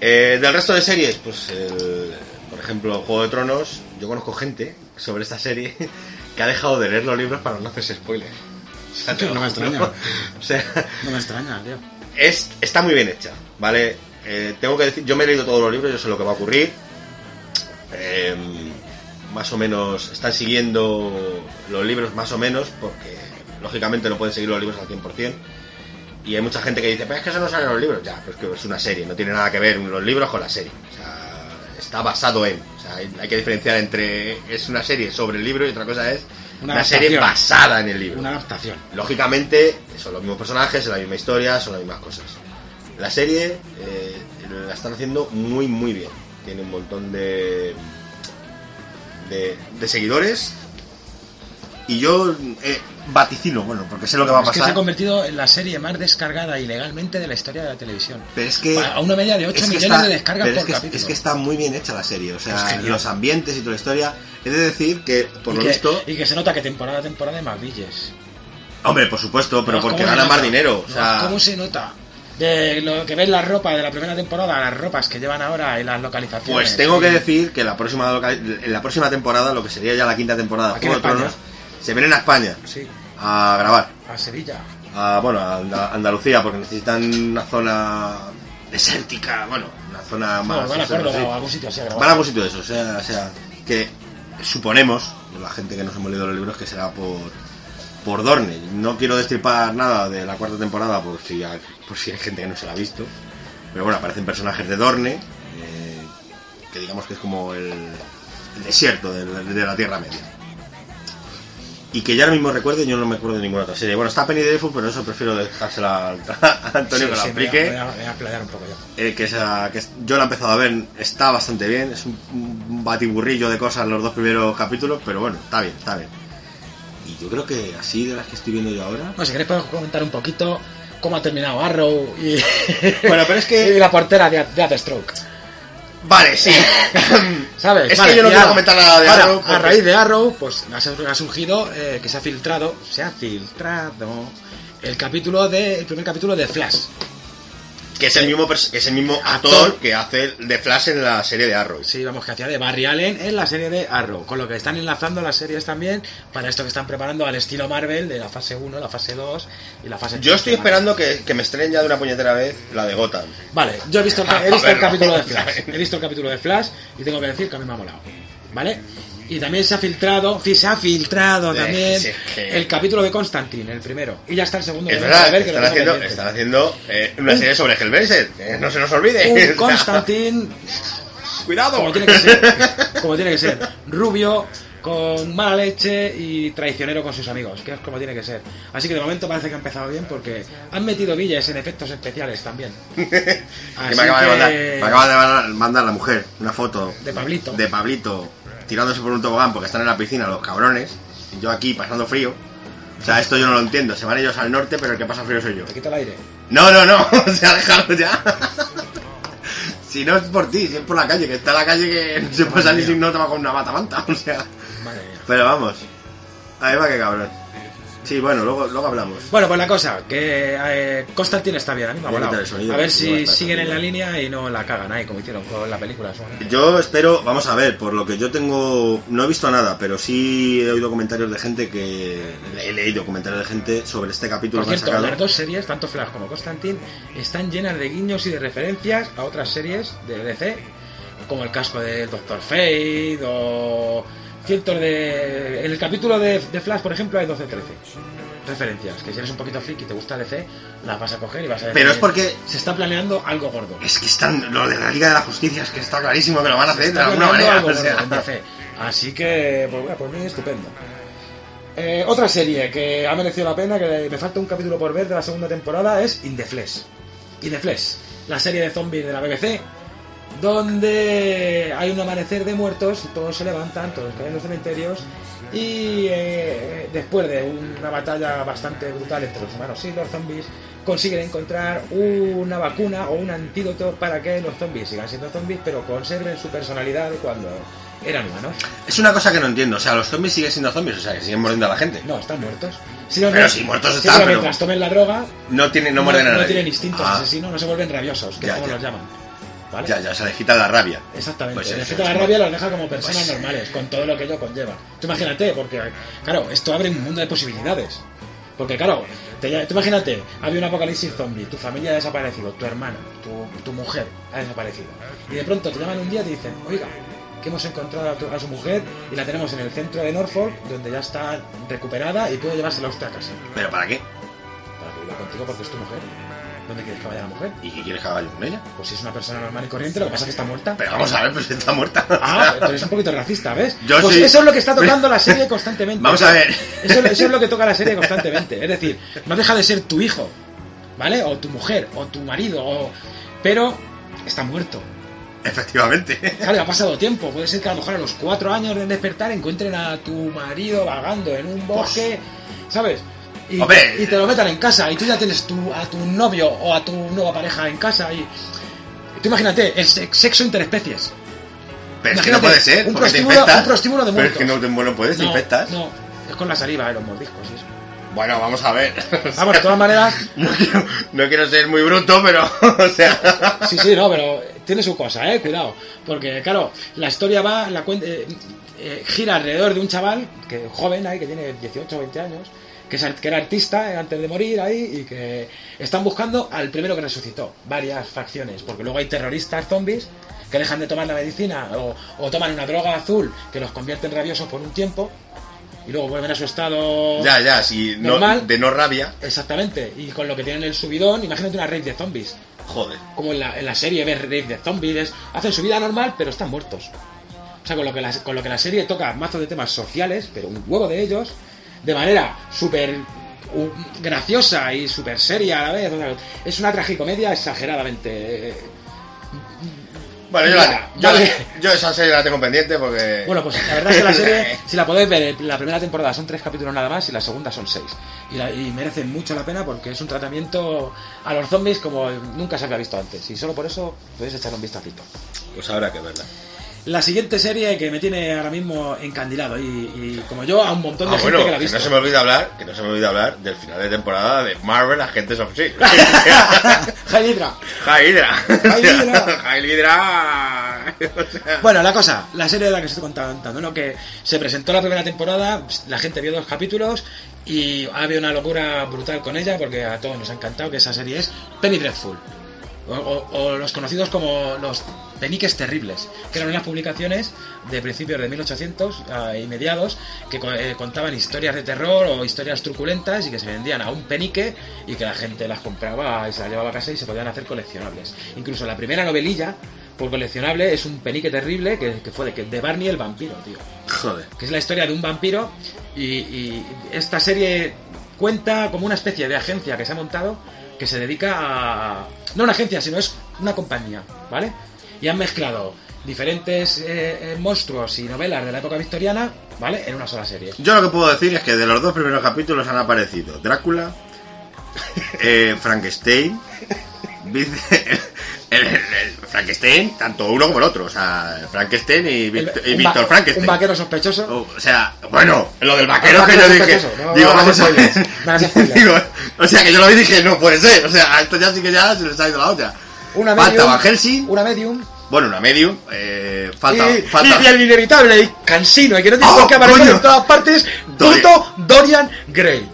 [SPEAKER 1] Eh, del resto de series, pues el- por ejemplo Juego de Tronos, yo conozco gente sobre esta serie que ha dejado de leer los libros para no hacerse spoilers. O sea, te
[SPEAKER 2] No
[SPEAKER 1] lo
[SPEAKER 2] me
[SPEAKER 1] juro.
[SPEAKER 2] extraña.
[SPEAKER 1] O sea,
[SPEAKER 2] No me extraña, tío.
[SPEAKER 1] es, está muy bien hecha, ¿vale? Eh, tengo que decir, yo me he leído todos los libros, yo sé lo que va a ocurrir. Eh, más o menos, están siguiendo los libros más o menos, porque lógicamente no pueden seguir los libros al 100%. Y hay mucha gente que dice, pero es que eso no sale en los libros. Ya, pero es que es una serie, no tiene nada que ver los libros con la serie. O sea, está basado en. O sea, hay, hay que diferenciar entre es una serie sobre el libro y otra cosa es una,
[SPEAKER 2] Una
[SPEAKER 1] serie
[SPEAKER 2] adaptación.
[SPEAKER 1] basada en el libro
[SPEAKER 2] Una adaptación.
[SPEAKER 1] lógicamente son los mismos personajes, es la misma historia, son las mismas cosas. La serie eh, la están haciendo muy, muy bien. Tiene un montón de, de, de seguidores. Y yo eh, vaticino, bueno, porque sé lo que va a
[SPEAKER 2] Es que se
[SPEAKER 1] pasar.
[SPEAKER 2] ha convertido en la serie más descargada ilegalmente de la historia de la televisión.
[SPEAKER 1] pero es que.
[SPEAKER 2] A una media de 8
[SPEAKER 1] es que
[SPEAKER 2] millones
[SPEAKER 1] está-
[SPEAKER 2] de descargas
[SPEAKER 1] pero
[SPEAKER 2] por
[SPEAKER 1] es que,
[SPEAKER 2] capítulo.
[SPEAKER 1] es que está muy bien hecha la serie. O sea,
[SPEAKER 2] Es genial.
[SPEAKER 1] los ambientes y toda la historia. He de decir que, por
[SPEAKER 2] y,
[SPEAKER 1] lo
[SPEAKER 2] que,
[SPEAKER 1] visto.
[SPEAKER 2] y que se nota que temporada a temporada hay más billes.
[SPEAKER 1] Hombre, por supuesto, pero
[SPEAKER 2] No,
[SPEAKER 1] porque
[SPEAKER 2] ¿cómo se
[SPEAKER 1] gana más
[SPEAKER 2] nota?
[SPEAKER 1] dinero. O
[SPEAKER 2] No,
[SPEAKER 1] sea,
[SPEAKER 2] ¿Cómo se nota? De lo que ves la ropa de la primera temporada, las ropas que llevan ahora y las localizaciones.
[SPEAKER 1] Pues tengo que
[SPEAKER 2] Y-
[SPEAKER 1] decir que la próxima loca- en la próxima temporada, lo que sería ya la quinta temporada de
[SPEAKER 2] Aquí
[SPEAKER 1] Juego de
[SPEAKER 2] en España.
[SPEAKER 1] Tronos, se vienen a España
[SPEAKER 2] Sí,
[SPEAKER 1] a grabar.
[SPEAKER 2] a Sevilla.
[SPEAKER 1] A, bueno, a Anda- Andalucía, porque necesitan una zona desértica, bueno, una zona
[SPEAKER 2] No,
[SPEAKER 1] más...
[SPEAKER 2] van a
[SPEAKER 1] o sea,
[SPEAKER 2] Córdoba
[SPEAKER 1] Ah, sí.
[SPEAKER 2] o a algún sitio así a grabar.
[SPEAKER 1] Van a algún sitio de eso, o sea, o sea, que suponemos, la gente que nos hemos leído los libros, que será por, por Dorne. No quiero destripar nada de la cuarta temporada por si, hay- por si hay gente que no se la ha visto. Pero bueno, aparecen personajes de Dorne, eh, que digamos que es como el, el desierto de, la- de la Tierra Media. Y que ya ahora mismo recuerde, yo no me acuerdo de ninguna otra serie. Bueno, está Penny Dreadful, pero eso prefiero dejársela a Antonio
[SPEAKER 2] Sí,
[SPEAKER 1] que la
[SPEAKER 2] sí, me voy a-
[SPEAKER 1] explique.
[SPEAKER 2] me voy a- me voy a explayar un poco yo.
[SPEAKER 1] Eh, que, esa- que es- yo la he empezado a ver, está bastante bien, es un, un batiburrillo de cosas los dos primeros capítulos, pero bueno, está bien, está bien. Y yo creo que así de las que estoy viendo yo ahora...
[SPEAKER 2] Bueno, si queréis podemos comentar un poquito cómo ha terminado Arrow y,
[SPEAKER 1] Bueno, pero es que-
[SPEAKER 2] y la portera de Deathstroke.
[SPEAKER 1] Vale, sí.
[SPEAKER 2] ¿Sabes?
[SPEAKER 1] Es que yo no
[SPEAKER 2] y
[SPEAKER 1] quiero
[SPEAKER 2] a-
[SPEAKER 1] comentar nada de
[SPEAKER 2] ahora,
[SPEAKER 1] Arrow porque-
[SPEAKER 2] A raíz de Arrow, pues ha sur- ha surgido eh, que se ha filtrado, se ha filtrado el capítulo de, el primer capítulo de Flash.
[SPEAKER 1] que, es el mismo, pers- que es el mismo actor
[SPEAKER 2] Actor.
[SPEAKER 1] que hace de Flash en la serie de Arrow.
[SPEAKER 2] Sí, vamos, que hacía de Barry Allen en la serie de Arrow. Con lo que están enlazando las series también para esto que están preparando al estilo Marvel de la fase 1, la fase 2 y la fase
[SPEAKER 1] Yo
[SPEAKER 2] tres
[SPEAKER 1] estoy
[SPEAKER 2] de Marvel.
[SPEAKER 1] esperando que, que me estrenen ya de una puñetera vez la de Gotham.
[SPEAKER 2] Vale, yo he visto, el, ca- he visto el
[SPEAKER 1] Verlo.
[SPEAKER 2] capítulo de Flash. He visto el capítulo de Flash y tengo que decir que a mí me ha molado. ¿Vale? Y también se ha filtrado, sí, se ha filtrado
[SPEAKER 1] Sí,
[SPEAKER 2] también
[SPEAKER 1] sí, sí.
[SPEAKER 2] el capítulo de Constantine, el primero. Y ya está el segundo.
[SPEAKER 1] Es
[SPEAKER 2] que tengo que
[SPEAKER 1] verdad,
[SPEAKER 2] ver, que lo
[SPEAKER 1] están
[SPEAKER 2] tengo
[SPEAKER 1] haciendo,
[SPEAKER 2] pendiente.
[SPEAKER 1] están haciendo eh, una serie sobre Hellblazer, eh, no se nos olvide. O
[SPEAKER 2] Un
[SPEAKER 1] sea,
[SPEAKER 2] Constantine,
[SPEAKER 1] Cuidado.
[SPEAKER 2] como tiene que ser, como tiene que ser, rubio, con mala leche y traicionero con sus amigos, que es como tiene que ser. Así que de momento parece que ha empezado bien porque han metido villas en efectos especiales también.
[SPEAKER 1] Que
[SPEAKER 2] Así
[SPEAKER 1] me acaba, de
[SPEAKER 2] que-
[SPEAKER 1] mandar, me acaba de mandar- mandar la mujer una foto
[SPEAKER 2] De Pablito.
[SPEAKER 1] de Pablito tirándose por un tobogán porque están en la piscina los cabrones y yo aquí pasando frío. O sea, esto yo no lo entiendo. Se van ellos al norte, pero el que pasa frío soy yo.
[SPEAKER 2] Te quito el aire.
[SPEAKER 1] No, no, no. O sea, déjalo ya. Si no es por ti, si es por la calle, que está la calle que no se puede salir si no te va con una batamanta. O sea,
[SPEAKER 2] Madre mía.
[SPEAKER 1] pero vamos. Ahí va que cabrón. Sí, bueno, luego, luego hablamos.
[SPEAKER 2] Bueno, pues la cosa, que eh, Constantine está bien, a mí me ha
[SPEAKER 1] Voy a
[SPEAKER 2] molado.
[SPEAKER 1] quitar el sonido,
[SPEAKER 2] A ver
[SPEAKER 1] porque no va a
[SPEAKER 2] si
[SPEAKER 1] estar
[SPEAKER 2] siguen en
[SPEAKER 1] sonido.
[SPEAKER 2] la línea y no la cagan ahí, como hicieron con la película. Swan.
[SPEAKER 1] Yo espero, vamos a ver, por lo que yo tengo, no he visto nada, pero sí he oído comentarios de gente que, he leído comentarios de gente sobre este capítulo
[SPEAKER 2] Por
[SPEAKER 1] que han
[SPEAKER 2] cierto,
[SPEAKER 1] sacado.
[SPEAKER 2] las dos series, tanto Flash como Constantine, están llenas de guiños y de referencias a otras series de DC, como el casco del Doctor Fate o cientos de... En el capítulo de, de Flash, por ejemplo, hay 12 o 13 referencias, que si eres un poquito friki y te gusta DC, las vas a coger y vas a decir,
[SPEAKER 1] Pero es porque-
[SPEAKER 2] Se está planeando algo gordo.
[SPEAKER 1] Es que están, lo de la Liga de la Justicia, es que está clarísimo que lo van a hacer de
[SPEAKER 2] Está
[SPEAKER 1] alguna manera.
[SPEAKER 2] ganando algo,
[SPEAKER 1] o sea.
[SPEAKER 2] bueno, en DC. Así que, pues bueno, por mí estupendo. Eh, otra serie que ha merecido la pena, que me falta un capítulo por ver de la segunda temporada, es In the Flesh. In the Flesh, la serie de zombies de la BBC, donde hay un amanecer de muertos, todos se levantan, todos caen en los cementerios, y eh, después de una batalla bastante brutal entre los humanos y los zombies, consiguen encontrar una vacuna o un antídoto para que los zombies sigan siendo zombies, pero conserven su personalidad de cuando eran humanos.
[SPEAKER 1] Es una cosa que no entiendo, o sea, los zombies siguen siendo zombies, o sea, que siguen mordiendo a la gente.
[SPEAKER 2] No, están muertos. Si los-
[SPEAKER 1] Pero si muertos
[SPEAKER 2] sí,
[SPEAKER 1] están,
[SPEAKER 2] pero
[SPEAKER 1] pero-
[SPEAKER 2] mientras tomen la droga,
[SPEAKER 1] No, tienen, no muerden a nadie.
[SPEAKER 2] tienen instintos
[SPEAKER 1] Ah,
[SPEAKER 2] asesinos, no se vuelven rabiosos, que
[SPEAKER 1] Ya,
[SPEAKER 2] es como
[SPEAKER 1] ya.
[SPEAKER 2] los llaman. ¿Vale?
[SPEAKER 1] Ya, ya, o sea, les quitan la rabia.
[SPEAKER 2] Exactamente.
[SPEAKER 1] Pues
[SPEAKER 2] les
[SPEAKER 1] eso,
[SPEAKER 2] quita la
[SPEAKER 1] eso.
[SPEAKER 2] rabia y los deja como personas
[SPEAKER 1] Pues-
[SPEAKER 2] normales, con todo lo que ello conlleva. Tú imagínate, porque, claro, esto abre un mundo de posibilidades. Porque, claro, te lla- tú imagínate, había un apocalipsis zombie, tu familia ha desaparecido, tu hermana, tu, tu mujer ha desaparecido. Y de pronto te llaman un día y te dicen, oiga, que hemos encontrado a, tu- a su mujer y la tenemos en el centro de Norfolk, donde ya está recuperada y puede llevársela a usted a casa.
[SPEAKER 1] ¿Pero para qué?
[SPEAKER 2] Para que viva contigo porque es tu mujer. ¿Dónde quieres que vaya la mujer?
[SPEAKER 1] ¿Y qué quieres que haga yo con ella?
[SPEAKER 2] Pues si es una persona normal y corriente, lo que pasa es que está muerta.
[SPEAKER 1] Pero vamos a ver, pues está muerta. o sea.
[SPEAKER 2] Ah, pero es un poquito racista, ¿ves?
[SPEAKER 1] Yo
[SPEAKER 2] pues
[SPEAKER 1] sí.
[SPEAKER 2] eso es lo que está tocando la serie constantemente.
[SPEAKER 1] Vamos a ver.
[SPEAKER 2] Eso, eso es lo que toca la serie constantemente. Es decir, no deja de ser tu hijo. ¿vale? O tu mujer, o tu marido, o... pero está muerto.
[SPEAKER 1] Efectivamente.
[SPEAKER 2] Claro, ha pasado tiempo. Puede ser que a lo mejor a los cuatro años de despertar encuentren a tu marido vagando en un bosque, ¿sabes? Y,
[SPEAKER 1] Hombre.
[SPEAKER 2] y te lo metan en casa. Y tú ya tienes tu, a tu novio o a tu nueva pareja en casa. Y tú imagínate, el sex- sexo interespecies.
[SPEAKER 1] Pero es que
[SPEAKER 2] Imagínate,
[SPEAKER 1] no puede ser,
[SPEAKER 2] un
[SPEAKER 1] porque te
[SPEAKER 2] prostíbulo-
[SPEAKER 1] infectas.
[SPEAKER 2] un prostíbulo de
[SPEAKER 1] Pero es que no
[SPEAKER 2] muertos.
[SPEAKER 1] te bueno, puedes, te
[SPEAKER 2] No,
[SPEAKER 1] infectas.
[SPEAKER 2] No, es con la saliva de los mordiscos. y eso.
[SPEAKER 1] Bueno, vamos a ver.
[SPEAKER 2] Vamos, de todas maneras,
[SPEAKER 1] No quiero, no quiero ser muy bruto, pero. O sea.
[SPEAKER 2] Sí, sí, no, pero tiene su cosa, eh, cuidado. Porque, claro, la historia va, la cuen- eh, eh, gira alrededor de un chaval, que joven ahí, que tiene 18 o 20 años, que, es ar- que era artista eh, antes de morir ahí, y que están buscando al primero que resucitó. Varias facciones, porque luego hay terroristas zombies que dejan de tomar la medicina o, o toman una droga azul que los convierte en rabiosos por un tiempo y luego vuelven a su estado
[SPEAKER 1] Ya, ya, si no,
[SPEAKER 2] Normal.
[SPEAKER 1] de no rabia.
[SPEAKER 2] exactamente y con lo que tienen el subidón imagínate una red de zombies
[SPEAKER 1] Joder.
[SPEAKER 2] como en la, en la serie ves raids de zombies, hacen su vida normal, pero están muertos. O sea, con lo que la, con lo que la serie toca mazos de temas sociales, pero un huevo de ellos, de manera súper um, graciosa y súper seria a la vez. o sea, es una tragicomedia exageradamente. eh,
[SPEAKER 1] Bueno, yo, la,
[SPEAKER 2] Mira,
[SPEAKER 1] yo,
[SPEAKER 2] vale.
[SPEAKER 1] yo esa serie la tengo pendiente porque.
[SPEAKER 2] Bueno, pues la verdad es que la serie, si la podéis ver, eh, la primera temporada son tres capítulos nada más y la segunda son seis. Y, la- y merece mucho la pena porque es un tratamiento a los zombies como nunca se había visto antes. Y solo por eso podéis echarle un vistacito.
[SPEAKER 1] Pues habrá que verla.
[SPEAKER 2] La siguiente serie que me tiene ahora mismo encandilado y, y como yo a un montón de
[SPEAKER 1] Ah,
[SPEAKER 2] gente
[SPEAKER 1] bueno,
[SPEAKER 2] que la ha
[SPEAKER 1] que
[SPEAKER 2] visto.
[SPEAKER 1] no se me olvida hablar, que no se me olvida hablar del final de temporada de Marvel Agentes of Shield.
[SPEAKER 2] Heil Hydra.
[SPEAKER 1] E High Hydra.
[SPEAKER 2] High Hydra.
[SPEAKER 1] High Hydra. O sea,
[SPEAKER 2] Bueno, la cosa, la serie de la que estoy contando, ¿no? Que se presentó la primera temporada, la gente vio dos capítulos y ha habido una locura brutal con ella porque a todos nos ha encantado que esa serie es Penny Dreadful. O, o- o los conocidos como los peniques terribles, que eran unas publicaciones de principios de 1800 ah, y mediados que co- eh, contaban historias de terror o historias truculentas y que se vendían a un penique y que la gente las compraba y se las llevaba a casa y se podían hacer coleccionables. Incluso la primera novelilla por coleccionable es un penique terrible que, que fue de, que- de Barney el vampiro, tío
[SPEAKER 1] Joder.
[SPEAKER 2] que es la historia de un vampiro y, y esta serie cuenta como una especie de agencia que se ha montado que se dedica a... No una agencia, sino es una compañía, ¿vale? Y han mezclado diferentes eh, eh, monstruos y novelas de la época victoriana, ¿vale? En una sola serie.
[SPEAKER 1] Yo lo que puedo decir es que de los dos primeros capítulos han aparecido Drácula, eh, Frankenstein, Vic- el, el- el Frankenstein, tanto uno como el otro, o sea, Frankenstein y,
[SPEAKER 2] El-
[SPEAKER 1] Vict- y
[SPEAKER 2] un
[SPEAKER 1] Víctor
[SPEAKER 2] va- Un
[SPEAKER 1] Frankenstein. Oh,
[SPEAKER 2] vaquero sospechoso.
[SPEAKER 1] O sea, bueno, lo del vaquero
[SPEAKER 2] Ah,
[SPEAKER 1] que yo
[SPEAKER 2] vaquero
[SPEAKER 1] dije.
[SPEAKER 2] sospechoso, no,
[SPEAKER 1] digo,
[SPEAKER 2] no hagas
[SPEAKER 1] vamos a ver.
[SPEAKER 2] spoilers, no hagas spoilers.
[SPEAKER 1] Digo, o sea, que yo lo vi y dije, no puede ser. O sea, a esto ya sí que ya se les ha ido la olla.
[SPEAKER 2] Una
[SPEAKER 1] Oh. falta
[SPEAKER 2] medium.
[SPEAKER 1] Van Helsing,
[SPEAKER 2] Una medium.
[SPEAKER 1] bueno, una medium, eh, falta.
[SPEAKER 2] y,
[SPEAKER 1] falta
[SPEAKER 2] y el inevitable y cansino, y que no tiene
[SPEAKER 1] ¡Oh,
[SPEAKER 2] por qué aparecer
[SPEAKER 1] coño!
[SPEAKER 2] en todas partes,
[SPEAKER 1] Dorian.
[SPEAKER 2] puto Dorian Gray.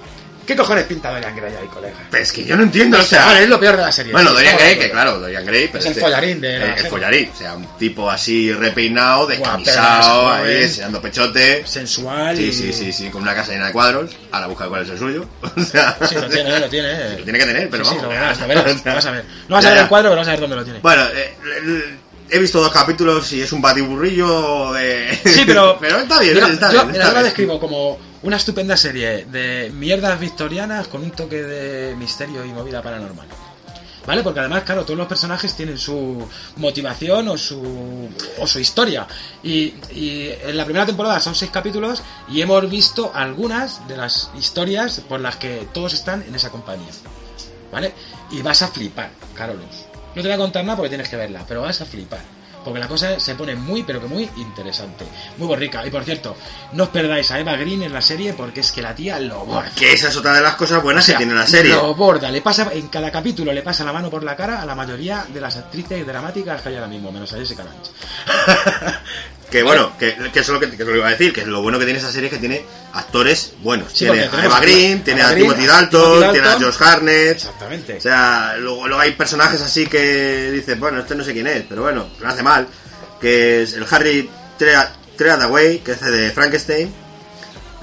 [SPEAKER 2] ¿Qué cojones pinta Dorian Gray ahí, colega?
[SPEAKER 1] Pero es que yo no entiendo, o sea.
[SPEAKER 2] Vale, es lo peor de la serie.
[SPEAKER 1] Bueno, Dorian
[SPEAKER 2] Estamos
[SPEAKER 1] Gray,
[SPEAKER 2] de
[SPEAKER 1] que
[SPEAKER 2] acuerdo.
[SPEAKER 1] claro, Dorian Gray. pero eh,
[SPEAKER 2] Es el follarín de la
[SPEAKER 1] El, el
[SPEAKER 2] gente.
[SPEAKER 1] follarín, o sea, un tipo así repeinado,
[SPEAKER 2] Guaperas,
[SPEAKER 1] descamisado, ahí,
[SPEAKER 2] joven.
[SPEAKER 1] enseñando pechote.
[SPEAKER 2] Sensual y...
[SPEAKER 1] Sí, sí, sí, sí, con una casa llena de cuadros. Ahora busca cuál es el suyo. O sea,
[SPEAKER 2] Sí, lo tiene, lo tiene. eh.
[SPEAKER 1] Lo tiene que tener, pero
[SPEAKER 2] Sí, sí,
[SPEAKER 1] vamos.
[SPEAKER 2] lo verás, lo verás,
[SPEAKER 1] O sea,
[SPEAKER 2] lo vas a ver. No vas a
[SPEAKER 1] ya,
[SPEAKER 2] ver
[SPEAKER 1] ya.
[SPEAKER 2] el cuadro, pero vas a ver dónde lo tiene.
[SPEAKER 1] Bueno, eh, eh, he visto dos capítulos y es un batiburrillo de.
[SPEAKER 2] Sí, pero...
[SPEAKER 1] pero está bien,
[SPEAKER 2] Mira,
[SPEAKER 1] está
[SPEAKER 2] yo,
[SPEAKER 1] bien.
[SPEAKER 2] mira,
[SPEAKER 1] está
[SPEAKER 2] yo la
[SPEAKER 1] bien.
[SPEAKER 2] describo como una estupenda serie de mierdas victorianas con un toque de misterio y movida paranormal. ¿Vale? Porque además, claro, todos los personajes tienen su motivación o su, o su historia. Y, y en la primera temporada son seis capítulos y hemos visto algunas de las historias por las que todos están en esa compañía. ¿Vale? Y vas a flipar, Carolus. No te voy a contar nada porque tienes que verla, pero vas a flipar. Porque la cosa se pone muy, pero que muy interesante. Muy borrica. Y por cierto, no os perdáis a Eva Green en la serie porque es que la tía lo borda.
[SPEAKER 1] Que esa es otra de las cosas buenas
[SPEAKER 2] O sea,
[SPEAKER 1] que tiene la serie.
[SPEAKER 2] Lo borda, le pasa, en cada capítulo le pasa la mano por la cara a la mayoría de las actrices dramáticas que hay ahora mismo, menos a Jessica Lange.
[SPEAKER 1] Que bueno, que, que eso es lo que, que eso lo iba a decir, que lo bueno que tiene esa serie es que tiene actores buenos.
[SPEAKER 2] Sí,
[SPEAKER 1] tiene
[SPEAKER 2] porque
[SPEAKER 1] a
[SPEAKER 2] tenemos
[SPEAKER 1] Eva
[SPEAKER 2] a-
[SPEAKER 1] Green,
[SPEAKER 2] a
[SPEAKER 1] tiene
[SPEAKER 2] Eva
[SPEAKER 1] a,
[SPEAKER 2] Green,
[SPEAKER 1] Timothy
[SPEAKER 2] a
[SPEAKER 1] Dalton,
[SPEAKER 2] Timothy
[SPEAKER 1] tiene a
[SPEAKER 2] Dalton.
[SPEAKER 1] Josh Harnett.
[SPEAKER 2] Exactamente.
[SPEAKER 1] O sea, luego, luego hay personajes así que dices, bueno, este no sé quién es, pero bueno, no hace mal. Que es el Harry Trea- Treadaway, que hace de Frankenstein.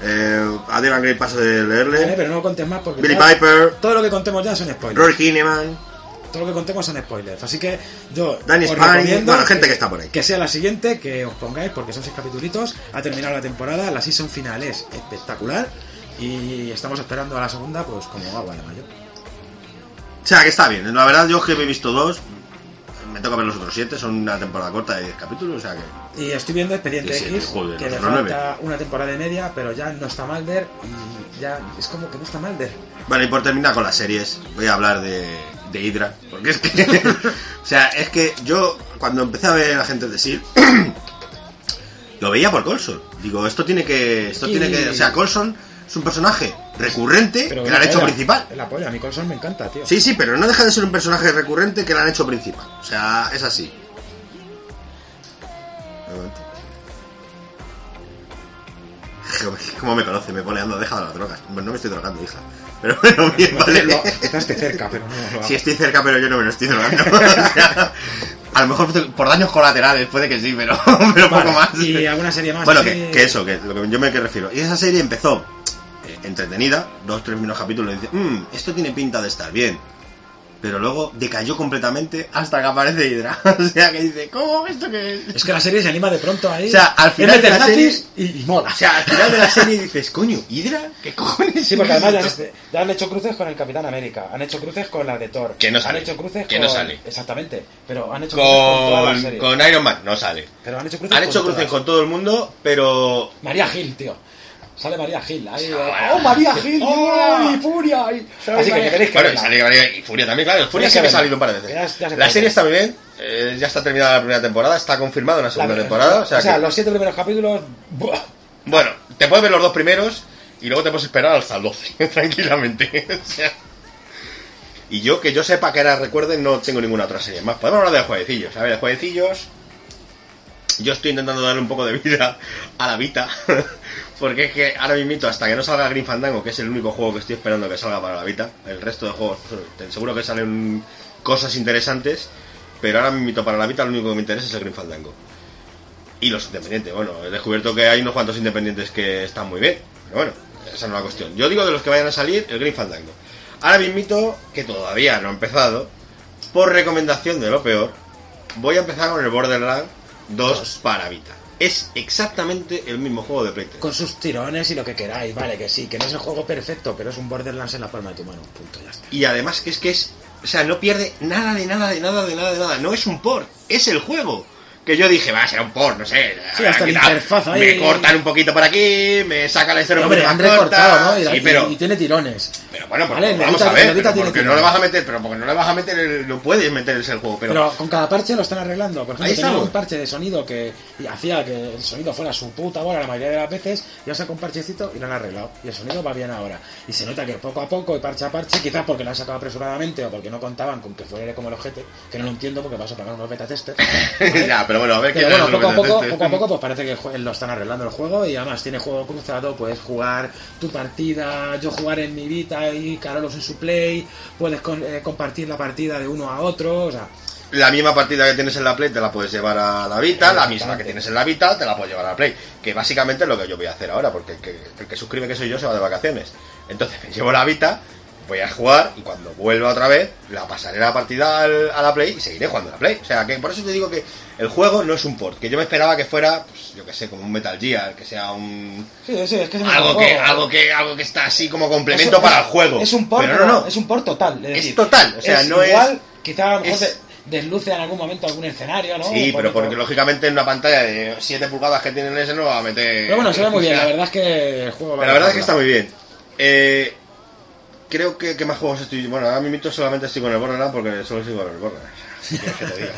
[SPEAKER 1] Eh, a Dylan Green paso de
[SPEAKER 2] Vale,
[SPEAKER 1] leerle.
[SPEAKER 2] pero no contes más porque
[SPEAKER 1] Billy
[SPEAKER 2] todo-
[SPEAKER 1] Piper.
[SPEAKER 2] todo lo que contemos ya son spoilers.
[SPEAKER 1] Rory Kinneman.
[SPEAKER 2] Todo lo que contemos son spoilers. Así que yo
[SPEAKER 1] Danny
[SPEAKER 2] os
[SPEAKER 1] Spine,
[SPEAKER 2] recomiendo
[SPEAKER 1] bueno, gente que está por ahí.
[SPEAKER 2] Que sea la siguiente, que os pongáis, porque son seis capitulitos. Ha terminado la temporada, la season final es espectacular. Y estamos esperando a la segunda, pues como agua de mayo.
[SPEAKER 1] O sea, que está bien. La verdad, yo que he visto dos, me toca ver los otros siete. Son una temporada corta de 10 capítulos, o sea que.
[SPEAKER 2] Y estoy viendo Expediente
[SPEAKER 1] Sí, sí,
[SPEAKER 2] X,
[SPEAKER 1] joder,
[SPEAKER 2] que le
[SPEAKER 1] nosotros nueve.
[SPEAKER 2] falta una temporada y media, pero ya no está Mulder y ya es como que no está Mulder.
[SPEAKER 1] Vale, y por terminar con las series, voy a hablar de, de Hydra. Porque es que. o sea, es que yo, cuando empecé a ver Agentes de SEAL, E lo veía por Colson. Digo, esto tiene que. Esto tiene que. O sea, Colson es un personaje recurrente
[SPEAKER 2] Pero
[SPEAKER 1] que le han hecho principal.
[SPEAKER 2] La polla, a mí Colson me encanta, tío.
[SPEAKER 1] Sí, sí, pero no deja de ser un personaje recurrente que le han hecho principal. O sea, es así. Un momento. ¿Cómo me conoce? Me pone ando, deja de las drogas. Bueno, no me estoy drogando, hija. Pero bueno, bien, vale.
[SPEAKER 2] No, estás de cerca, pero no lo hago.
[SPEAKER 1] Sí, estoy cerca, pero yo no me lo estoy drogando. O sea, a lo mejor por- por daños colaterales puede que sí, pero, pero
[SPEAKER 2] Vale,
[SPEAKER 1] poco más.
[SPEAKER 2] Y alguna serie más.
[SPEAKER 1] Bueno,
[SPEAKER 2] así?
[SPEAKER 1] que, que eso, que lo que yo me que refiero. Y esa serie empezó eh, entretenida, dos, tres minutos capítulos, y dice, "Mm, esto tiene pinta de estar bien. Pero luego decayó completamente hasta que aparece Hydra. o sea, que dice, ¿cómo esto que es?
[SPEAKER 2] Es que la serie se anima de pronto ahí.
[SPEAKER 1] O sea, al final
[SPEAKER 2] Es
[SPEAKER 1] de la serie-
[SPEAKER 2] Meternatis y, y mola.
[SPEAKER 1] O sea, al final de la serie dices, coño, ¿Hydra? ¿Qué cojones?
[SPEAKER 2] Sí, porque además ya
[SPEAKER 1] es esto?".
[SPEAKER 2] han, ya han hecho cruces con el Capitán América, han hecho cruces con la de Thor,
[SPEAKER 1] Que no sale,
[SPEAKER 2] han hecho cruces
[SPEAKER 1] que
[SPEAKER 2] con...
[SPEAKER 1] no sale.
[SPEAKER 2] Exactamente, pero han hecho cruces con toda la
[SPEAKER 1] Con,
[SPEAKER 2] serie.
[SPEAKER 1] con Iron Man no sale.
[SPEAKER 2] Pero han hecho cruces
[SPEAKER 1] Han hecho
[SPEAKER 2] con
[SPEAKER 1] cruces
[SPEAKER 2] todas.
[SPEAKER 1] con todo el mundo, pero
[SPEAKER 2] María Gil, tío. Sale María Gil. Ahí, ¡Oh, María Gil! ¡Oh, furia! ay. Así que, que tenéis que
[SPEAKER 1] Bueno, y
[SPEAKER 2] verla.
[SPEAKER 1] sale Gabriel y Furia también, claro. Furia
[SPEAKER 2] Tienes
[SPEAKER 1] sí
[SPEAKER 2] que
[SPEAKER 1] que ha
[SPEAKER 2] verla.
[SPEAKER 1] salido un par de veces.
[SPEAKER 2] Ya- ya se
[SPEAKER 1] la
[SPEAKER 2] puede
[SPEAKER 1] serie
[SPEAKER 2] ver.
[SPEAKER 1] está muy bien. eh, ya está terminada la primera temporada. Está confirmada una segunda
[SPEAKER 2] La-
[SPEAKER 1] temporada. O sea, que-
[SPEAKER 2] los siete primeros capítulos... ¡buah!
[SPEAKER 1] Bueno, te puedes ver los dos primeros y luego te puedes esperar hasta el 12, tranquilamente. o sea. Y yo, que yo sepa que ahora recuerden, no tengo ninguna otra serie más. Podemos hablar de jueguecillos. A ver, de jueguecillos... Yo estoy intentando darle un poco de vida a la Vita. Porque es que ahora mismo, hasta que no salga Green Fandango, que es el único juego que estoy esperando que salga para la Vita, el resto de juegos, te- seguro que salen cosas interesantes. Pero ahora mismo, para la Vita, lo único que me interesa es el Green Fandango. Y los independientes, bueno, he descubierto que hay unos cuantos independientes que están muy bien. Pero bueno, esa no es la cuestión. Yo digo de los que vayan a salir, el Green Fandango. Ahora mismito, que todavía no he empezado, por recomendación de lo peor, voy a empezar con el Borderlands 2 para Vita. Es exactamente el mismo juego de Play 3.
[SPEAKER 2] Con sus tirones y lo que queráis, vale, que sí, que no es el juego perfecto, pero es un Borderlands en la palma de tu mano, punto, ya está.
[SPEAKER 1] Y además que es que es... O sea, no pierde nada de nada de nada de nada de nada. No es un port, es el juego. Que yo dije, va a ser un port, no sé.
[SPEAKER 2] Sí, hasta la
[SPEAKER 1] quita-
[SPEAKER 2] interfaz ahí.
[SPEAKER 1] Me cortan un poquito por aquí, me sacan la historia un
[SPEAKER 2] Hombre,
[SPEAKER 1] poquito
[SPEAKER 2] han
[SPEAKER 1] más corta.
[SPEAKER 2] recortado, ¿no? Y,
[SPEAKER 1] sí, pero...
[SPEAKER 2] y tiene tirones.
[SPEAKER 1] Pero bueno, pues
[SPEAKER 2] Vale,
[SPEAKER 1] vamos
[SPEAKER 2] Lolita-
[SPEAKER 1] a ver,
[SPEAKER 2] Lolita
[SPEAKER 1] pero
[SPEAKER 2] tiene
[SPEAKER 1] porque
[SPEAKER 2] que
[SPEAKER 1] no le
[SPEAKER 2] ir.
[SPEAKER 1] vas a meter, pero porque no le vas a meter, el- no puedes meter ese juego, pero,
[SPEAKER 2] Pero con cada parche lo están arreglando. Por
[SPEAKER 1] Ahí
[SPEAKER 2] ejemplo, tenía
[SPEAKER 1] estamos.
[SPEAKER 2] un parche de sonido que hacía que el sonido fuera su puta bola la mayoría de las veces. Ya sacó un parchecito y lo han arreglado. Y el sonido va bien ahora. Y se nota que poco a poco, y parche a parche, quizás porque lo han sacado apresuradamente o porque no contaban con que fuera como el ojete, que no lo entiendo porque vas a pagar unos beta testers. ¿vale?
[SPEAKER 1] ya, pero bueno, a ver qué
[SPEAKER 2] Pero
[SPEAKER 1] tal
[SPEAKER 2] bueno,
[SPEAKER 1] es lo
[SPEAKER 2] poco a
[SPEAKER 1] que te
[SPEAKER 2] poco,
[SPEAKER 1] haces.
[SPEAKER 2] poco a poco, pues parece que el jue- lo están arreglando el juego y además tiene juego cruzado, puedes jugar tu partida, yo jugar en mi Vita y Carolos en su Play, puedes con- eh, compartir la partida de uno a otro, o sea,
[SPEAKER 1] La misma partida que tienes en la Play te la puedes llevar a la Vita, la misma que
[SPEAKER 2] Exactamente.
[SPEAKER 1] tienes en la Vita te la puedes llevar a la Play. Que básicamente es lo que yo voy a hacer ahora, porque el que, el que suscribe que soy yo se va de vacaciones. Entonces me llevo la Vita, voy a jugar y cuando vuelva otra vez la pasaré la partida al- a la Play y seguiré jugando a la Play. O sea que por eso te digo que el juego no es un port, que yo me esperaba que fuera, pues, yo que sé, como un Metal Gear, que sea un...
[SPEAKER 2] sí, sí, es que es un
[SPEAKER 1] algo que,
[SPEAKER 2] juego.
[SPEAKER 1] algo que algo que está así como complemento
[SPEAKER 2] Es-
[SPEAKER 1] para el
[SPEAKER 2] es-
[SPEAKER 1] juego.
[SPEAKER 2] Es un por,
[SPEAKER 1] pero no, no.
[SPEAKER 2] es un por total. Es,
[SPEAKER 1] Es
[SPEAKER 2] decir,
[SPEAKER 1] total, o sea,
[SPEAKER 2] es
[SPEAKER 1] no es-
[SPEAKER 2] igual, quizá a lo mejor
[SPEAKER 1] es-
[SPEAKER 2] de- desluce en algún momento algún escenario, ¿no?
[SPEAKER 1] Sí,
[SPEAKER 2] Un
[SPEAKER 1] pero
[SPEAKER 2] poquito.
[SPEAKER 1] porque lógicamente en una pantalla de 7 pulgadas que tienen ese no va a meter.
[SPEAKER 2] Pero bueno, se ve muy bien,
[SPEAKER 1] O sea,
[SPEAKER 2] la verdad es que el juego...
[SPEAKER 1] pero la verdad es que está muy bien. Eh, creo que, que más juegos estoy. Bueno, ahora mismo solamente estoy con el Borderlands porque solo sigo con el Borderlands. ¿Qué quieres que te diga?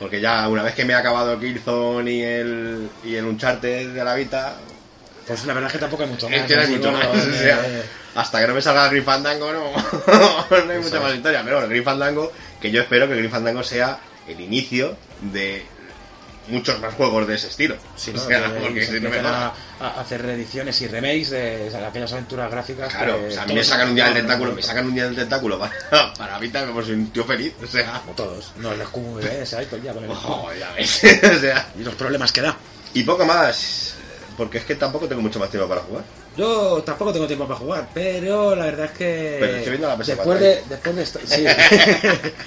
[SPEAKER 1] Porque ya una vez que me he acabado el Killzone y el, y el Uncharted de la Vita,
[SPEAKER 2] Pues la verdad es que tampoco hay mucho más.
[SPEAKER 1] es que no hay
[SPEAKER 2] ¿no?
[SPEAKER 1] Este mucho más.
[SPEAKER 2] Digo,
[SPEAKER 1] o sea,
[SPEAKER 2] eh,
[SPEAKER 1] hasta que no me salga Green Fandango, no, no hay mucha
[SPEAKER 2] es.
[SPEAKER 1] más historia. Pero bueno, Green Fandango, que yo espero que Green Fandango sea el inicio de muchos más juegos de ese estilo.
[SPEAKER 2] Sí,
[SPEAKER 1] O
[SPEAKER 2] ¿no?
[SPEAKER 1] sea,
[SPEAKER 2] Que
[SPEAKER 1] porque
[SPEAKER 2] se
[SPEAKER 1] si no me
[SPEAKER 2] empiezan
[SPEAKER 1] jodas.
[SPEAKER 2] a, a hacer reediciones y remakes de, de aquellas aventuras gráficas.
[SPEAKER 1] Claro,
[SPEAKER 2] que
[SPEAKER 1] o sea, a mí
[SPEAKER 2] todos
[SPEAKER 1] me sacan un día del
[SPEAKER 2] no, no,
[SPEAKER 1] tentáculo,
[SPEAKER 2] no,
[SPEAKER 1] me sacan un día del tentáculo para, para Vita, me soy un tío feliz, o sea,
[SPEAKER 2] Como todos, no el escudo muy bien, ese ahí todo el día con el
[SPEAKER 1] oh, ya ves, o sea,
[SPEAKER 2] Y los problemas que da.
[SPEAKER 1] y poco más, porque es que tampoco tengo mucho más tiempo para jugar.
[SPEAKER 2] Yo tampoco tengo tiempo para jugar, pero la verdad es que.
[SPEAKER 1] Pero estoy viendo la PS4
[SPEAKER 2] después
[SPEAKER 1] ahí.
[SPEAKER 2] de, después de esto. Sí.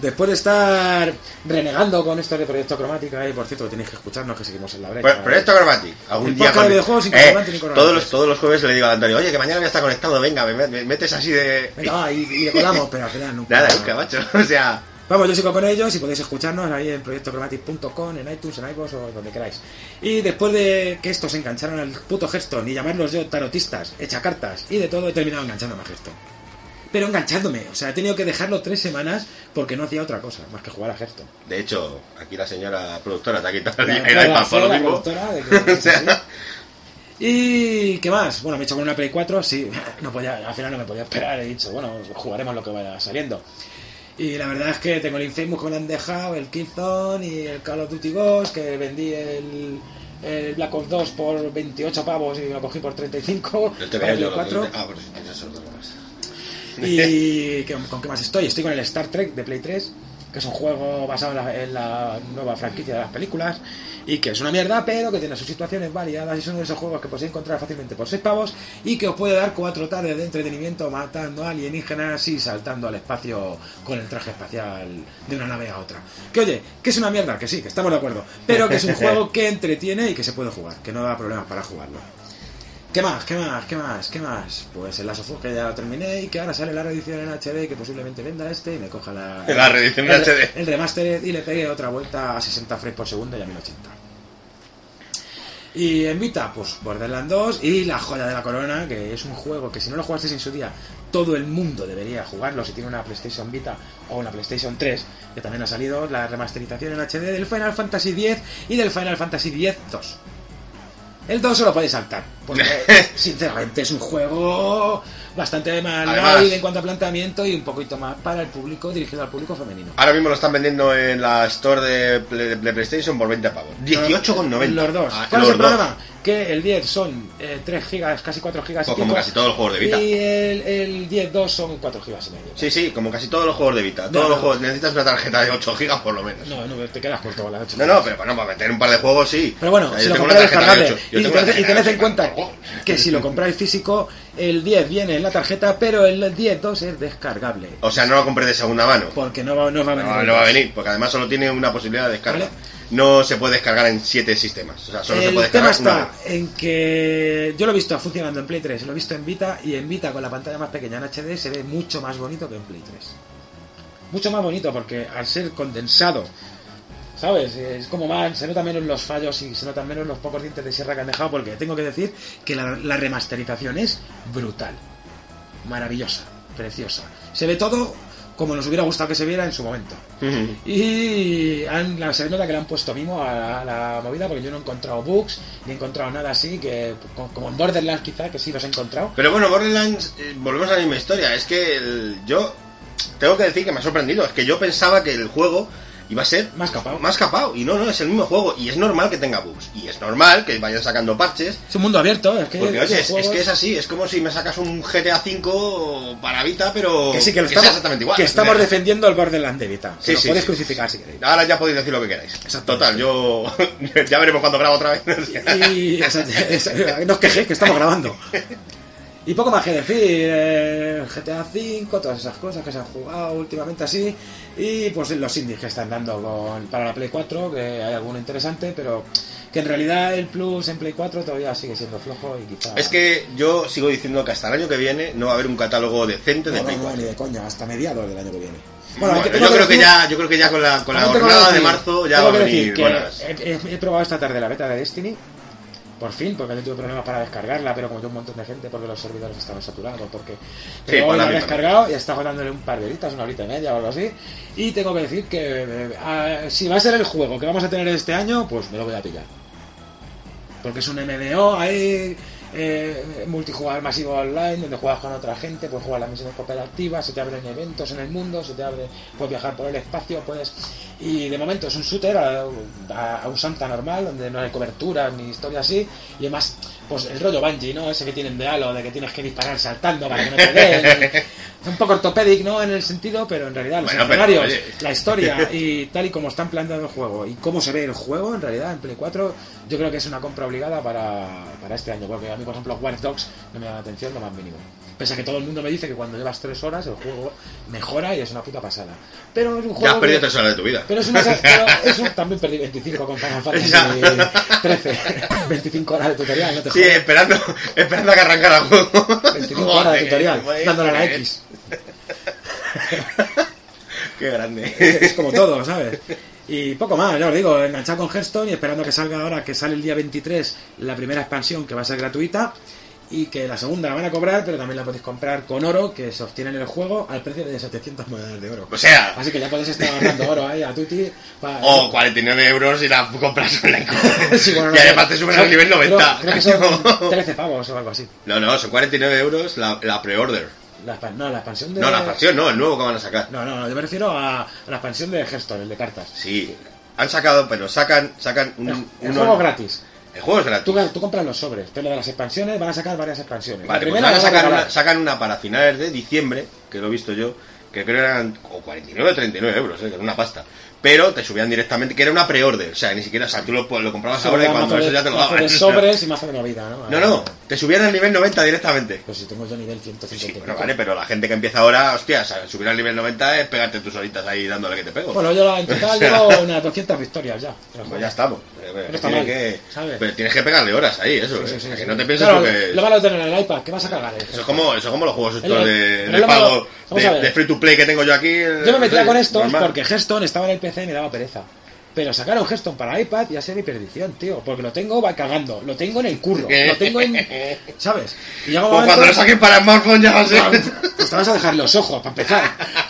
[SPEAKER 2] Después de estar renegando con esto de Proyecto Cromática, y por cierto, tenéis que escucharnos que seguimos en la brecha.
[SPEAKER 1] Pro- Proyecto Cromatic. Algún
[SPEAKER 2] El
[SPEAKER 1] día. Eh,
[SPEAKER 2] podcast de videojuegos sin comprobante ni coronavirus.
[SPEAKER 1] todos, los, todos los jueves le digo a Antonio, oye, que mañana voy a estar conectado, venga, me, me- me metes así de.
[SPEAKER 2] Venga, va, y, y le colamos, pero al final nunca.
[SPEAKER 1] Nada, nunca, macho. O sea,
[SPEAKER 2] Vamos, yo sigo con ellos y podéis escucharnos ahí en proyectocromatic.com, en iTunes, en iVoox o donde queráis. Y después de que estos se engancharon al puto Hearthstone y llamarlos yo tarotistas, echacartas y de todo, he terminado enganchándome a Hearthstone. Pero enganchándome, o sea, he tenido que dejarlo tres semanas porque no hacía otra cosa más que jugar a Hearthstone.
[SPEAKER 1] de hecho, aquí la señora productora te ha quitado el,
[SPEAKER 2] La-
[SPEAKER 1] el
[SPEAKER 2] la- la-
[SPEAKER 1] iPad por lo
[SPEAKER 2] la
[SPEAKER 1] mismo.
[SPEAKER 2] productora de que-
[SPEAKER 1] O sea,
[SPEAKER 2] ¿Y qué más? Bueno, me he hecho con una Play 4, sí, no podía, al final no me podía esperar, he dicho, bueno, jugaremos lo que vaya saliendo. Y la verdad es que tengo el Infamous que me lo han dejado, el Killzone y el Call of Duty Ghost, que vendí el, el Black Ops 2 por 28 pavos y lo cogí por 35.
[SPEAKER 1] Yo te
[SPEAKER 2] para
[SPEAKER 1] veo yo.
[SPEAKER 2] Play 4.
[SPEAKER 1] Ah, pero si tienes esos dos más.
[SPEAKER 2] ¿Y ¿qué- con qué más estoy? Estoy con el Star Trek de Play 3, que es un juego basado en la, en la nueva franquicia de las películas y que es una mierda, pero que tiene sus situaciones variadas y es uno de esos juegos que podéis encontrar fácilmente por 6 pavos y que os puede dar cuatro tardes de entretenimiento matando alienígenas y saltando al espacio con el traje espacial de una nave a otra. Que oye, que es una mierda, que sí, que estamos de acuerdo, pero que es un juego que entretiene y que se puede jugar, que no da problemas para jugarlo. ¿Qué más? ¿Qué más? ¿Qué más? ¿Qué más? Pues el Last of Us que ya lo terminé y que ahora sale la reedición en HD y que posiblemente venda este y me coja la...
[SPEAKER 1] La reedición en
[SPEAKER 2] el-
[SPEAKER 1] HD.
[SPEAKER 2] El remastered y le pegue otra vuelta a 60 frames por segundo y a 1080. Y en Vita, pues Borderlands 2 y La Joya de la Corona, que es un juego que si no lo jugasteis en su día, todo el mundo debería jugarlo si tiene una PlayStation Vita o una PlayStation 3, que también ha salido la remasterización en HD del Final Fantasy X y del Final Fantasy X 2. El 2 se lo podéis saltar, porque sinceramente es un juego bastante mal
[SPEAKER 1] Además-
[SPEAKER 2] en cuanto a planteamiento y un poquito más para el público, dirigido al público femenino.
[SPEAKER 1] Ahora mismo lo están vendiendo en la store de, Play- de PlayStation por 20 pavos. 18,90.
[SPEAKER 2] Los dos.
[SPEAKER 1] Ah,
[SPEAKER 2] ¿Cuál es el
[SPEAKER 1] los dos.
[SPEAKER 2] problema? Que el 10 son eh, 3 gigas, casi 4 gigas. y
[SPEAKER 1] Pues como
[SPEAKER 2] pico,
[SPEAKER 1] casi todos los juegos de Vita.
[SPEAKER 2] Y el, el 10 2 son 4 gigas y medio.
[SPEAKER 1] Sí, sí, como casi todos los juegos de Vita.
[SPEAKER 2] No,
[SPEAKER 1] Todos los
[SPEAKER 2] no.
[SPEAKER 1] juegos necesitas una tarjeta de 8 gigas por lo menos.
[SPEAKER 2] No, no, te quedas corto con las 8.
[SPEAKER 1] No, no, pero bueno, para meter un par de juegos sí.
[SPEAKER 2] Pero bueno,
[SPEAKER 1] O sea,
[SPEAKER 2] si
[SPEAKER 1] yo
[SPEAKER 2] lo
[SPEAKER 1] tengo una
[SPEAKER 2] compráis
[SPEAKER 1] tarjeta de
[SPEAKER 2] descargable
[SPEAKER 1] 8. Yo
[SPEAKER 2] y,
[SPEAKER 1] tengo una
[SPEAKER 2] tened- y
[SPEAKER 1] tarjeta de
[SPEAKER 2] tened en
[SPEAKER 1] 8.
[SPEAKER 2] cuenta
[SPEAKER 1] Oh.
[SPEAKER 2] que si lo compráis físico, el 10 viene en la tarjeta, pero el 10 2 es descargable.
[SPEAKER 1] O sea, no lo compré de segunda mano.
[SPEAKER 2] Porque no va, no va a venir.
[SPEAKER 1] No,
[SPEAKER 2] el
[SPEAKER 1] no va a
[SPEAKER 2] 2.
[SPEAKER 1] venir, porque además solo tiene una posibilidad de descarga.
[SPEAKER 2] Vale.
[SPEAKER 1] No se puede descargar en 7 sistemas. O sea, solo se puede
[SPEAKER 2] El tema
[SPEAKER 1] descargar una
[SPEAKER 2] está
[SPEAKER 1] vez.
[SPEAKER 2] en que yo lo he visto funcionando en Play 3, lo he visto en Vita y en Vita con la pantalla más pequeña en HD se ve mucho más bonito que en Play 3. Mucho más bonito porque al ser condensado, ¿sabes? Es como más, se notan menos los fallos y se notan menos los pocos dientes de sierra que han dejado porque tengo que decir que la, la remasterización es brutal, maravillosa, preciosa. Se ve todo como nos hubiera gustado que se viera en su momento.
[SPEAKER 1] Ujú.
[SPEAKER 2] Y han, la- se nota que le han puesto mimo a la, a la movida porque yo no he encontrado bugs, ni he encontrado nada así, que co- como en Borderlands quizá, que sí los he encontrado.
[SPEAKER 1] Pero bueno, Borderlands, eh, volvemos a la misma historia. Es que el- yo tengo que decir que me ha sorprendido. Es que yo pensaba que el juego iba a ser
[SPEAKER 2] Más capaz.
[SPEAKER 1] más capado. Y no, no, es el mismo juego. Y es normal que tenga bugs. Y es normal que vayan sacando parches.
[SPEAKER 2] Es un mundo abierto, es que...
[SPEAKER 1] Porque
[SPEAKER 2] Eh, los
[SPEAKER 1] oye, es, es
[SPEAKER 2] juegos-
[SPEAKER 1] que es así. Es como si me sacas un GTA V para Vita, pero
[SPEAKER 2] que sí, que, lo
[SPEAKER 1] sea
[SPEAKER 2] estamos,
[SPEAKER 1] exactamente igual.
[SPEAKER 2] que estamos
[SPEAKER 1] O sea,
[SPEAKER 2] defendiendo al Borderlands de Vita.
[SPEAKER 1] Sí,
[SPEAKER 2] Sí, lo
[SPEAKER 1] sí,
[SPEAKER 2] podéis
[SPEAKER 1] sí.
[SPEAKER 2] crucificar si queréis.
[SPEAKER 1] Ahora ya podéis decir lo que queráis.
[SPEAKER 2] Exactamente.
[SPEAKER 1] Total, yo ya veremos cuando grabo otra vez. O sea,
[SPEAKER 2] Y o sea, es- no os quejéis, que estamos grabando. Y poco más que decir, eh, GTA V, todas esas cosas que se han jugado últimamente así, y pues los indies que están dando con- para la Play 4, que hay alguno interesante, pero que en realidad el Plus en Play 4 todavía sigue siendo flojo y quizá...
[SPEAKER 1] Es que yo sigo diciendo que hasta el año que viene no va a haber un catálogo decente
[SPEAKER 2] No,
[SPEAKER 1] de
[SPEAKER 2] no,
[SPEAKER 1] Play
[SPEAKER 2] no,
[SPEAKER 1] 4.
[SPEAKER 2] ni de coña, hasta mediados del año que viene.
[SPEAKER 1] Bueno,
[SPEAKER 2] aunque tengo
[SPEAKER 1] yo creo que
[SPEAKER 2] decir-
[SPEAKER 1] ya, yo creo que ya con la, con la
[SPEAKER 2] También tengo
[SPEAKER 1] jornada
[SPEAKER 2] que
[SPEAKER 1] de
[SPEAKER 2] decir-
[SPEAKER 1] marzo ya va
[SPEAKER 2] tengo
[SPEAKER 1] a
[SPEAKER 2] que
[SPEAKER 1] venir
[SPEAKER 2] decir que
[SPEAKER 1] buenas.
[SPEAKER 2] he, he- he probado esta tarde la beta de Destiny. Por fin, porque yo tuve problemas para descargarla, pero como tuve un montón de gente, porque los servidores estaban saturados, porque pero
[SPEAKER 1] pues
[SPEAKER 2] hoy
[SPEAKER 1] la
[SPEAKER 2] la he
[SPEAKER 1] misma.
[SPEAKER 2] descargado y está dándole un par de horitas, una horita y media o algo así. Y tengo que decir que eh, ah, si va a ser el juego que vamos a tener este año, pues me lo voy a pillar. Porque es un MMO, hay eh, multijugador masivo online, donde juegas con otra gente, puedes jugar las misiones cooperativas, se te abren eventos en el mundo, se te abre, puedes viajar por el espacio, puedes... Y de momento es un shooter a, a- a un Santa normal, donde no hay cobertura ni historia así, y además Pues el rollo Bungie, ¿no? Ese que tienen de halo, de que tienes que disparar saltando para que no te den. Es un poco ortopédic, ¿no? En el sentido, pero en realidad los
[SPEAKER 1] Bueno, pero,
[SPEAKER 2] escenarios,
[SPEAKER 1] oye.
[SPEAKER 2] la historia y tal y como están planteando el juego y cómo se ve el juego en realidad en Play 4, yo creo que es una compra obligada para, para este año. Porque a mí, por ejemplo, Watch Dogs no me da la atención lo más mínimo. Pese a que todo el mundo me dice que cuando llevas tres horas el juego mejora y es una puta pasada. Pero es un juego.
[SPEAKER 1] Ya has perdido
[SPEAKER 2] que-
[SPEAKER 1] tres horas de tu vida.
[SPEAKER 2] pero es una. pero es un- también perdí 25 con Final Fantasy
[SPEAKER 1] Ya.
[SPEAKER 2] 13. 25 horas de tutorial, no te
[SPEAKER 1] Sí,
[SPEAKER 2] jodas.
[SPEAKER 1] esperando, esperando a que arrancara el juego.
[SPEAKER 2] 25 horas de
[SPEAKER 1] Joder, eh.
[SPEAKER 2] tutorial,
[SPEAKER 1] madre
[SPEAKER 2] dándole a la
[SPEAKER 1] mía,
[SPEAKER 2] X.
[SPEAKER 1] Qué grande.
[SPEAKER 2] Es como todo, ¿sabes? Y poco más, ya os digo, enganchado con Hearthstone y esperando que salga ahora, que sale el día 23, la primera expansión que va a ser gratuita. Y que la segunda la van a cobrar, pero también la podéis comprar con oro que se obtiene en el juego al precio de 700 monedas de oro.
[SPEAKER 1] O sea,
[SPEAKER 2] Así que ya podéis estar ahorrando oro ahí a Tutti. para-
[SPEAKER 1] o 49 euros y la compras online.
[SPEAKER 2] Sí, bueno, no
[SPEAKER 1] Oh, y
[SPEAKER 2] sé.
[SPEAKER 1] además te suben
[SPEAKER 2] Son-
[SPEAKER 1] al nivel
[SPEAKER 2] creo-
[SPEAKER 1] 90.
[SPEAKER 2] Creo, que son 13 pavos o algo así.
[SPEAKER 1] No, no, son 49 euros la, la pre-order.
[SPEAKER 2] La, expan- no, la expansión de.
[SPEAKER 1] No, la expansión, no, el nuevo que van a sacar.
[SPEAKER 2] No, no, no, yo me refiero a, a la expansión de Hearthstone, el de cartas.
[SPEAKER 1] Sí, han sacado, pero sacan, sacan un,
[SPEAKER 2] El, el
[SPEAKER 1] uno-
[SPEAKER 2] juego es gratis.
[SPEAKER 1] El juego es gratis.
[SPEAKER 2] Tú, tú compras los sobres, pero de las expansiones van a sacar varias expansiones.
[SPEAKER 1] Vale,
[SPEAKER 2] la
[SPEAKER 1] pues
[SPEAKER 2] primera
[SPEAKER 1] ahora
[SPEAKER 2] la van a
[SPEAKER 1] sacan
[SPEAKER 2] regalar.
[SPEAKER 1] una, sacan una para finales de diciembre, que lo he visto yo, que creo eran o 49 o 39 euros, eh, que era una pasta. Pero te subían directamente, que era una pre-order, o sea, ni siquiera, o sea, tú lo, lo comprabas
[SPEAKER 2] Se
[SPEAKER 1] ahora y
[SPEAKER 2] dan
[SPEAKER 1] cuando
[SPEAKER 2] mazo
[SPEAKER 1] eso
[SPEAKER 2] de-
[SPEAKER 1] ya te lo
[SPEAKER 2] mazo
[SPEAKER 1] daban.
[SPEAKER 2] de sobres y mazo de movida, ¿no?
[SPEAKER 1] No, no, te subían al nivel 90 directamente.
[SPEAKER 2] Pues si tengo yo nivel
[SPEAKER 1] Sí,
[SPEAKER 2] 150.
[SPEAKER 1] sí,
[SPEAKER 2] y
[SPEAKER 1] bueno,
[SPEAKER 2] pico.
[SPEAKER 1] vale, pero la gente que empieza ahora, hostia, o sea, subir al nivel 90 es pegarte tus horitas ahí dándole que te pego.
[SPEAKER 2] Bueno, yo la- en total
[SPEAKER 1] O sea,
[SPEAKER 2] llevo unas 200 victorias ya.
[SPEAKER 1] Pues ya estamos. Eh, bueno,
[SPEAKER 2] está
[SPEAKER 1] tiene
[SPEAKER 2] mal,
[SPEAKER 1] que-
[SPEAKER 2] ¿sabes?
[SPEAKER 1] Pero tienes que pegarle horas ahí, eso.
[SPEAKER 2] Sí, sí,
[SPEAKER 1] eh.
[SPEAKER 2] sí,
[SPEAKER 1] O sea, que
[SPEAKER 2] sí.
[SPEAKER 1] no te pienses
[SPEAKER 2] Claro,
[SPEAKER 1] lo que...
[SPEAKER 2] Lo malo de tener en el iPad, ¿qué vas a cagar? eh?
[SPEAKER 1] Eso es como, eso es como los juegos estos
[SPEAKER 2] Pero-
[SPEAKER 1] de,
[SPEAKER 2] pero
[SPEAKER 1] de
[SPEAKER 2] lo malo-
[SPEAKER 1] pago,
[SPEAKER 2] vamos
[SPEAKER 1] de,
[SPEAKER 2] a ver.
[SPEAKER 1] de free to play que tengo yo aquí. eh,
[SPEAKER 2] Yo me metía con estos
[SPEAKER 1] normal.
[SPEAKER 2] porque Hearthstone estaba en el PC y me daba pereza. Pero sacaron Hearthstone para iPad y ha sido mi perdición, tío. Porque lo tengo va cagando, lo tengo en el curro, lo tengo en. ¿Sabes? Y llega un
[SPEAKER 1] Pues cuando lo
[SPEAKER 2] momento.
[SPEAKER 1] saquen para smartphone ya va a ser.
[SPEAKER 2] Pues te vas a dejar los ojos para empezar,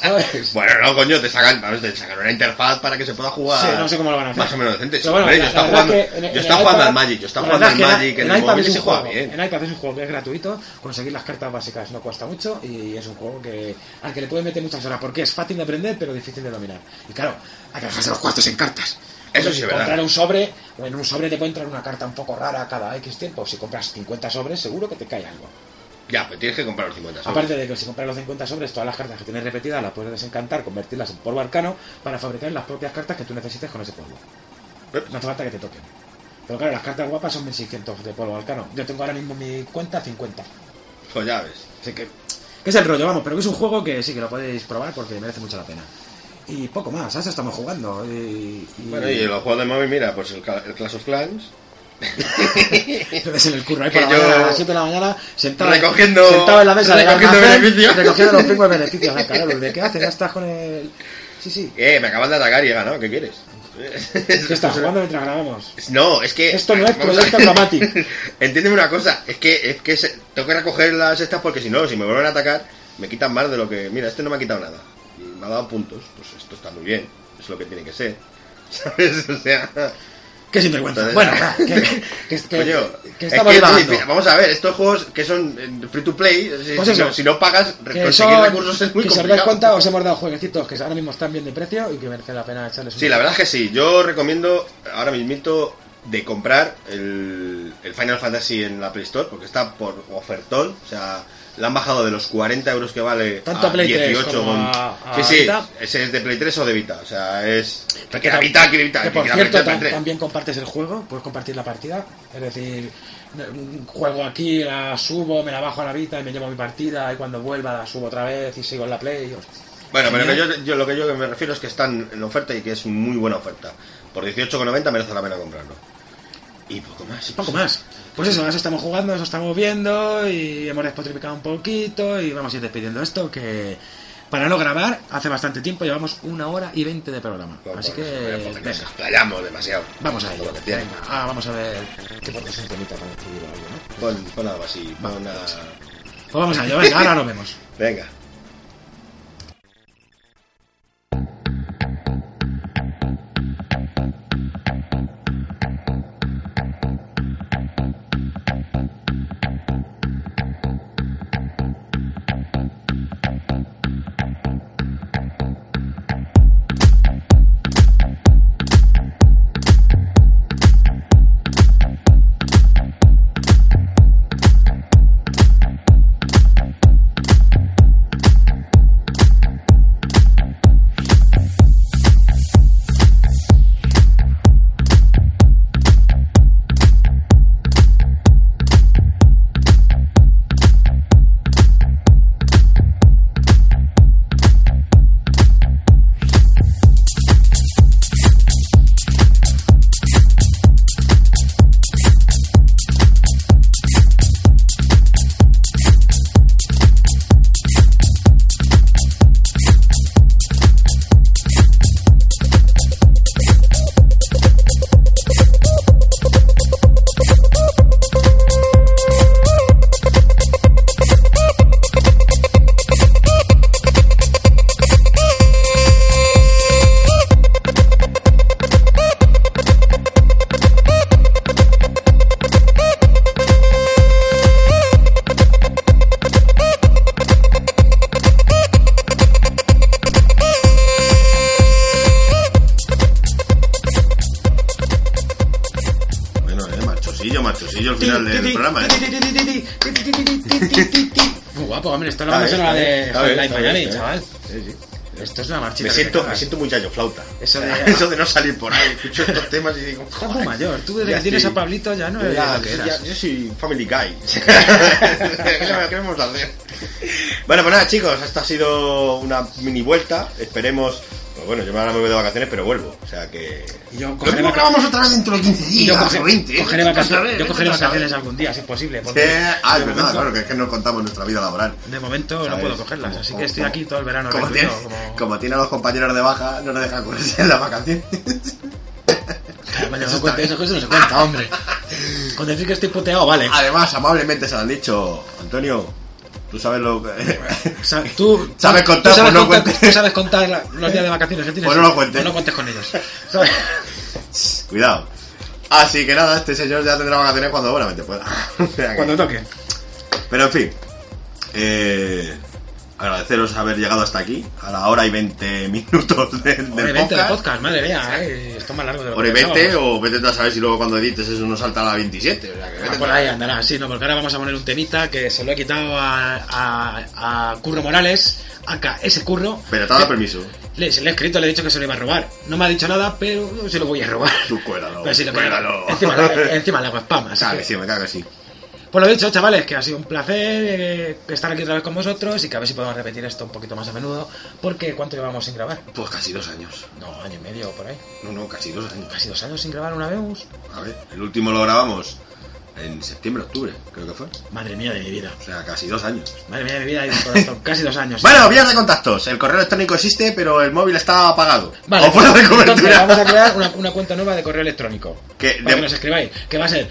[SPEAKER 2] ¿sabes?
[SPEAKER 1] Bueno, no, coño, te sacan, vamos, te sacan una interfaz para que se pueda jugar.
[SPEAKER 2] Sí, no sé cómo lo van a hacer.
[SPEAKER 1] Más o menos decente.
[SPEAKER 2] Pero bueno,
[SPEAKER 1] Hombre,
[SPEAKER 2] la-
[SPEAKER 1] yo estaba
[SPEAKER 2] la verdad
[SPEAKER 1] jugando,
[SPEAKER 2] que en- en
[SPEAKER 1] yo
[SPEAKER 2] el
[SPEAKER 1] estaba jugando
[SPEAKER 2] iPad-
[SPEAKER 1] al Magic, yo estaba
[SPEAKER 2] la verdad
[SPEAKER 1] jugando al
[SPEAKER 2] es que
[SPEAKER 1] Magic, en el
[SPEAKER 2] iPad
[SPEAKER 1] móvil
[SPEAKER 2] es un
[SPEAKER 1] se juega
[SPEAKER 2] juego,
[SPEAKER 1] bien.
[SPEAKER 2] En iPad es un juego que es gratuito, conseguir las cartas básicas no cuesta mucho y es un juego que al que le puede meter muchas horas porque es fácil de aprender pero difícil de dominar. Y claro, hay que dejarse los cuartos en cartas.
[SPEAKER 1] Eso sí es verdad.
[SPEAKER 2] Comprar un sobre, en un sobre te puede entrar una carta un poco rara cada X tiempo. Si compras 50 sobres, seguro que te cae algo.
[SPEAKER 1] Ya, pues tienes que comprar los 50 sobres.
[SPEAKER 2] Aparte de que si compras los 50 sobres, todas las cartas que tienes repetidas las puedes desencantar, convertirlas en polvo arcano para fabricar las propias cartas que tú necesites con ese polvo. No hace falta que te toquen. Pero claro, las cartas guapas son 1600 de polvo arcano. Yo tengo ahora mismo en mi cuenta 50.
[SPEAKER 1] Pues ya ves.
[SPEAKER 2] Así que... que es el rollo, vamos, pero que es un juego que sí que lo podéis probar porque merece mucho la pena. Y poco más, a eso estamos jugando. Y, y-
[SPEAKER 1] Bueno, y los juegos de móvil, mira, pues el, ca- el Clash of Clans.
[SPEAKER 2] Lo ves en el curro ahí
[SPEAKER 1] Que
[SPEAKER 2] por la
[SPEAKER 1] yo-
[SPEAKER 2] mañana, a las 7 de la mañana, sentado,
[SPEAKER 1] Recogiendo-
[SPEAKER 2] sentado en la mesa del
[SPEAKER 1] recogiendo
[SPEAKER 2] almacén,
[SPEAKER 1] beneficios.
[SPEAKER 2] recogiendo los pingües beneficios. la cara, ¿De qué haces? Ya estás con el... Sí, sí.
[SPEAKER 1] Eh, me acaban de atacar y he ganado, ¿qué quieres?
[SPEAKER 2] ¿Qué estás jugando mientras grabamos?
[SPEAKER 1] No, es que.
[SPEAKER 2] Esto no es
[SPEAKER 1] Vamos
[SPEAKER 2] Proyecto
[SPEAKER 1] a ver.
[SPEAKER 2] Dramatic.
[SPEAKER 1] Entiéndeme una cosa, es que, es que se- tengo que recoger las estas porque si no, si me vuelven a atacar, me quitan más de lo que. Mira, este no me ha quitado nada. Y me ha dado puntos. Pues esto está muy bien. Es lo que tiene que ser. ¿Sabes? O sea.
[SPEAKER 2] Qué sinvergüenza.
[SPEAKER 1] entonces-
[SPEAKER 2] Bueno, va, que, que, que-
[SPEAKER 1] Coño,
[SPEAKER 2] que
[SPEAKER 1] es
[SPEAKER 2] estamos
[SPEAKER 1] que,
[SPEAKER 2] divagando.
[SPEAKER 1] mira, vamos a ver, estos juegos que son eh, free to play, si,
[SPEAKER 2] Pues
[SPEAKER 1] si
[SPEAKER 2] eso.
[SPEAKER 1] no, si no pagas,
[SPEAKER 2] que
[SPEAKER 1] conseguir
[SPEAKER 2] son,
[SPEAKER 1] recursos es muy
[SPEAKER 2] que si os
[SPEAKER 1] complicado.
[SPEAKER 2] dais cuenta os hemos dado jueguecitos que ahora mismo están bien de precio y que merece la pena echarles un
[SPEAKER 1] Sí, la verdad es que sí. Yo recomiendo ahora mismito de comprar el, el Final Fantasy en la Play Store porque está por ofertón. O sea, la han bajado de los 40 euros que vale
[SPEAKER 2] Tanto
[SPEAKER 1] a
[SPEAKER 2] Play 3
[SPEAKER 1] 18
[SPEAKER 2] como
[SPEAKER 1] con-
[SPEAKER 2] a- a
[SPEAKER 1] Sí, sí,
[SPEAKER 2] Vita.
[SPEAKER 1] ese es de Play 3 o de Vita. O sea, es... Que,
[SPEAKER 2] que
[SPEAKER 1] la
[SPEAKER 2] tam-
[SPEAKER 1] Vita, que la Vita.
[SPEAKER 2] que por
[SPEAKER 1] la
[SPEAKER 2] cierto
[SPEAKER 1] Vita
[SPEAKER 2] tam-
[SPEAKER 1] Play 3.
[SPEAKER 2] también compartes el juego puedes compartir la partida es decir un juego aquí la subo me la bajo a la vita y me llevo a mi partida y cuando vuelva la subo otra vez y sigo en la play y-
[SPEAKER 1] Bueno, pero que
[SPEAKER 2] Genial.
[SPEAKER 1] yo, yo lo que yo me refiero es que están en oferta y que es muy buena oferta. Por 18,90 merece la pena comprarlo. Y poco más.
[SPEAKER 2] poco más pues eso, eso estamos jugando, eso estamos viendo y hemos despotricado un poquito y vamos a ir despidiendo esto que para no grabar hace bastante tiempo llevamos una hora y veinte de programa.
[SPEAKER 1] Poco
[SPEAKER 2] Así
[SPEAKER 1] más.
[SPEAKER 2] que
[SPEAKER 1] Porque nos
[SPEAKER 2] venga.
[SPEAKER 1] explayamos demasiado.
[SPEAKER 2] Vamos a ello.
[SPEAKER 1] Lo que tiene.
[SPEAKER 2] Venga, ah, vamos a ver qué pones un temita para despedir o algo, ¿no?
[SPEAKER 1] Pon, pon algo así. Pon una...
[SPEAKER 2] Pues vamos a ello, venga, ahora nos vemos.
[SPEAKER 1] Venga. eh,
[SPEAKER 2] ti, ti, ti, ti. Muy guapo, hombre, esto es la
[SPEAKER 1] Está bien,
[SPEAKER 2] banda
[SPEAKER 1] está
[SPEAKER 2] sonora de
[SPEAKER 1] bien, está bien,
[SPEAKER 2] Hotline
[SPEAKER 1] está
[SPEAKER 2] Miami,
[SPEAKER 1] bien, está
[SPEAKER 2] chaval.
[SPEAKER 1] Sí, sí.
[SPEAKER 2] Esto es una marchita.
[SPEAKER 1] Me
[SPEAKER 2] que
[SPEAKER 1] siento,
[SPEAKER 2] te
[SPEAKER 1] me
[SPEAKER 2] cagas.
[SPEAKER 1] siento muy yayo flauta.
[SPEAKER 2] Eso de-
[SPEAKER 1] Eso de no salir por ahí. Escucho estos temas y digo.
[SPEAKER 2] Estás muy
[SPEAKER 1] joder,
[SPEAKER 2] mayor. Tú desde
[SPEAKER 1] ya
[SPEAKER 2] que tienes
[SPEAKER 1] estoy-
[SPEAKER 2] a Pablito ya no
[SPEAKER 1] yo
[SPEAKER 2] eres
[SPEAKER 1] ya-
[SPEAKER 2] lo que
[SPEAKER 1] yo
[SPEAKER 2] eras.
[SPEAKER 1] ya- yo soy Family Guy. ¿Qué queremos hacer? Bueno, pues nada, chicos, esta ha sido una mini vuelta. Esperemos. pues Bueno, yo ahora me voy de vacaciones, pero vuelvo. O sea que.
[SPEAKER 2] Y yo
[SPEAKER 1] Lo
[SPEAKER 2] cogeré
[SPEAKER 1] mismo
[SPEAKER 2] vaca-
[SPEAKER 1] grabamos otra vez dentro de 15
[SPEAKER 2] Y yo
[SPEAKER 1] días
[SPEAKER 2] coge-
[SPEAKER 1] o 20.
[SPEAKER 2] cogeré
[SPEAKER 1] ¿eh? Vete
[SPEAKER 2] vacaciones-
[SPEAKER 1] a saber,
[SPEAKER 2] yo
[SPEAKER 1] vete
[SPEAKER 2] cogeré
[SPEAKER 1] a saber.
[SPEAKER 2] vacaciones algún día, si es posible. porque
[SPEAKER 1] Eh, ah,
[SPEAKER 2] de
[SPEAKER 1] es verdad,
[SPEAKER 2] momento-
[SPEAKER 1] claro, que es que no contamos nuestra vida laboral.
[SPEAKER 2] De momento no
[SPEAKER 1] ¿Sabes?
[SPEAKER 2] puedo cogerlas, así
[SPEAKER 1] Como-
[SPEAKER 2] que estoy
[SPEAKER 1] como-
[SPEAKER 2] aquí todo el verano.
[SPEAKER 1] Como tiene,
[SPEAKER 2] recluido, como-
[SPEAKER 1] como tiene a los compañeros de baja, no nos deja correrse en las vacaciones.
[SPEAKER 2] Vaya,
[SPEAKER 1] Eso
[SPEAKER 2] no
[SPEAKER 1] está
[SPEAKER 2] cuente
[SPEAKER 1] bien.
[SPEAKER 2] eso, que eso no se cuenta, hombre. Con decir que estoy puteado, vale.
[SPEAKER 1] Además, amablemente se lo han dicho, Antonio, tú sabes lo que...
[SPEAKER 2] O sea, tú
[SPEAKER 1] Sabes
[SPEAKER 2] tú
[SPEAKER 1] contar,
[SPEAKER 2] sabes
[SPEAKER 1] pues no
[SPEAKER 2] contar-
[SPEAKER 1] cuentes.
[SPEAKER 2] tú sabes contar la- los días de vacaciones que tienes.
[SPEAKER 1] Pues no lo cuentes.
[SPEAKER 2] Pues no cuentes con ellos. ¿sabes?
[SPEAKER 1] Cuidado. Así que nada, este señor ya tendrá vacaciones cuando buenamente pueda. O sea que-
[SPEAKER 2] Cuando toque.
[SPEAKER 1] Pero en fin, eh, agradeceros haber llegado hasta aquí, a la hora y 20 minutos de, del
[SPEAKER 2] Hora y 20 de
[SPEAKER 1] podcast.
[SPEAKER 2] podcast, madre mía. eh, Esto es más largo de lo
[SPEAKER 1] Hora
[SPEAKER 2] que
[SPEAKER 1] y 20
[SPEAKER 2] pensábamos.
[SPEAKER 1] o vete tú a saber si luego cuando edites eso no salta a la 27. O sea, que vete
[SPEAKER 2] Ah,
[SPEAKER 1] tú
[SPEAKER 2] Por
[SPEAKER 1] a-
[SPEAKER 2] ahí andará, sí, no, porque ahora vamos a poner un temita que se lo he quitado a, a- a Curro Morales, acá ese curro.
[SPEAKER 1] Pero te ha dado permiso.
[SPEAKER 2] Le, se le he escrito, le he dicho que se lo iba a robar. No me ha dicho nada, pero se lo voy a robar.
[SPEAKER 1] Tú cuélalo.
[SPEAKER 2] Pero sí, lo que-
[SPEAKER 1] cuélalo.
[SPEAKER 2] Encima, le- encima le hago spam, así
[SPEAKER 1] Cague,
[SPEAKER 2] que-
[SPEAKER 1] sí, me cago que sí.
[SPEAKER 2] Pues lo dicho, chavales, que ha sido un placer eh, estar aquí otra vez con vosotros y que a ver si podemos repetir esto un poquito más a menudo, porque ¿cuánto llevamos sin grabar?
[SPEAKER 1] Pues casi dos años.
[SPEAKER 2] No, año y medio o por ahí.
[SPEAKER 1] No, no, casi dos años.
[SPEAKER 2] Casi dos años sin grabar una vez.
[SPEAKER 1] A ver, el último lo grabamos en septiembre, octubre, creo que fue.
[SPEAKER 2] Madre mía de mi vida.
[SPEAKER 1] O sea, casi dos años.
[SPEAKER 2] Madre mía de mi vida y de corazón. Casi dos años.
[SPEAKER 1] Bueno, vías de contactos. El correo electrónico existe, pero el móvil está apagado.
[SPEAKER 2] Vale,
[SPEAKER 1] o fuera de
[SPEAKER 2] entonces
[SPEAKER 1] cobertura.
[SPEAKER 2] vamos a crear una, una cuenta nueva de correo electrónico.
[SPEAKER 1] Que
[SPEAKER 2] para
[SPEAKER 1] de-
[SPEAKER 2] que nos escribáis. Que va a ser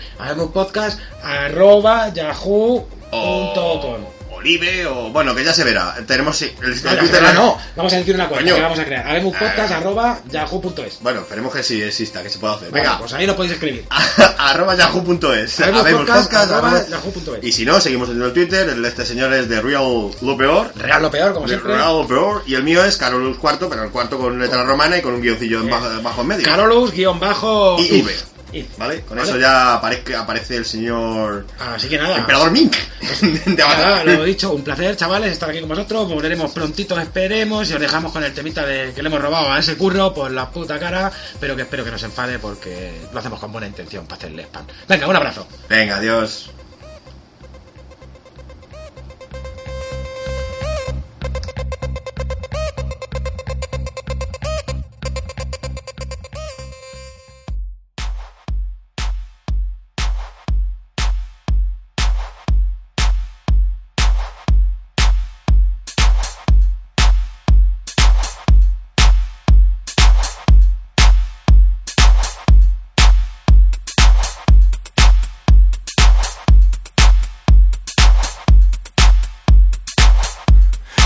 [SPEAKER 2] podcast arroba yahoo.com.
[SPEAKER 1] Olive o... Bueno, que ya se verá. Tenemos... sí, El, el
[SPEAKER 2] No,
[SPEAKER 1] Twitter-
[SPEAKER 2] Ah, no, vamos a decir una cuenta
[SPEAKER 1] Coño.
[SPEAKER 2] que vamos a crear. Agemupodcast arroba yahoo.es.
[SPEAKER 1] Bueno, esperemos que sí exista, que se pueda hacer.
[SPEAKER 2] Venga,
[SPEAKER 1] Venga.
[SPEAKER 2] pues ahí lo podéis escribir.
[SPEAKER 1] arroba yahoo.es
[SPEAKER 2] Habemos
[SPEAKER 1] Habemos
[SPEAKER 2] pues. podcast,
[SPEAKER 1] podcast,
[SPEAKER 2] arroba
[SPEAKER 1] arroba-
[SPEAKER 2] yahoo.es.
[SPEAKER 1] y si no seguimos en el Twitter el de este señor es de real lo peor
[SPEAKER 2] Real lo peor, como
[SPEAKER 1] de
[SPEAKER 2] siempre. Oh.
[SPEAKER 1] real peor y el mío es carolus cuarto pero el cuarto con letra romana y con un guioncillo en bajo, bajo en medio
[SPEAKER 2] Carolus, guión bajo.
[SPEAKER 1] Y
[SPEAKER 2] if. If.
[SPEAKER 1] vale con
[SPEAKER 2] Vale.
[SPEAKER 1] eso ya aparece, aparece el señor
[SPEAKER 2] Así que nada.
[SPEAKER 1] emperador mink de
[SPEAKER 2] Nada,
[SPEAKER 1] Avatar.
[SPEAKER 2] lo dicho, un placer, chavales, estar aquí con vosotros. Volveremos prontito, esperemos, y os dejamos con el temita de que le hemos robado a ese curro por la puta cara, pero que espero que no se enfade porque lo hacemos con buena intención para hacerle spam. Venga, un abrazo.
[SPEAKER 1] venga adiós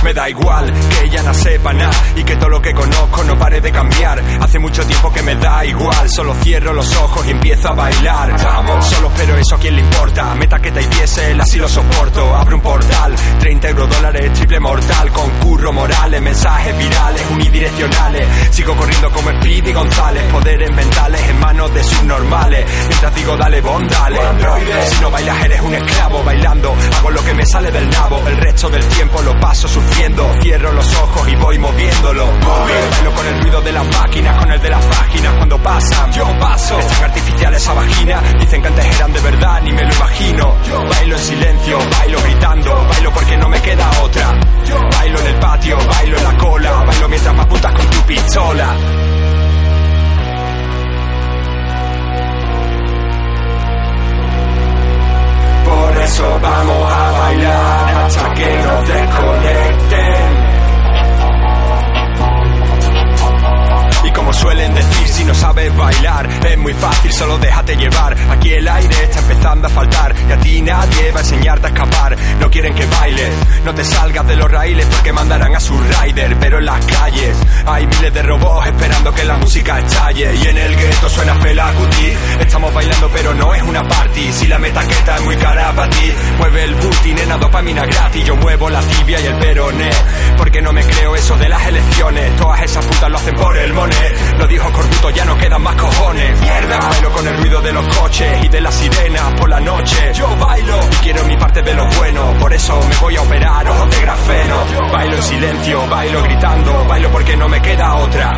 [SPEAKER 6] Me da igual que ella no sepa nada y que todo lo que conozco no pare de cambiar. Hace mucho tiempo que me da igual, solo cierro los ojos y empiezo a bailar. Vamos, solo pero eso a quién le importa. Meta que te diésel, así lo soporto. Abro un portal, 30 eurodólares, triple mortal. Con curro morales, mensajes virales, unidireccionales. Sigo corriendo como Speedy González, poderes mentales en manos de subnormales. Mientras digo dale, bondale. Si no bailas, eres un esclavo bailando. Hago lo que me sale del nabo, el resto del tiempo lo paso sufriendo. Cierro los ojos y voy moviéndolo. Móvil, bailo con el ruido de las máquinas, con el de las páginas cuando pasan. Yo paso, es tan artificial esa vagina. Dicen que antes eran de verdad, ni me lo imagino. Yo bailo en silencio, bailo gritando, bailo porque no me queda otra. Yo bailo en el patio, bailo en la cola, bailo mientras me apuntas con tu pistola. Por eso vamos a bailar hasta que nos desconecten. Y como suelen decir, si no sabes bailar, es muy fácil, solo déjate llevar. Aquí el aire está empezando a faltar y a ti nadie va a enseñarte a escapar. No aire. No te salgas de los raíles porque mandarán a sus rider. Pero en las calles hay miles de robots esperando que la música estalle. Y en el gueto suena Felacuti. Estamos bailando, pero no es una party. Si la metaqueta es muy cara para ti, mueve el booty, nena, dopamina gratis. Yo muevo la tibia y el peroné. Porque no me creo eso de las elecciones. Todas esas putas lo hacen por el mone. Lo dijo Corbuto, ya no quedan más cojones. Mierda, bailo con el ruido de los coches y de las sirenas por la noche. Yo bailo y quiero mi parte de lo bueno. Por eso me voy a operar ojos de grafeno. Bailo en silencio, bailo gritando, bailo porque no me queda otra.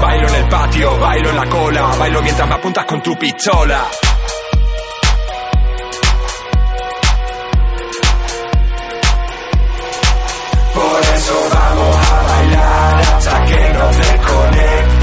[SPEAKER 6] Bailo en el patio, bailo en la cola, bailo mientras me apuntas con tu pistola. Por eso vamos a bailar hasta que nos desconecten.